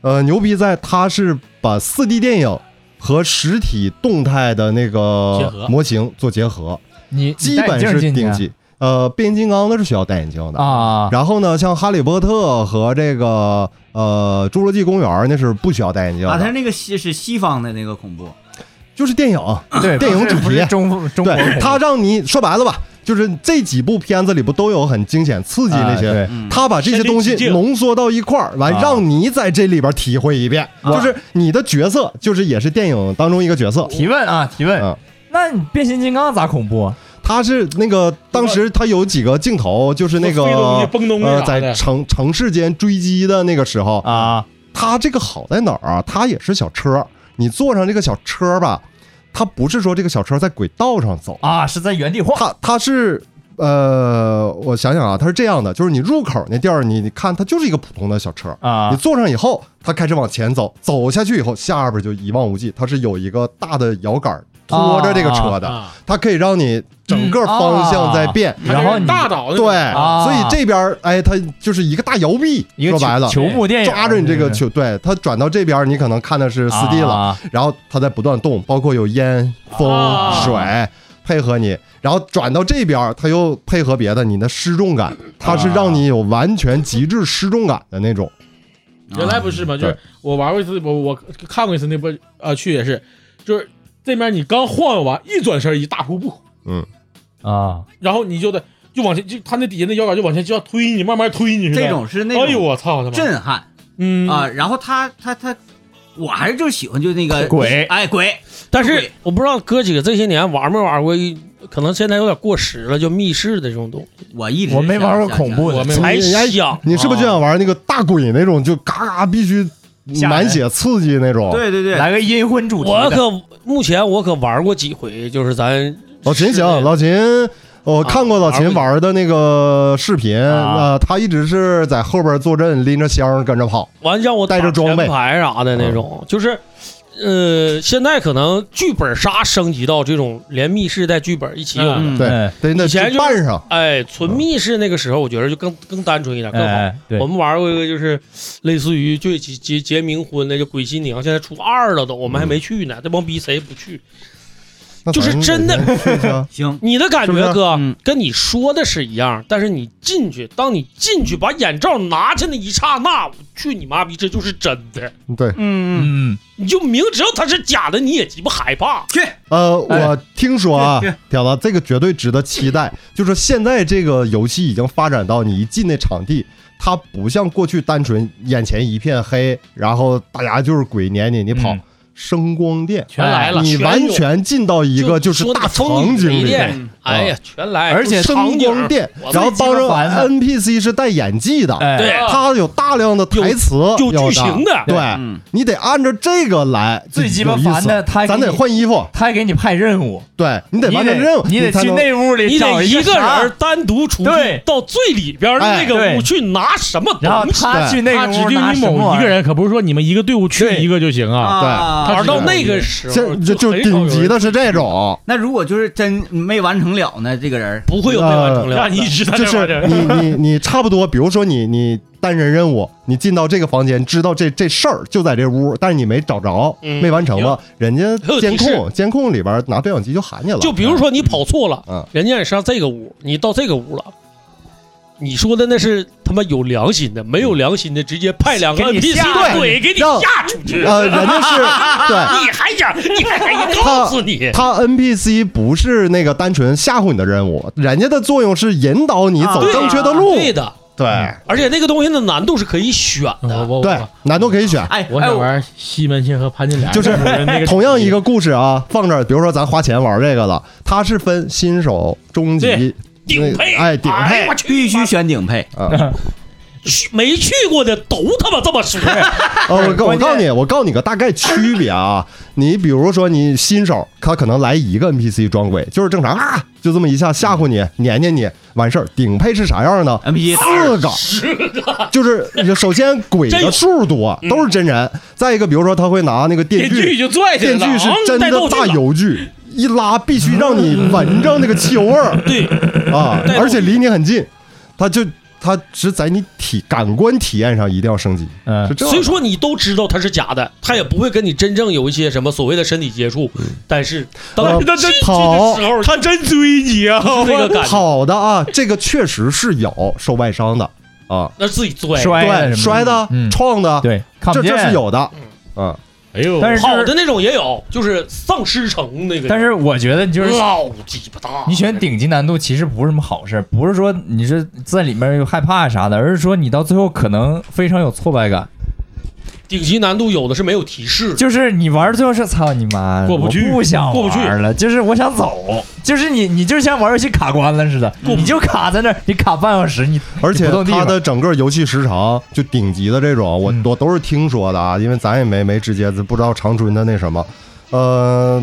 Speaker 1: 呃，牛逼在它是把四 D 电影和实体动态的那
Speaker 3: 结
Speaker 1: 个
Speaker 3: 合
Speaker 1: 模型做结合，
Speaker 2: 你
Speaker 1: 基本是顶
Speaker 2: 级
Speaker 1: 级。呃，变形金刚那是需要戴眼镜的。
Speaker 2: 啊，
Speaker 1: 然后呢，像《哈利波特》和这个呃《侏罗纪公园》那是不需要戴眼镜
Speaker 4: 啊，他
Speaker 1: 的，
Speaker 4: 那个西是西方的那个恐怖，
Speaker 1: 就是电影。
Speaker 2: 对
Speaker 1: 电影
Speaker 2: 不是
Speaker 1: 主题
Speaker 2: 不是中中国
Speaker 1: 对他让你说白了吧，就是这几部片子里不都有很惊险刺激那些
Speaker 2: 啊对
Speaker 4: 嗯，
Speaker 1: 他把这些东西
Speaker 5: 身临其境
Speaker 1: 浓缩到一块儿，完
Speaker 2: 啊
Speaker 1: 让你在这里边体会一遍，
Speaker 2: 啊
Speaker 1: 就是你的角色，就是也是电影当中一个角色。
Speaker 2: 提问啊提问
Speaker 1: 嗯，
Speaker 2: 那你变形金刚咋恐怖啊？
Speaker 1: 他是那个当时他有几个镜头，就是那
Speaker 5: 飞东西
Speaker 1: 个
Speaker 5: 崩东西
Speaker 1: 呃，
Speaker 5: 啥
Speaker 1: 在
Speaker 5: 的，
Speaker 1: 城城市间追击的那个时候，
Speaker 2: 啊
Speaker 1: 它这个好在哪儿啊？它也是小车，你坐上这个小车吧，它不是说这个小车在轨道上走，
Speaker 2: 啊，是在原地晃
Speaker 1: 它它是呃，我想想啊，它是这样的，就是你入口那地儿，你你看它就是一个普通的小车，你
Speaker 2: 啊
Speaker 1: 坐上以后，它开始往前走，走下去以后，下边就一望无际，它是有一个大的摇杆拖着这个车的，
Speaker 3: 啊，
Speaker 1: 它可以让你
Speaker 2: 嗯
Speaker 1: 整个方向在变。
Speaker 2: 然后你
Speaker 3: 大岛那
Speaker 1: 对，
Speaker 3: 种
Speaker 2: 啊
Speaker 1: 所以这边儿哎，它就是一个大摇臂，
Speaker 2: 一个
Speaker 1: 说白了，
Speaker 2: 球部电影
Speaker 1: 抓着你这个球，对它转到这边儿，你可能看的是四 D 了，
Speaker 2: 啊
Speaker 1: 然后它在不断动，包括有烟、风、
Speaker 3: 啊
Speaker 1: 水配合你，然后转到这边儿，它又配合别的，你的失重感，它是让你有完全极致失重感的那种。
Speaker 3: 原来不是吗？就是我玩过一次，我我看过一次那波啊去也是，就是这边你刚晃悠完，一转身一大瀑布，
Speaker 2: 啊
Speaker 3: 然后你就得就往前，就他那底下那摇杆就往前就要推你，慢慢推你似的。
Speaker 4: 这，种是那
Speaker 3: 哎呦
Speaker 4: 种
Speaker 3: 我操他妈！
Speaker 4: 震撼
Speaker 3: 嗯
Speaker 4: 啊、，然后他他他，我还是就喜欢就那个
Speaker 2: 鬼
Speaker 4: 哎鬼，
Speaker 5: 但是
Speaker 4: 鬼
Speaker 5: 我不知道哥几个这些年玩没玩过一，可能现在有点过时了，叫密室的这种东西，
Speaker 4: 我一直
Speaker 2: 我没玩过
Speaker 4: 想
Speaker 2: 恐怖
Speaker 3: 我
Speaker 2: 的
Speaker 3: 没
Speaker 1: 你
Speaker 5: 才啊
Speaker 1: 哎
Speaker 5: 想
Speaker 1: 你是不是就想玩那个大鬼那种，就嘎嘎必须
Speaker 2: 吓人
Speaker 1: 满血刺激那种？
Speaker 4: 对对对，
Speaker 2: 来个阴婚主题
Speaker 5: 我
Speaker 2: 的
Speaker 5: 可目前我可玩过几回，就是咱
Speaker 1: 老秦行，老秦，我看过老秦玩的那个视频，
Speaker 2: 啊
Speaker 1: 呃，他一直是在后边坐镇，拎着箱跟着跑。
Speaker 5: 完让我
Speaker 1: 带着装备嗯
Speaker 5: 打前排啥的那种，就是。呃，现在可能剧本杀升级到这种连密室带剧本一起有的，
Speaker 4: 嗯
Speaker 1: 对，得那
Speaker 5: 以前就是
Speaker 1: 扮上
Speaker 5: 哎，纯密室那个时候我觉得就更更单纯一点，更好。
Speaker 2: 哎对
Speaker 5: 我们玩过一个就是类似于就结结结冥婚的，就鬼新娘，现在出二
Speaker 1: 嗯
Speaker 5: 了都，我们还没去呢，这帮逼谁也不去？
Speaker 1: 那
Speaker 5: 就是
Speaker 1: 咱
Speaker 5: 真的
Speaker 1: 得去一下
Speaker 4: 行，
Speaker 5: 你的感
Speaker 1: 是不是
Speaker 5: 觉，哥
Speaker 4: 嗯，
Speaker 5: 跟你说的是一样，但是你进去，当你进去把眼罩拿下那一刹那，我去你妈逼，这就是真的，
Speaker 1: 对。
Speaker 4: 嗯，
Speaker 2: 嗯
Speaker 5: 你就明知道它是假的，你也鸡巴害怕。
Speaker 4: 去
Speaker 1: 呃，
Speaker 2: 哎
Speaker 1: 我听说
Speaker 2: [laughs]
Speaker 1: 啊
Speaker 4: 对对，
Speaker 1: 铁子，这个绝对值得期待。就是现在这个游戏已经发展到你一进那场地，它不像过去单纯眼前一片黑，然后大家就是鬼撵你，你跑
Speaker 2: 嗯，
Speaker 1: 声光电，哎
Speaker 5: 全来了
Speaker 1: 你
Speaker 5: 全
Speaker 1: 完
Speaker 5: 有
Speaker 1: 全进到一个就是
Speaker 5: 说那
Speaker 1: 大场
Speaker 5: 风雨
Speaker 1: 景啊
Speaker 5: 雷
Speaker 1: 里面。
Speaker 5: 电，哎呀，全来，
Speaker 2: 而且
Speaker 5: 场
Speaker 1: 声
Speaker 5: 景啊
Speaker 1: 光电
Speaker 5: 我，
Speaker 1: 然后
Speaker 2: 最鸡巴
Speaker 1: 包括
Speaker 2: 烦的
Speaker 1: NPC 是带演技的，
Speaker 2: 哎
Speaker 5: 对
Speaker 1: 它有大量的台词，
Speaker 5: 有
Speaker 1: 要
Speaker 5: 剧情的
Speaker 1: 对
Speaker 4: 嗯
Speaker 1: 你得按照这个来。
Speaker 2: 最鸡巴烦的
Speaker 1: 有意思
Speaker 2: 他给
Speaker 1: 咱得
Speaker 2: 你
Speaker 1: 换衣服，
Speaker 2: 他还给你派任务，
Speaker 1: 对你得
Speaker 2: 你
Speaker 1: 完成任务，
Speaker 2: 你得
Speaker 1: 才
Speaker 2: 去
Speaker 1: 能
Speaker 2: 那屋里
Speaker 5: 你
Speaker 2: 找
Speaker 5: 得一
Speaker 2: 个
Speaker 5: 个
Speaker 2: 啥
Speaker 5: 人，单独出
Speaker 2: 对
Speaker 5: 去到最里边那
Speaker 2: 哎
Speaker 5: 个
Speaker 2: 对
Speaker 5: 屋去拿什么
Speaker 2: 然后
Speaker 5: 东西，啊
Speaker 2: 他去那
Speaker 3: 他
Speaker 2: 个
Speaker 3: 指
Speaker 2: 屋
Speaker 3: 定
Speaker 2: 拿
Speaker 3: 你
Speaker 2: 什么
Speaker 3: 某
Speaker 2: 玩
Speaker 3: 一
Speaker 2: 意
Speaker 3: 个
Speaker 2: 儿
Speaker 3: 人，可不是说你们一个队伍去
Speaker 2: 对
Speaker 3: 一个就行啊。
Speaker 4: 啊，
Speaker 3: 他
Speaker 5: 玩
Speaker 3: 是
Speaker 5: 到那个时候，
Speaker 1: 现这就是
Speaker 5: 很少有
Speaker 1: 顶
Speaker 5: 人
Speaker 1: 级的是这
Speaker 5: [laughs]
Speaker 1: 种，
Speaker 4: 那如果就是真没完成了呢，这个人儿
Speaker 5: 不会有没完成了。
Speaker 3: 让你啊 [laughs] 一直在
Speaker 1: 就
Speaker 3: 这玩
Speaker 1: 是
Speaker 3: 着，
Speaker 1: 你你你差不多，比如说你你单人任务，你进到这个房间，知道这这事儿就在这屋，但是你没找着，
Speaker 5: 嗯
Speaker 1: 没完成嘛，人家
Speaker 5: 有
Speaker 1: 监
Speaker 5: 提示
Speaker 1: 控监控里边拿对讲机就喊你了，
Speaker 5: [laughs] 就比如说你跑错了，
Speaker 1: 嗯
Speaker 5: 人家也上这个屋，你到这个屋了。你说的那是他妈有良心的，没有
Speaker 1: 嗯
Speaker 5: 良心的直接派两个
Speaker 2: 给你
Speaker 5: NPC
Speaker 2: 吓
Speaker 5: 的鬼给你
Speaker 1: 让
Speaker 5: 吓出去，
Speaker 1: 呃，人家
Speaker 5: [laughs]
Speaker 1: 是对。
Speaker 5: 你还想，你还告诉你，
Speaker 1: 他 NPC 不是那个单纯吓唬你的任务，人家的作用是引导你走
Speaker 4: 啊
Speaker 1: 正确的路。
Speaker 5: 对的，嗯
Speaker 1: 对
Speaker 5: 而且那个东西的难度是可以选
Speaker 3: 我
Speaker 5: 的，
Speaker 3: 嗯我
Speaker 1: 对，难度可以选。
Speaker 4: 哎
Speaker 3: 我
Speaker 4: 哎
Speaker 3: 想玩西门庆和潘金
Speaker 1: [laughs]
Speaker 3: 莲，
Speaker 1: 就是
Speaker 3: 那个
Speaker 1: 同样一个故事啊，放这儿，比如说咱花钱玩这个了，它是分新手、中级
Speaker 3: 对、
Speaker 5: 顶配，
Speaker 1: 哎顶配
Speaker 5: 哎我去，
Speaker 4: 必须选顶配，
Speaker 1: 啊！
Speaker 5: 去没去过的都他妈这么
Speaker 3: [laughs]
Speaker 5: 说，
Speaker 1: 哦，我告我
Speaker 2: 关键
Speaker 1: 告诉你，我告诉你个大概区别啊。你比如说，你新手，他可能来一个 NPC 装鬼，就是正常啊，就这么一下吓唬你，撵撵你，完事儿。顶配是啥样呢
Speaker 4: NPC
Speaker 1: 四个，就是首先鬼的数多，都是真人。再一个，比如说他会拿那个电
Speaker 3: 电锯
Speaker 1: 锯，
Speaker 3: 就拽起来
Speaker 1: 电
Speaker 3: 了，
Speaker 1: 锯是
Speaker 5: 啊
Speaker 1: 真
Speaker 5: 带
Speaker 1: 的
Speaker 5: 道具
Speaker 1: 大
Speaker 5: 了
Speaker 1: 油锯，一拉必须让你闻着那个汽油味
Speaker 5: [laughs]
Speaker 1: 儿。
Speaker 5: 对，
Speaker 1: 啊
Speaker 5: 嗯带，动
Speaker 1: 而且离你很近，它就它是在你体感官体验上一定要升级，
Speaker 2: 嗯
Speaker 1: 是这样
Speaker 5: 虽说你都知道它是假的，它也不会跟你真正有一些什么所谓的身体接触，
Speaker 1: 嗯
Speaker 5: 但是当
Speaker 1: 呃
Speaker 5: 你到进去的时
Speaker 1: 跑
Speaker 5: 候，它真追你啊，那个感觉，
Speaker 1: 好的啊，这个确实是有受外伤的啊，
Speaker 5: 那自己拽。
Speaker 2: 摔啊什么
Speaker 1: 对，摔的、
Speaker 2: 嗯，
Speaker 1: 撞的，
Speaker 2: 对，看
Speaker 1: 啊这
Speaker 2: 不见
Speaker 1: 这是有的，嗯，
Speaker 3: 哎呦，
Speaker 2: 但是
Speaker 5: 跑的那种也有，就是丧尸城那个，
Speaker 2: 但是我觉得就是
Speaker 5: 老鸡巴大。
Speaker 2: 你选顶级难度其实不是什么好事，不是说你是在里面又害怕啥的，而是说你到最后可能非常有挫败感，
Speaker 5: 顶级难度有的是没有提示，
Speaker 2: 就是你玩最后是操你妈，
Speaker 3: 过不去
Speaker 2: 我不想
Speaker 5: 过不去
Speaker 2: 玩了，就是我想走，就是你你就像玩游戏卡关了似的，
Speaker 5: 过不
Speaker 2: 你就卡在那儿，你卡半小时，你
Speaker 1: 而且
Speaker 2: 你不动地
Speaker 1: 它
Speaker 2: 方
Speaker 1: 的整个游戏时长就顶级的这种，我
Speaker 2: 嗯
Speaker 1: 我都是听说的啊，因为咱也没没直接不知道长春的那什么，呃，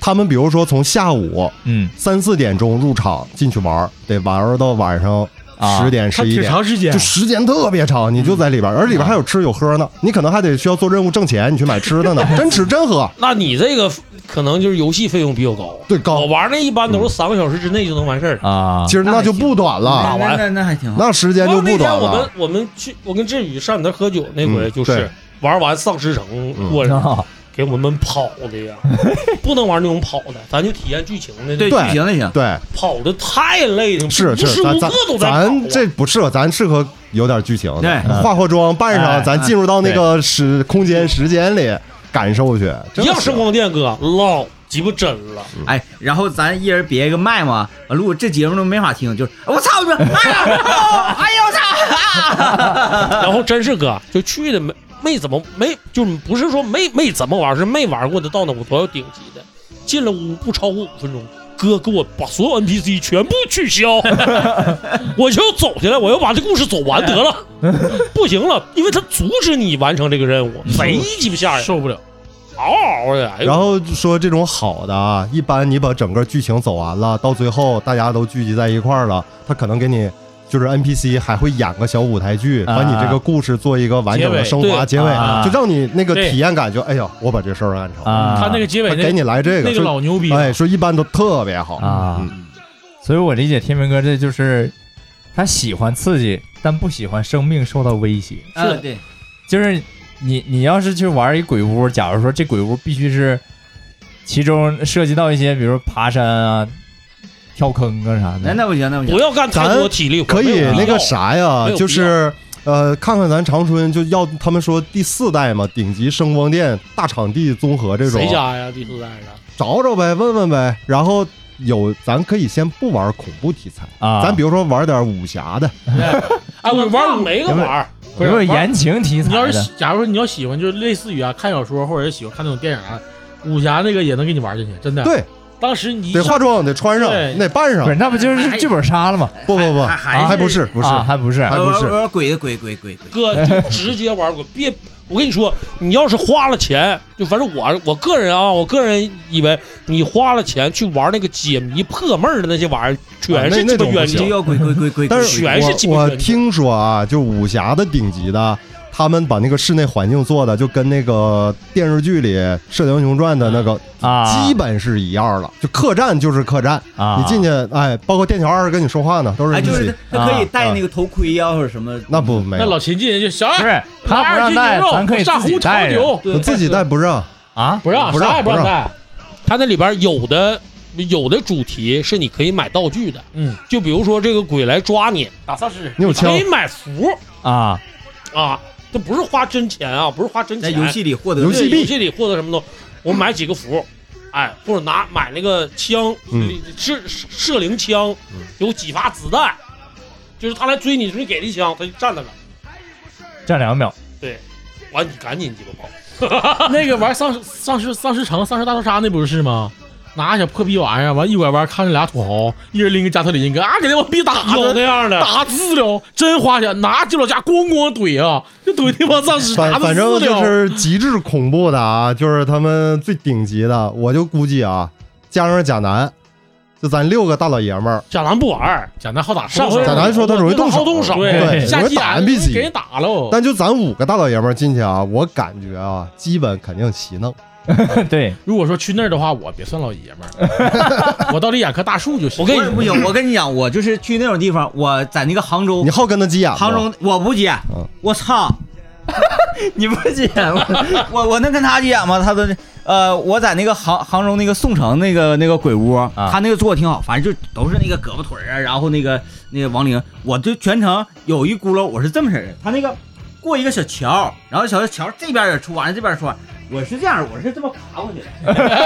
Speaker 1: 他们比如说从下午
Speaker 2: 嗯
Speaker 1: 三四点钟入场进去玩儿，得玩儿到晚上
Speaker 2: 啊
Speaker 1: 十点
Speaker 3: 它
Speaker 1: 十一
Speaker 3: 挺
Speaker 1: 点，
Speaker 3: 长时间
Speaker 1: 就，时间特别长，你就在里边儿，而里边儿还有吃有喝呢，你可能还得需要做任务挣钱，你去买吃的呢，真吃真喝，
Speaker 5: 那你这个可能就是游戏费用比较高。
Speaker 1: 对高
Speaker 5: 我玩那一般都是三个小时之内就能完事儿。
Speaker 2: 啊，
Speaker 1: 其实那就不短
Speaker 4: 那
Speaker 1: 啊了，
Speaker 4: 那那那还挺好。
Speaker 1: 那时间就
Speaker 5: 那
Speaker 1: 不
Speaker 5: 天
Speaker 1: 短
Speaker 5: 我们
Speaker 1: 了。
Speaker 5: 我们去，我跟振宇上你那儿喝酒那回
Speaker 1: 嗯
Speaker 5: 就是
Speaker 1: 对
Speaker 5: 玩完丧尸城
Speaker 1: 嗯
Speaker 5: 过
Speaker 2: [laughs]
Speaker 5: 来
Speaker 2: 啊
Speaker 5: 给我们跑的
Speaker 1: [laughs]
Speaker 5: 呀，不能玩那种跑的，咱就体验剧情的。
Speaker 4: 对，
Speaker 1: 对
Speaker 4: 剧情那行，
Speaker 1: 对，
Speaker 5: 跑的太累了，
Speaker 1: 是
Speaker 5: 无时
Speaker 1: 是，
Speaker 5: 无
Speaker 1: 咱
Speaker 5: 刻
Speaker 1: 咱
Speaker 5: 都在跑啊。
Speaker 1: 咱这不适合，咱适合有点剧情的，
Speaker 4: 对
Speaker 1: 嗯化化妆扮
Speaker 2: 哎
Speaker 1: 上，咱进入到那个时空间时间里感受去，
Speaker 5: 一
Speaker 1: 真的
Speaker 5: 样
Speaker 1: 是
Speaker 5: 声光电哥老鸡巴真了，
Speaker 4: 哎，然后咱一人别一个麦嘛，啊如果这节目都没法听，就是我操你们，哎呀，哦哎呀，我操！
Speaker 1: 啊
Speaker 5: 然后真是哥就去的没没怎么没就是不是说没没怎么玩，是没玩过的到那我都要顶级的，进了屋不超过五分钟。哥给我把所有 NPC 全部
Speaker 1: [laughs]
Speaker 5: 取消，我就走下来，我要把这故事走完
Speaker 1: [laughs]
Speaker 5: 得了。不行了，因为他阻止你完成这个任
Speaker 1: 嗯
Speaker 5: 务，贼鸡巴吓人，
Speaker 3: 受不了。
Speaker 5: 嗷嗷的。哎呦
Speaker 1: 然后啊说这种好的啊，一般你把整个剧情走完了，到最后大家都聚集在一块儿了，他可能给你就是 NPC 还会演个小舞台剧，
Speaker 2: 啊
Speaker 1: 把你这个故事做一个完整的升华
Speaker 5: 结
Speaker 1: 结尾
Speaker 2: 啊，
Speaker 1: 就让你那个
Speaker 5: 对
Speaker 1: 体验感就哎呀，我把这事儿干成了，
Speaker 2: 啊，
Speaker 3: 他那个结尾
Speaker 1: 他给
Speaker 3: 那
Speaker 1: 你来这
Speaker 3: 那个
Speaker 1: 说
Speaker 3: 老牛
Speaker 5: 啊
Speaker 3: 逼了，
Speaker 1: 哎，说一般都特别好
Speaker 2: 啊
Speaker 1: 嗯
Speaker 2: 所以我理解天明哥这就是他喜欢刺激，但不喜欢生命受到威胁。
Speaker 4: 啊，对，
Speaker 2: 就是你你要是去玩一鬼屋，假如说这鬼屋必须是其中涉及到一些，比如爬山啊、跳坑啊啥
Speaker 4: 那
Speaker 2: 的，
Speaker 4: 哎那不行，那不行
Speaker 5: 不，要干太多体力活，
Speaker 1: 可
Speaker 5: 没
Speaker 1: 以
Speaker 5: 有必啊
Speaker 1: 那
Speaker 5: 要
Speaker 1: 个啥呀
Speaker 5: 没有必，要
Speaker 1: 就是呃，看看咱长春就要他们说第四代嘛，顶级声光电大场地综合这种
Speaker 5: 谁，家呀？第四代的
Speaker 1: 找找呗，问问呗。然后有，咱可以先不玩恐怖题材，
Speaker 2: 啊，
Speaker 1: 咱比如说玩点武侠的，
Speaker 3: 哎，我玩儿
Speaker 5: 没个玩儿，
Speaker 2: 有没有言情题
Speaker 3: 你要
Speaker 2: 材
Speaker 3: 是
Speaker 2: 的
Speaker 3: 喜假如你要喜欢，就是类似于啊看小说或者喜欢看那种电影啊，武侠那个也能给你玩进去，真的。，
Speaker 1: 对，
Speaker 3: 当时你一
Speaker 1: 得
Speaker 3: 上
Speaker 1: 化妆，得穿上，
Speaker 3: 对
Speaker 1: 你得扮上
Speaker 2: 不是，。那不就是剧本杀了吗？
Speaker 1: 不不不，
Speaker 4: 还还
Speaker 1: 还
Speaker 4: 是
Speaker 1: 不是哎不是
Speaker 2: 啊，还不是
Speaker 1: 还
Speaker 4: 呃
Speaker 1: 不
Speaker 4: 我
Speaker 1: 是
Speaker 4: 我我鬼鬼鬼鬼鬼，
Speaker 5: 哥就直接玩过，别。我跟你说，你要是花了钱，就反正我我个人啊，我个人以为你花了钱去玩那个解谜破闷儿的那些玩意儿，全是
Speaker 1: 啊那
Speaker 5: 鸡
Speaker 1: 那
Speaker 5: 巴
Speaker 1: 种不
Speaker 4: 这
Speaker 5: 冤情
Speaker 1: 行。
Speaker 4: 要鬼鬼鬼鬼，
Speaker 1: 但
Speaker 4: 鬼
Speaker 1: 是
Speaker 4: 鬼
Speaker 5: 全是基本
Speaker 1: 我我
Speaker 5: 原则
Speaker 1: 听说啊，就武侠的顶级的，他们把那个室内环境做的就跟那个电视剧里《射雕英雄传》的那个
Speaker 2: 啊，
Speaker 1: 基本是一样了。就客栈就是客栈，
Speaker 2: 啊，
Speaker 1: 你进去，哎，包括店小二跟你说话呢，都是啊
Speaker 4: 哎，
Speaker 1: 一
Speaker 4: 就是
Speaker 1: 起。
Speaker 4: 他他可以戴那个头盔呀，或者什么。
Speaker 1: 那不没
Speaker 3: 那
Speaker 1: 有，
Speaker 3: 老秦进去就小
Speaker 2: 不
Speaker 3: 二，
Speaker 2: 是他不让带，咱可以
Speaker 3: 上
Speaker 2: 自己
Speaker 3: 壶炒
Speaker 2: 带着
Speaker 3: 酒，
Speaker 1: 我自己带不让
Speaker 2: 啊
Speaker 3: 不让
Speaker 1: 不让
Speaker 3: 啥也不
Speaker 1: 不让
Speaker 3: 让带，
Speaker 5: 它那里边有的有的主题是你可以买道具的，
Speaker 3: 嗯，
Speaker 5: 就比如说这个鬼来抓你，
Speaker 3: 打丧 [laughs] 尸
Speaker 1: 你有枪
Speaker 5: 可以买符
Speaker 2: 啊，
Speaker 5: 啊，这不是花真钱啊，不是花真
Speaker 4: 在
Speaker 5: 钱，
Speaker 4: 游戏里获得
Speaker 1: 游戏
Speaker 5: 对
Speaker 1: 币
Speaker 5: 游戏里获得什么东西，我买几个符，哎，或者拿买那个枪，
Speaker 1: 嗯
Speaker 5: 射射灵枪，有几发子弹，就是他来追你，你给他一枪，他就站在那儿，
Speaker 2: 站两秒 [laughs]
Speaker 5: 完你赶紧鸡巴跑，
Speaker 3: 那个玩丧尸丧尸丧尸城丧尸大逃杀那不是吗？
Speaker 5: 拿小破逼玩意儿，完一拐弯看着俩土豪，一人拎个加特林，跟啊给那帮逼打
Speaker 3: 有那
Speaker 5: 的。
Speaker 3: 样的，
Speaker 5: [laughs] 打自了，真花钱，拿就老家咣咣怼啊，就怼那帮丧尸，
Speaker 3: 嗯
Speaker 1: 反
Speaker 5: 打的
Speaker 1: 反正
Speaker 5: 私
Speaker 1: 就
Speaker 5: 了。
Speaker 1: 是极致恐怖的啊，就是他们最顶级的，我就估计啊，加上贾南，就咱六个大老爷们儿，
Speaker 3: 贾南不玩儿，
Speaker 5: 贾南好打，
Speaker 3: 上回
Speaker 1: 贾南说他容易动手，
Speaker 3: 好动手
Speaker 1: 对，
Speaker 5: 下
Speaker 1: 容易
Speaker 5: 期
Speaker 3: 啊
Speaker 1: 打
Speaker 5: 俺给
Speaker 1: NPC
Speaker 5: 人。打喽。
Speaker 1: 但就咱五个大老爷们儿进去啊，我感觉啊，基本肯定齐弄。
Speaker 2: 对，
Speaker 5: 如果说去那儿的话，我别算老爷们儿，
Speaker 1: [laughs]
Speaker 5: 我到底演棵大树就行。
Speaker 3: 我
Speaker 4: 我
Speaker 3: 跟
Speaker 4: 也不行，我跟你讲，我就是去那种地方，我在那个杭州
Speaker 1: 你，好跟他急眼吗？
Speaker 4: 杭州我不接
Speaker 1: 嗯，
Speaker 4: 我操！
Speaker 2: 你不捡了，
Speaker 4: [laughs] 我我能跟他急眼吗？他的呃，我在那个杭杭州那个宋城那个那个鬼屋，他那个做的挺好，反正就都是那个胳膊腿儿啊，然后那个那个亡灵，我就全程有一轱辘，我是这么式儿的，他那个过一个小桥，然后小桥这边也出完，这边也出完，我是这样，我是这么爬过去的，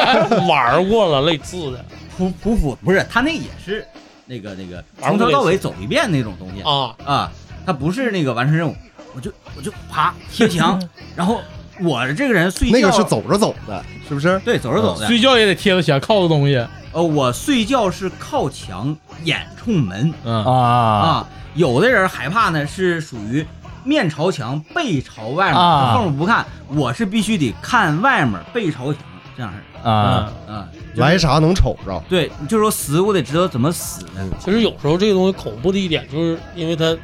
Speaker 3: 玩过了类似的
Speaker 4: 匍匍匐不是，他那也是那个那个
Speaker 3: 玩
Speaker 4: 从
Speaker 3: 过
Speaker 4: 头
Speaker 3: 类似
Speaker 4: 到尾走一遍那种东西
Speaker 3: 啊，
Speaker 4: 啊，他不是那个完成任务，我就我就爬贴墙，然后我这个人睡觉
Speaker 1: 那个是走着走的，是不是？
Speaker 4: 对走着走
Speaker 3: 啊
Speaker 4: 的。
Speaker 5: 睡觉也得贴着墙，靠着东西。
Speaker 4: 呃，我睡觉是靠墙，眼冲门
Speaker 5: 嗯，
Speaker 2: 啊
Speaker 4: 啊。有的人害怕呢，是属于面朝墙，背朝外面，
Speaker 2: 啊
Speaker 4: 后面不看。我是必须得看外面，背朝墙，这样式儿
Speaker 2: 啊，
Speaker 4: 啊。就是
Speaker 1: 来啥能瞅着？
Speaker 4: 对，就是说死，我得知道怎么死的。
Speaker 3: 其实有时候这个东西恐怖的一点，就是因为它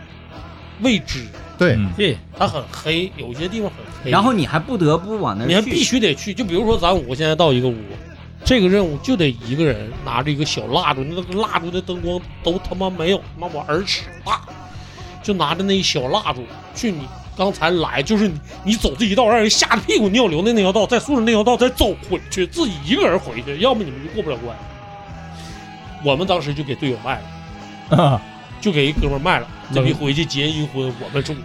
Speaker 3: 未知，
Speaker 1: 对，
Speaker 2: 嗯
Speaker 5: 对，
Speaker 3: 它很黑，有些地方很黑。
Speaker 4: 然后你还不得不往那
Speaker 3: 你
Speaker 4: 儿
Speaker 3: 还必
Speaker 4: 去。
Speaker 3: 须得去，就比如说咱五个现在到一个屋，这个任务就得一个人拿着一个小蜡烛，那个蜡烛的灯光都他妈没有他妈我耳屎大，就拿着那一小蜡烛去你刚才来就是你你走这一道让人吓得屁股尿流的那条道，再顺着那条道再走回去，自己一个人回去，要么你们就过不了关。我们当时就给队友卖了，
Speaker 2: 啊
Speaker 3: 就给一哥们儿卖了，这逼回去结阴婚，我们出去，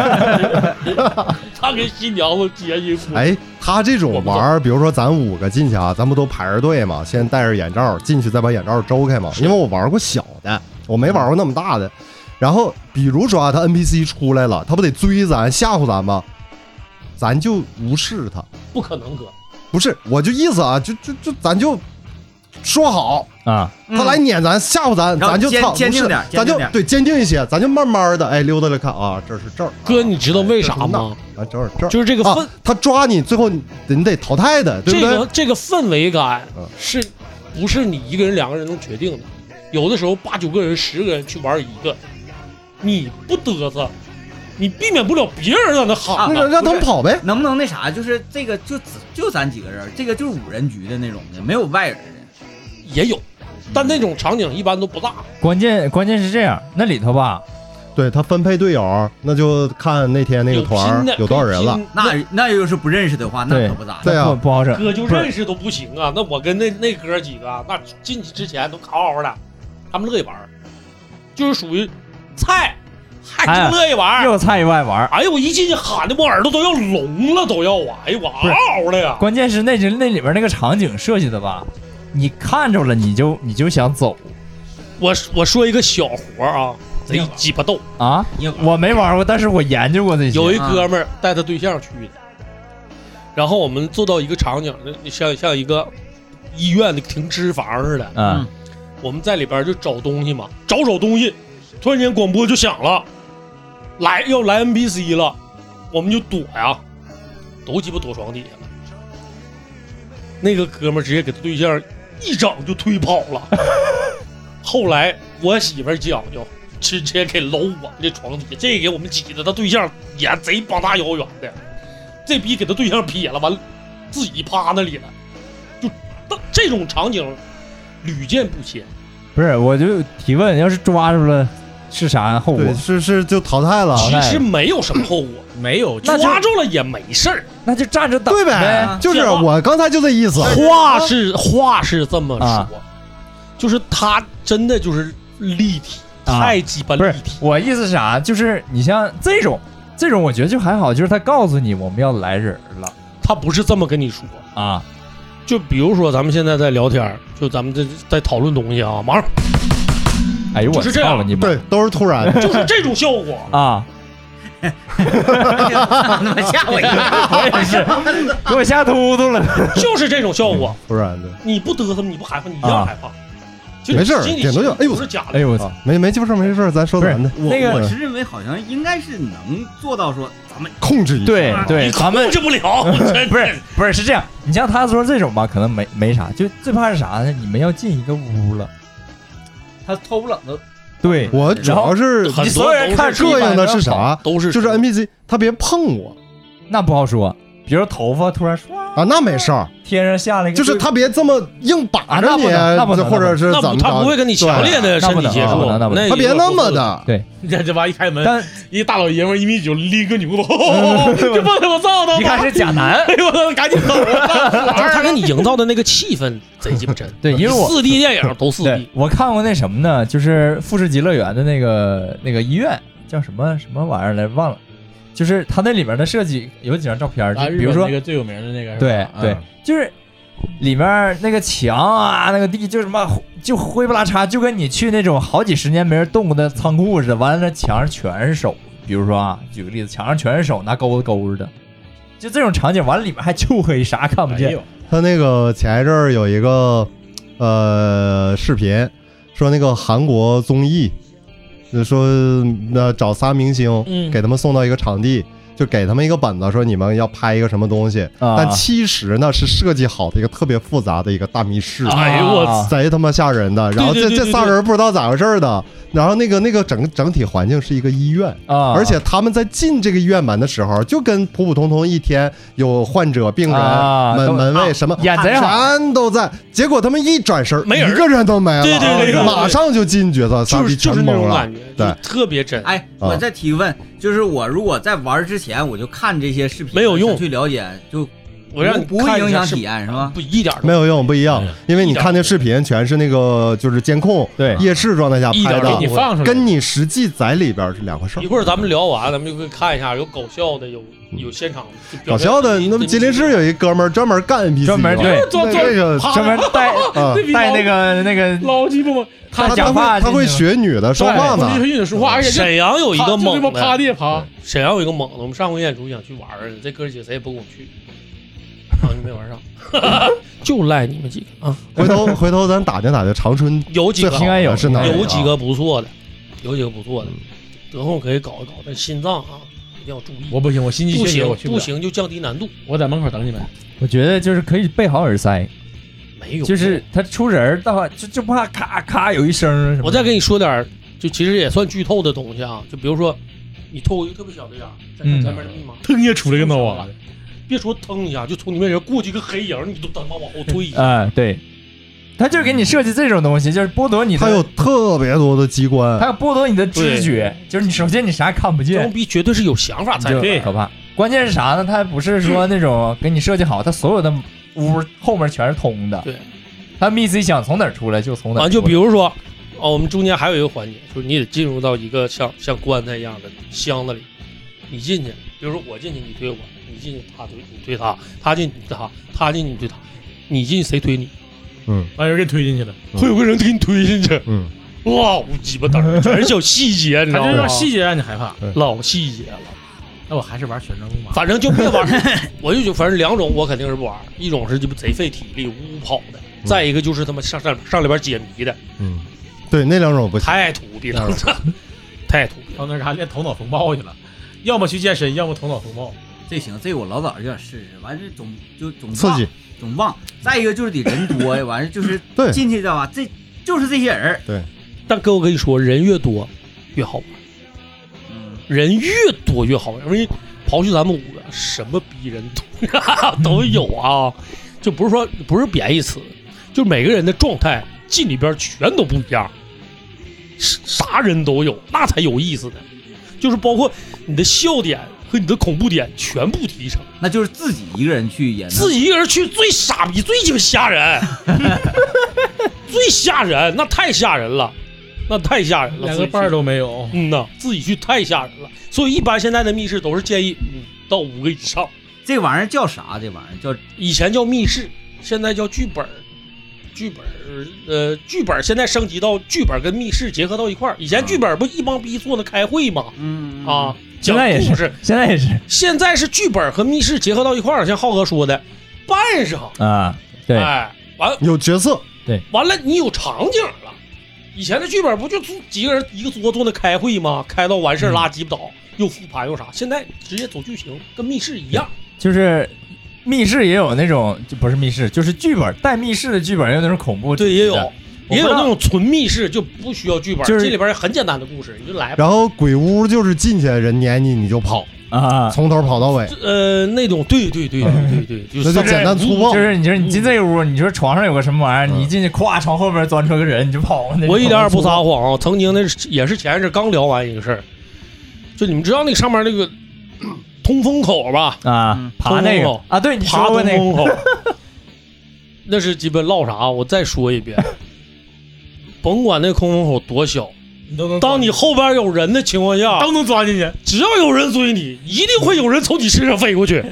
Speaker 4: [laughs]
Speaker 3: [laughs] 他跟新娘子结阴
Speaker 4: 嗯
Speaker 3: 婚。
Speaker 1: 哎，他这种玩儿，比如说咱五个进去啊，咱不都排着队嘛？先戴着眼罩进去，再把眼罩周开嘛。因为我玩过小的，我没玩过那么大的。然后比如说啊，他 NPC 出来了，他不得追咱、吓唬咱吗？咱就无视他，
Speaker 3: 不可能，哥，
Speaker 1: 不是？我就意思啊，就就就咱就说好，
Speaker 2: 啊，
Speaker 4: 嗯
Speaker 1: 他来撵咱、吓唬咱，
Speaker 4: 然后
Speaker 1: 咱就
Speaker 4: 坚
Speaker 1: 操，
Speaker 4: 坚定
Speaker 1: 无视
Speaker 4: 点
Speaker 1: 咱
Speaker 4: 坚定
Speaker 1: 就
Speaker 4: 点
Speaker 1: 对坚定一些，咱就慢慢的哎溜达着看啊，这是这儿，
Speaker 3: 哥，你知道为
Speaker 1: 这
Speaker 3: 啥
Speaker 1: 是那
Speaker 3: 吗
Speaker 1: 儿？啊，这儿这儿。
Speaker 3: 就是这个氛、
Speaker 1: 啊，他抓你，最后你你得淘汰的，对
Speaker 3: 这
Speaker 1: 不对？
Speaker 3: 个这个氛围感
Speaker 1: 嗯
Speaker 3: 是不是你一个人两个人能决定的？有的时候八九个人、十个人去玩一个，你不嘚瑟，你避免不了别人在那喊
Speaker 4: 啊
Speaker 1: 那
Speaker 3: 呢。
Speaker 1: 个让他们跑呗。
Speaker 4: 能不能那啥？就是这个就只就咱几个人儿，这个就是五人局的那种的，没有外人的。
Speaker 3: 也有，但那种场景一般都不大。
Speaker 2: 关键关键是这样，那里头吧，
Speaker 1: 对他分配队友，那就看那天那个
Speaker 3: 有
Speaker 1: 团
Speaker 3: 拼
Speaker 1: 儿
Speaker 3: 的
Speaker 1: 有多少人了。。
Speaker 4: 那那要是不认识的话，那
Speaker 2: 对
Speaker 4: 可不咋的。 [laughs]
Speaker 1: 对啊
Speaker 2: 那不不好整，
Speaker 3: 哥就认识都不行啊！那我跟那那哥几个啊，那进去之前都好好的，他们乐意玩儿，就是属于菜，还
Speaker 2: 哎
Speaker 3: 是乐意玩儿。
Speaker 2: 又菜又爱玩儿。
Speaker 3: 哎呦，我一进去喊的我耳朵都要聋了，都要啊！哎呦，我
Speaker 2: 不是
Speaker 3: 嗷嗷的呀！
Speaker 2: 关键是那人那里边那个场景设计的吧，你看着了你就你就想走
Speaker 3: 我我说一个小活儿啊，贼鸡巴逗。
Speaker 2: 啊！
Speaker 4: 你我
Speaker 2: 我没玩过，但是我研究过这些。
Speaker 3: 有一哥们儿带他对象去的，然后我们坐到一个场景，那像像一个医院的停尸房似的，
Speaker 2: 嗯
Speaker 3: 我们在里边就找东西嘛，找找东西，突然间广播就响了，来要来 NPC 了，我们就躲呀，都鸡巴躲床底下了。那个哥们儿直接给他对象一掌就推跑了。后来我媳妇儿讲究，直接给搂我们这床底下，这给我们挤的，他对象也贼膀大腰圆的，这逼给他对象撇了，完了自己趴那里了，就当这种场景屡见不鲜。
Speaker 2: 不是，我就提问，要是抓住了是啥后果
Speaker 1: 对，？是是就淘汰了。
Speaker 2: 淘汰
Speaker 3: 其实没有什么后果，
Speaker 5: 没有，就
Speaker 2: 那就
Speaker 3: 抓住了也没事儿。
Speaker 2: 那就站着等
Speaker 1: 对
Speaker 2: 呗
Speaker 1: 呗，就是
Speaker 3: 电话
Speaker 1: 我刚才就这意思。
Speaker 3: 话是话是这么
Speaker 2: 啊
Speaker 3: 说，就是他真的就是立体，
Speaker 2: 啊
Speaker 3: 太鸡巴
Speaker 2: 不是
Speaker 3: 立体。
Speaker 2: 我意思是啥？就是你像这种这种，我觉得就还好，就是他告诉你我们要来人了
Speaker 3: 他不是这么跟你说，
Speaker 2: 啊
Speaker 3: 就比如说咱们现在在聊天儿，就咱们这在讨论东西啊，马上
Speaker 2: 哎呦我
Speaker 3: 就是这样
Speaker 2: 操了你妈。
Speaker 1: 对，都是突然
Speaker 3: 就是这种效果
Speaker 2: 啊！
Speaker 4: 他妈吓我
Speaker 1: [laughs]
Speaker 4: 一跳！
Speaker 5: 我也是，
Speaker 2: 给我吓秃秃了。
Speaker 5: 就是这种效果。
Speaker 1: 不然的
Speaker 5: 你不嘚瑟，你不害怕，你一样害怕。就
Speaker 1: 啊
Speaker 5: 你
Speaker 1: 没事儿
Speaker 5: 心里
Speaker 1: 顶多就哎呦
Speaker 5: 不是假
Speaker 2: 哎
Speaker 5: 的，
Speaker 2: 呦我
Speaker 1: 啊
Speaker 2: 操！，
Speaker 1: 没没这事儿没事儿，咱说咱的，
Speaker 4: 我
Speaker 2: 那个
Speaker 4: 我是认为好像应该是能做到说咱们
Speaker 1: 控制一下。
Speaker 2: 对对，
Speaker 5: 你
Speaker 2: 咱们
Speaker 5: 控制不 [laughs] 了，真
Speaker 2: 不是不是是这样，你像他说这种吧，可能没没啥，就最怕是啥呢？你们要进一个屋了，
Speaker 4: 他偷不冷的，
Speaker 2: 对，
Speaker 1: 我主要是
Speaker 5: 很
Speaker 2: 你
Speaker 5: 多
Speaker 2: 所有人看
Speaker 5: 都
Speaker 1: 膈应的是啥？
Speaker 5: 都是
Speaker 1: 就是 NPC 他别碰我
Speaker 2: 那不好说。比如头发突然唰
Speaker 1: 啊，那没事儿，
Speaker 2: 天上下了一个，
Speaker 1: 就是他别这么硬把着你
Speaker 2: 啊，那不能那不能
Speaker 1: 或者是
Speaker 5: 那
Speaker 1: 怎
Speaker 5: 不
Speaker 1: 么
Speaker 5: 他不会
Speaker 1: 着，
Speaker 5: 跟你强烈的身体接
Speaker 1: 对那不
Speaker 5: 触
Speaker 2: 能，啊那不能
Speaker 5: 那
Speaker 1: 他别那么。的。
Speaker 3: 你看这帮一开门，
Speaker 2: 但
Speaker 3: 一大老爷们儿一米九，拎个女
Speaker 2: [laughs]
Speaker 3: 裤头，这帮他我操的！
Speaker 2: 一看是假男，
Speaker 3: [laughs]
Speaker 5: [laughs]
Speaker 3: 哎呦我操，赶紧走！
Speaker 5: 就是他给你营造的那个气氛贼鸡巴真。
Speaker 2: 对因为我
Speaker 5: 四 D 电影都四
Speaker 2: 对
Speaker 5: D，
Speaker 2: 我看过那什么呢？就是富士急乐园的那个那个医院叫什么什么玩意儿来忘了，就是它那里面的设计有几张照片儿，就
Speaker 3: 啊，
Speaker 2: 比如说
Speaker 3: 那个最有名的那个，啊
Speaker 2: 对对，就是里面那个墙啊，那个地就什么就灰不拉碴，就跟你去那种好几十年没人动过的仓库似的。完了，那墙上全是手，比如说啊，举个例子，墙上全是手，拿钩子勾着的，就这种场景。完了，里面还就黑，啥看不
Speaker 3: 没
Speaker 2: 见
Speaker 3: 有。
Speaker 1: 他那个前一阵儿有一个呃视频，说那个韩国综艺，就说那找仨明星，
Speaker 5: 嗯
Speaker 1: 给他们送到一个场地，就给他们一个本子，说你们要拍一个什么东西。
Speaker 2: 啊
Speaker 1: 但其实呢是设计好的一个特别复杂的一个大密室。
Speaker 5: 啊哎呦我
Speaker 2: 操！
Speaker 1: 贼他妈吓人的，然后这
Speaker 5: 对对对
Speaker 1: 这仨人不知道咋回事儿的，然后那个那个整整体环境是一个医院，
Speaker 2: 啊！
Speaker 1: 而且他们在进这个医院门的时候，就跟普普通通一天有患者、病人、
Speaker 2: 啊
Speaker 1: 门
Speaker 2: 都
Speaker 1: 门卫什么，
Speaker 2: 演贼好，
Speaker 1: 全都在。结果他们一转身，
Speaker 5: 没人
Speaker 1: 一个人都没了，
Speaker 5: 对对
Speaker 2: 对对
Speaker 1: 马上就进角色，仨
Speaker 5: 就是
Speaker 1: 逼全
Speaker 5: 就是那
Speaker 1: 懵
Speaker 5: 种
Speaker 1: 了
Speaker 5: 感。觉，
Speaker 1: 对
Speaker 5: 就特别真。
Speaker 4: 哎，我
Speaker 1: 啊
Speaker 4: 再提个问，就是我如果在玩之前我就看这些视频，
Speaker 5: 没有用
Speaker 4: 想去了解，就
Speaker 5: 我让你
Speaker 4: 不会
Speaker 5: 看一下
Speaker 4: 影响
Speaker 5: 是
Speaker 4: 体验是吧？
Speaker 5: 不一点儿都
Speaker 1: 没有用，不一样
Speaker 3: 哎呀，
Speaker 1: 因为你
Speaker 5: 一点
Speaker 1: 看那视频全是那个就是监控
Speaker 2: 对
Speaker 1: 夜视状态下
Speaker 5: 一
Speaker 1: 拍
Speaker 5: 点都
Speaker 3: 给
Speaker 5: 不
Speaker 3: 你
Speaker 1: 的，
Speaker 3: 放出来，
Speaker 1: 跟你实际在里边是两回事儿
Speaker 5: 一。会儿咱们聊完，咱们就可以看一下有搞笑的，有有现场就表
Speaker 1: 搞
Speaker 5: 现
Speaker 1: 笑的，那么吉林市有一哥们儿专门干 NPC，
Speaker 2: 专门
Speaker 1: 的
Speaker 2: 对
Speaker 3: 做做
Speaker 1: 那个
Speaker 2: 专门带
Speaker 1: 啊，
Speaker 3: 对比
Speaker 2: 带那个那个
Speaker 3: 捞鸡巴嘛，
Speaker 1: 他
Speaker 2: 带
Speaker 1: 他
Speaker 2: 假
Speaker 1: 会他
Speaker 2: 发进去吗，
Speaker 1: 会学女的说话呢
Speaker 3: 对，会说话，而且这
Speaker 5: 沈阳有一个
Speaker 3: 就这
Speaker 5: 猛
Speaker 3: 么趴
Speaker 5: 的，
Speaker 3: 地也爬，
Speaker 5: 沈阳有一个猛的，我们上回演出想去玩儿，这哥几个谁也不跟我们去，啊，就没玩上， [laughs] 就赖你们几个啊，
Speaker 1: [laughs] 回头回头咱打听打听长春
Speaker 5: 有几
Speaker 1: 最
Speaker 5: 个
Speaker 1: 好
Speaker 2: 应该有
Speaker 1: 的是哪里啊？
Speaker 5: 有几个不错的，有几个不错的，得空可以搞一搞，但心脏啊一定要注意，
Speaker 3: 我不行，我心肌
Speaker 5: 不
Speaker 3: 缺血，
Speaker 5: 行
Speaker 3: 我去
Speaker 5: 不
Speaker 3: 了，
Speaker 5: 行就降低难度，
Speaker 3: 我在门口等你们。
Speaker 2: 我觉得就是可以备好耳塞，
Speaker 5: 没有，
Speaker 2: 就是他出人儿的话，就就怕咔咔有一声儿什么的。
Speaker 5: 我再给你说点儿，就其实也算剧透的东西啊，就比如说你透过一个特别小的眼儿，在
Speaker 2: 嗯
Speaker 5: 前面的密码。
Speaker 3: 腾也 [laughs] 出来个脑
Speaker 5: 啊！别说腾一下，就从你面前过去一个黑影，你都他妈往后退一下。
Speaker 2: 啊、对，他就是给你设计这种东西，就是剥夺你的，
Speaker 1: 他有特别多的机关
Speaker 2: 他，有剥夺你的知觉，就是你首先你啥也看不
Speaker 5: 这
Speaker 2: 见
Speaker 5: 种，逼绝对是有想法才
Speaker 2: 就
Speaker 5: 对，
Speaker 2: 可怕。关键是啥呢？他不是说那种给你设计好，他所有的屋后面全是通的。
Speaker 5: 对，
Speaker 2: 他 MC 想从哪儿出来就从哪
Speaker 5: 啊，
Speaker 2: 儿出来。
Speaker 5: 就比如说，哦，我们中间还有一个环节，就是你得进入到一个像像棺材一样的箱子里，你进去，比如说我进去，你推我，你进去他推你推他，他进去你推他，他进去你推他，你进去谁推你？
Speaker 1: 嗯
Speaker 3: 完人给推进去了，
Speaker 5: 会有个人给你推进去，
Speaker 1: 嗯，
Speaker 5: 老鸡巴蛋，全是小细节，你知
Speaker 3: 他
Speaker 5: 道啊
Speaker 3: 这
Speaker 5: 吗
Speaker 3: 让？细节让你害怕。
Speaker 5: 老细节了。
Speaker 3: 那我还是玩旋转木马，
Speaker 5: 反正就别玩儿，我就觉得反正两种我肯定是不玩儿，一种是鸡巴贼费体力呜呜跑的，再一个就是他妈上上上里边解谜的，
Speaker 1: 嗯，对，那两种我不行。
Speaker 5: 太土逼了， [laughs] 太土逼了。
Speaker 3: 到那儿啥练头脑风暴去了，要么去健身，要么头脑风暴。
Speaker 4: 这行，这我老早就想试试，完事总就总
Speaker 1: 刺激
Speaker 4: 忘，总忘。再一个就是得人多呀，完事就是
Speaker 1: [laughs] 对
Speaker 4: 进去知道吧？这就是这些人儿，
Speaker 5: 但哥，我跟你说，人越多越好玩儿，
Speaker 4: 嗯，
Speaker 5: 人越多越好玩儿，因为刨去咱们五个，什么逼人多都 [laughs] 有啊，就不是说不是贬义词，就每个人的状态进里边全都不一样，啥啥人都有，那才有意思呢。就是包括你的笑点和你的恐怖点全部提升，
Speaker 4: 那就是自己一个人去也能
Speaker 5: 自己一个人去最傻逼、最鸡巴吓人，最吓人，那太吓人了，那太吓人了。
Speaker 3: 两个伴儿
Speaker 5: 自己去
Speaker 3: 都没有，
Speaker 5: 嗯呐，自己去太吓人了。所以一般现在的密室都是建议嗯到五个以上，
Speaker 4: 这玩意儿叫啥？这玩意儿叫
Speaker 5: 以前叫密室，现在叫剧本儿。剧本儿，呃，剧本儿现在升级到剧本儿跟密室结合到一块儿。以前剧本儿不一帮逼坐那开会吗？
Speaker 4: 嗯
Speaker 5: 啊，
Speaker 2: 现
Speaker 5: 讲
Speaker 2: 在也
Speaker 5: 故事
Speaker 2: 是，，现在也是
Speaker 5: 现在是剧本和密室结合到一块儿，像浩哥说的，扮上，
Speaker 2: 啊，对，
Speaker 5: 哎，完
Speaker 1: 有角色，
Speaker 5: 完了，你有场景了。以前的剧本不就坐几个人一个桌坐那开会吗？开到完事儿拉鸡巴倒，又复盘又啥？现在直接走剧情，跟密室一样。
Speaker 2: 就是密室也有那种，就不是密室，就是剧本带密室的剧本，也有那种恐怖，
Speaker 5: 对，也有，
Speaker 2: 不
Speaker 5: 也有
Speaker 2: 知
Speaker 5: 那
Speaker 2: 道
Speaker 5: 种纯密室，就不需要剧本，
Speaker 2: 就是
Speaker 5: 这里边很简单的故事，你就来吧。
Speaker 1: 然后鬼屋就是进去人撵你你就跑，
Speaker 2: 啊，
Speaker 1: 从头跑到尾，
Speaker 5: 呃，那种对对对对对对，
Speaker 1: 那就简单粗暴
Speaker 2: 就。是你说你进这屋，你说床上有个什么玩意儿，
Speaker 1: 嗯
Speaker 2: 你一进去，咵，床后边钻出个人，你就跑。那种
Speaker 5: 我一点也不撒谎啊！曾经那是也是前一阵刚聊完一个事儿，就你们知道那个上面那个 [clears throat] 咳通风口吧？
Speaker 2: 啊
Speaker 4: 嗯，
Speaker 2: 爬那
Speaker 5: 通
Speaker 2: 个
Speaker 5: 风
Speaker 2: 啊，对，你
Speaker 5: 爬
Speaker 2: 说过
Speaker 5: 通
Speaker 2: 那个
Speaker 5: 风口， [laughs] 那是鸡巴唠啥？我再说一遍， [laughs] 甭管那通风口多小，
Speaker 3: 你都能
Speaker 5: 当你后边有人的情况下，
Speaker 3: 都能钻进去，
Speaker 5: 只要有人追你，一定会有人从你身上飞过
Speaker 3: [laughs]
Speaker 5: 去。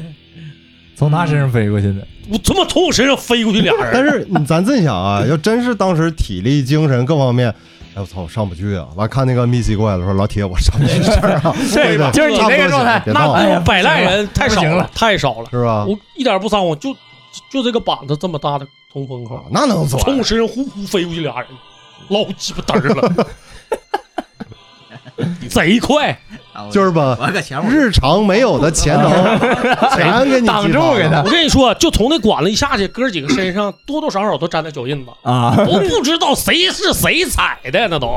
Speaker 2: 从他身上飞过去的，
Speaker 5: 我他妈从我身上飞过去俩
Speaker 3: [laughs]
Speaker 5: 人，
Speaker 1: 但是你咱真想啊，要真是当时体力、精神各方面，哎我操，我上不去啊！完看那个密西过来的时候，老铁，我上不去这儿
Speaker 2: [laughs]
Speaker 1: 啊，对对
Speaker 2: 就是你那个状态
Speaker 1: 别
Speaker 5: 那
Speaker 1: 闹
Speaker 3: 哎
Speaker 1: 了
Speaker 5: 不哎摆烂人太
Speaker 2: 不
Speaker 5: 少
Speaker 2: 行
Speaker 5: 了
Speaker 2: 了，
Speaker 5: 太少了。
Speaker 1: 是
Speaker 3: 啊
Speaker 1: 吧？
Speaker 5: 我一点不撒谎，就就就这个板子这么大的通风口
Speaker 1: 啊，那能走啊？
Speaker 5: 从我身上呼呼飞过去俩人，老鸡巴嘚儿
Speaker 3: [laughs]
Speaker 5: 了，贼快，
Speaker 4: 啊我
Speaker 1: 就是把
Speaker 4: 我搁前面
Speaker 1: 日常没有的潜能全给你
Speaker 2: 挡住给他
Speaker 5: [laughs] 我跟你说，啊就从那管子一下去，哥几个身上多多少少都沾点脚印子，
Speaker 2: 啊，
Speaker 5: 都不知道谁是谁踩的，那都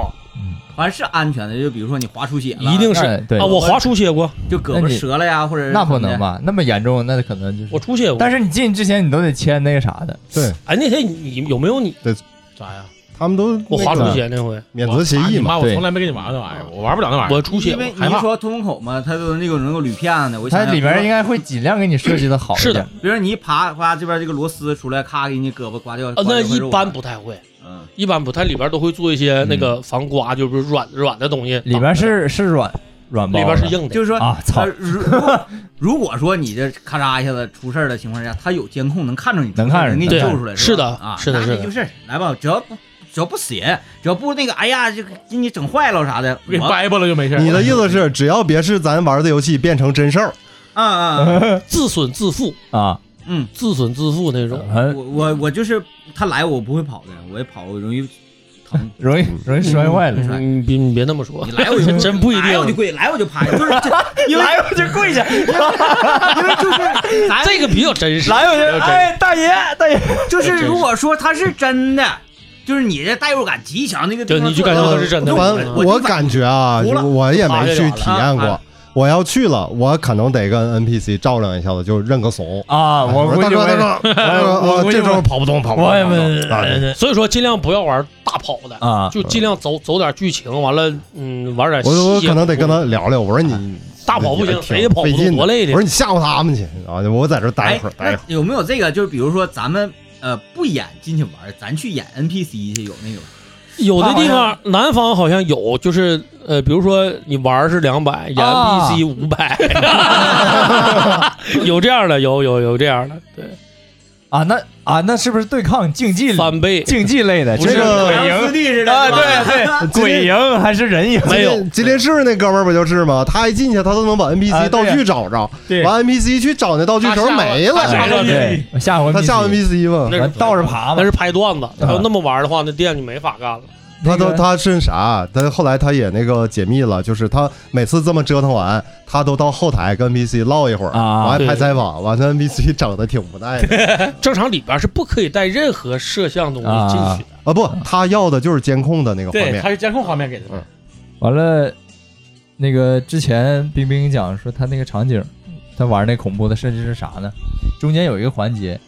Speaker 4: 还是安全的，就比如说你划出血了，
Speaker 5: 一定是
Speaker 2: 那对
Speaker 5: 啊！我划出血过，
Speaker 4: 就胳
Speaker 2: 那
Speaker 4: 膊
Speaker 2: 你
Speaker 4: 折了呀，或者
Speaker 2: 那不
Speaker 4: 怎么
Speaker 2: 能
Speaker 4: 的？
Speaker 2: 吧？那么严重，那可能就是。
Speaker 5: 我出血过。
Speaker 2: 但
Speaker 5: 是
Speaker 2: 是你进去之前，你都得签那个啥的，
Speaker 1: 对
Speaker 5: 哎，那天你你有没有你
Speaker 1: 对
Speaker 3: 咋呀？
Speaker 1: 他们都
Speaker 5: 我
Speaker 1: 那
Speaker 5: 划
Speaker 1: 个
Speaker 5: 出血那回？
Speaker 1: 免责协议
Speaker 3: 我
Speaker 1: 嘛，
Speaker 3: 妈，我
Speaker 2: 对
Speaker 3: 从来没跟你玩那玩意儿，我玩不了那玩意儿。
Speaker 5: 我出血
Speaker 4: 因
Speaker 5: 过
Speaker 4: 为，你
Speaker 5: 害
Speaker 4: 一
Speaker 5: 怕。
Speaker 4: 说通风口嘛，它都那种能够捋片的，我
Speaker 2: 它
Speaker 4: 想想
Speaker 2: 里边应该会尽量给你设计的好一
Speaker 5: 是的
Speaker 2: 点。
Speaker 4: 比如说你一爬，哗，这边这个螺丝出来，咔给你胳膊刮掉。
Speaker 5: 呃，
Speaker 4: 刮
Speaker 5: 那
Speaker 4: 掉块
Speaker 5: 一
Speaker 4: 肉
Speaker 5: 般不太会，
Speaker 4: 嗯，
Speaker 5: 一般不太，里边都会做一些那个防刮，就是软软的东西。
Speaker 2: 嗯
Speaker 5: 啊
Speaker 2: 里边是是软软包
Speaker 5: 里
Speaker 2: 的，
Speaker 5: 边是硬的，
Speaker 4: 就是说
Speaker 2: 啊操
Speaker 4: 它如果如果说你这咔嚓一下子出事儿的情况下，它有监控能看着你出事儿，
Speaker 2: 能看着
Speaker 4: 能给
Speaker 2: 你
Speaker 4: 你
Speaker 5: 对
Speaker 4: 救出来，
Speaker 5: 是
Speaker 4: 吧
Speaker 5: 的
Speaker 4: 啊，
Speaker 5: 是的
Speaker 4: 那
Speaker 5: 是
Speaker 4: 这
Speaker 5: 的
Speaker 4: 就是来吧，只要不只要不写，只要不那个，哎呀，就给你整坏了啥的，
Speaker 3: 给
Speaker 4: 我
Speaker 3: 掰巴了就没事儿。
Speaker 1: 你的意思是，只要别是咱玩的游戏变成真事儿，
Speaker 4: 啊啊啊
Speaker 5: 自损自负，
Speaker 2: 啊，
Speaker 4: 嗯，
Speaker 5: 自损自负那种。
Speaker 2: 很。
Speaker 4: 我我我就是他来我不会跑的，我一跑我容易
Speaker 5: [laughs]
Speaker 4: 疼
Speaker 2: 容易容易摔坏了。
Speaker 5: 嗯你别你别那么说，
Speaker 4: 你来我就
Speaker 5: [laughs] 真不一
Speaker 4: 来我就
Speaker 5: 定。
Speaker 4: 跪，来我就趴下，就是
Speaker 5: [laughs]
Speaker 4: 这因为
Speaker 2: 我就跪下，
Speaker 4: 因为就是咱
Speaker 5: 这个比较真实，
Speaker 2: [laughs] 来我就哎，大爷大爷，
Speaker 4: 就是如果说他是真的，就是你的代入感极强，那个地
Speaker 5: 对
Speaker 4: 方
Speaker 5: 你就
Speaker 4: 做
Speaker 5: 感
Speaker 4: 到
Speaker 5: 觉
Speaker 4: 了
Speaker 5: 到是真的。
Speaker 1: 呃反
Speaker 5: 我
Speaker 4: 我
Speaker 1: 我感觉啊，
Speaker 4: 服了
Speaker 1: 我也没去体验
Speaker 4: 爬下去了
Speaker 1: 过。我要去了，我可能得跟 NPC 照亮一下子，就认个怂。
Speaker 2: 啊！
Speaker 1: 哎我
Speaker 2: 我
Speaker 1: 说
Speaker 2: 估
Speaker 1: 大
Speaker 2: 计
Speaker 1: 哥，
Speaker 2: 我
Speaker 1: 大
Speaker 2: 也
Speaker 1: 哥，
Speaker 2: 我
Speaker 1: 呃
Speaker 2: 我
Speaker 1: 这
Speaker 2: 我
Speaker 1: 招跑不动，跑不动。
Speaker 2: 我也
Speaker 1: 跑不动啊
Speaker 2: 没
Speaker 5: 所以说，尽量不要玩大跑的，
Speaker 2: 啊，
Speaker 5: 就尽量走走点剧情，完了，嗯，玩点细节。
Speaker 1: 我
Speaker 5: [laughs]
Speaker 1: 我可能得跟他聊聊。我说你
Speaker 5: 大跑不行
Speaker 1: 也挺
Speaker 5: 谁也跑不动
Speaker 1: 费劲的
Speaker 5: 多累的
Speaker 1: 我说你吓唬他们去啊！我在这儿待一会儿，待一
Speaker 4: 哎
Speaker 1: 会儿。，
Speaker 4: 那有没有这个？就是比如说咱们呃不演进去玩，咱去演 NPC 去，有那种
Speaker 5: 有的地方南方好像有，就是呃，比如说你玩是两百，演
Speaker 2: 啊
Speaker 5: NPC 五
Speaker 1: [laughs]
Speaker 5: 百，有这样的，有有有这样的，对，
Speaker 2: 啊，那啊，那是不是对抗竞技
Speaker 5: 翻倍
Speaker 2: 竞技类的？
Speaker 5: 不
Speaker 2: 就是鬼
Speaker 4: 像四
Speaker 2: 赢
Speaker 4: 弟似的
Speaker 2: 啊，
Speaker 4: 是吧
Speaker 2: 对对，鬼赢还是人赢？
Speaker 5: 没有
Speaker 1: 吉林吉林市那哥们儿不就是吗？他一进去，他都能把
Speaker 2: 啊
Speaker 1: NPC 道
Speaker 2: 对
Speaker 1: 具找着，
Speaker 2: 对
Speaker 1: 完 NPC 去找那道具时候没了
Speaker 3: 他，吓唬
Speaker 2: 对，我吓唬
Speaker 1: 他吓唬 NPC 嘛。
Speaker 5: 那
Speaker 2: 完倒着爬
Speaker 5: 那
Speaker 2: 嘛
Speaker 5: 是，拍段子。
Speaker 1: 啊
Speaker 5: 他要那么玩的话，那店就没法干了。
Speaker 1: 他
Speaker 2: 那
Speaker 1: 都
Speaker 2: 个
Speaker 1: 他是啥？他后来他也那个解密了，就是他每次这么折腾完，他都到后台跟 NPC 唠一会儿，
Speaker 2: 啊
Speaker 1: 完
Speaker 5: 对
Speaker 1: 拍采访，完他
Speaker 2: [laughs]
Speaker 1: NPC 整的挺无奈的
Speaker 5: 正常里边是不可以带任何摄像东西进去的。
Speaker 1: 啊！不，他要的就是监控的那个画
Speaker 3: 对，
Speaker 1: 面，
Speaker 3: 他是监控画面给的。
Speaker 2: 完了，呃那个之前冰冰讲说他那个场景，他玩那恐怖的设计是啥呢？中间有一个环节，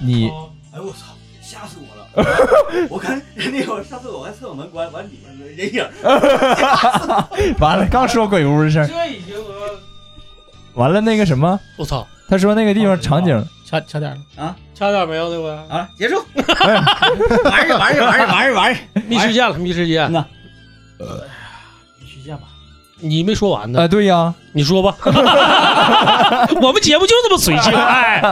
Speaker 2: 你
Speaker 4: 哎呦我操！吓死我了！我看那个上厕所，我看厕所门关，完里面人影。
Speaker 2: [laughs] 完了刚说鬼屋的事儿，
Speaker 3: 这已经
Speaker 2: 完了那个什么，
Speaker 5: 我操，
Speaker 2: 他说那个地方场景
Speaker 3: 掐掐点儿了
Speaker 4: 啊！
Speaker 5: 掐点没有那回？
Speaker 4: 好了，结束，玩去玩去玩去玩去玩去！
Speaker 5: 密室见了，密室见。呃
Speaker 3: 你去见吧。
Speaker 5: 你没说完呢，
Speaker 2: 啊，对呀，
Speaker 5: 你说吧。我们节目就这么随性，哎，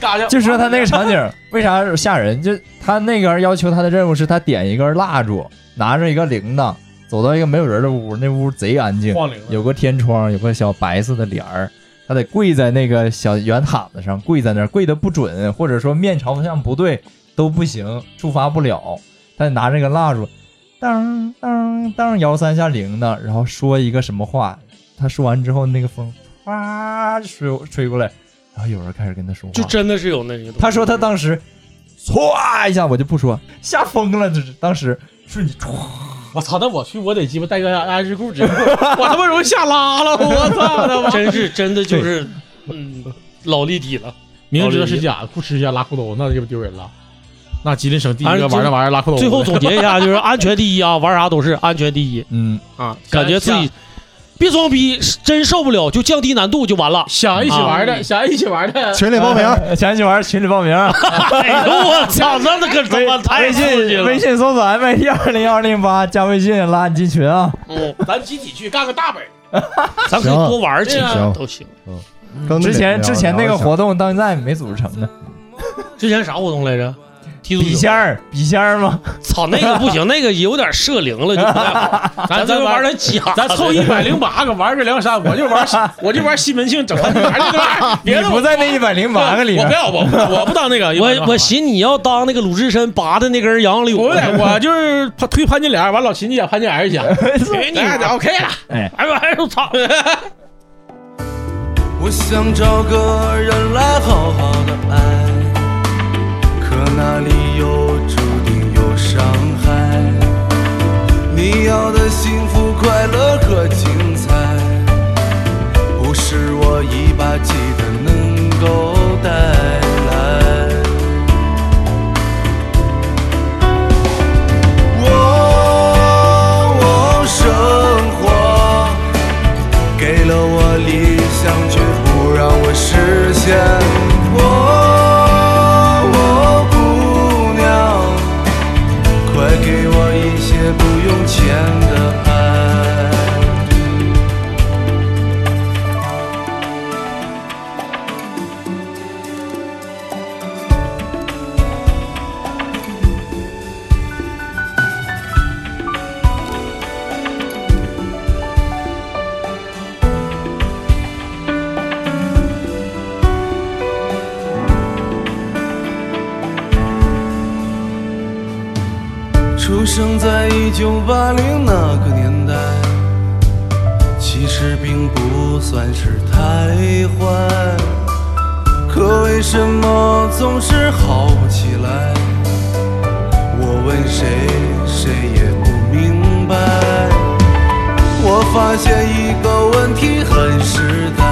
Speaker 3: 嘎
Speaker 2: 就说他那个场景为啥吓人？就他那个人要求他的任务是他点一根蜡烛，拿着一个铃铛。走到一个没有人的屋，那屋贼安静，
Speaker 5: 晃灵了，
Speaker 2: 有个天窗，有个小白色的帘儿，他得跪在那个小圆毯子上，跪在那儿跪的不准，或者说面朝向不对都不行，触发不了。他得拿这个蜡烛，当当当摇三下铃呢，然后说一个什么话，他说完之后，那个风哗就吹吹过来，然后有人开始跟他说话，
Speaker 5: 就真的是有那个东西。
Speaker 2: 他说他当时唰一下，我就不说，吓疯了，这是当时瞬间唰
Speaker 3: 我操！那我去，我得鸡巴带个安氏裤子，我他妈容易吓拉了！我操他妈！
Speaker 5: 真是真的就是，嗯，老立体了。
Speaker 3: 明知道是假的，不吃一下拉裤兜，那就丢人了。那吉林省第一
Speaker 5: 反
Speaker 3: 个
Speaker 5: 正
Speaker 3: 玩
Speaker 5: 最
Speaker 3: 那玩意儿拉裤兜的，。
Speaker 5: 最后总结一下，就是安全第一啊，玩啥都是安全第一
Speaker 2: 嗯，
Speaker 5: 啊，感觉自己别装逼，真受不了就降低难度就完了啊
Speaker 3: 想一起玩的，想一起玩的，
Speaker 1: 群里报名，
Speaker 2: 呃，前几玩群里报名，啊
Speaker 5: [laughs] 哎呦我操，那那可他妈太
Speaker 2: 微
Speaker 5: 刺激
Speaker 2: 信
Speaker 5: 了！
Speaker 2: 微信搜索 MIT 二零二零八，加微信拉你进群啊。
Speaker 5: 嗯，
Speaker 3: 咱集体去干个大本儿。
Speaker 5: 咱可以多玩几
Speaker 3: 行
Speaker 5: 个
Speaker 1: 行
Speaker 5: 都行。
Speaker 1: 刚才
Speaker 2: 之前
Speaker 1: 聊
Speaker 2: 之前那个，
Speaker 1: 聊
Speaker 2: 活动到现在没组织成呢，
Speaker 5: 之前啥活动来着？踢足
Speaker 2: 笔
Speaker 5: 球
Speaker 2: 仙。儿笔仙儿吗？
Speaker 5: 操，那个不行，那个有点涉灵了，就不太好。咱
Speaker 3: 咱
Speaker 5: 这
Speaker 3: 玩
Speaker 5: 玩点假的，
Speaker 3: [laughs] 咱凑一百零八个玩个两三，我就 [laughs] 玩我就玩西门庆整他女孩那个玩意 [laughs] 儿，别
Speaker 2: 你
Speaker 3: 的
Speaker 2: 不
Speaker 3: 我
Speaker 2: 在那一百零八个里
Speaker 3: 我不
Speaker 2: 面，
Speaker 3: 要，我我不当那个。
Speaker 5: 我我寻你要当那个鲁智深拔的那根杨柳，
Speaker 3: 啊我得我就是潘推潘金莲，完老秦家潘金莲
Speaker 5: [laughs]
Speaker 3: 去，给你 OK 了。
Speaker 5: 哎呦哎呦操！
Speaker 6: 我想找个人来好好的爱，可那里有注定有伤害。你要的幸福、快乐和精彩，不是我一把吉他能够带来。我我生活。给了我理想，却不让我实现。我我姑娘，快给我一些不用钱的爱。出生在一九八零那个年代，其实并不算是太坏，可为什么总是好不起来？我问谁，谁也不明白。我发现一个问题很实在，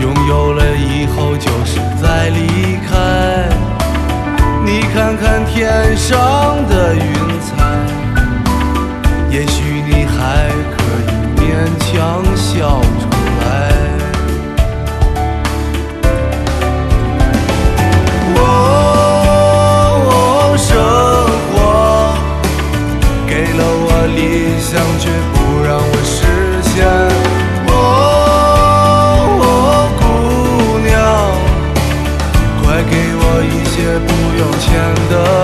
Speaker 6: 拥有了以后就是在离开。你看看天上的云彩，也许你还可以勉强笑出来。哦，生活给了我理想，却不让我实现。哦，姑娘。快给我一些不用钱的哦哦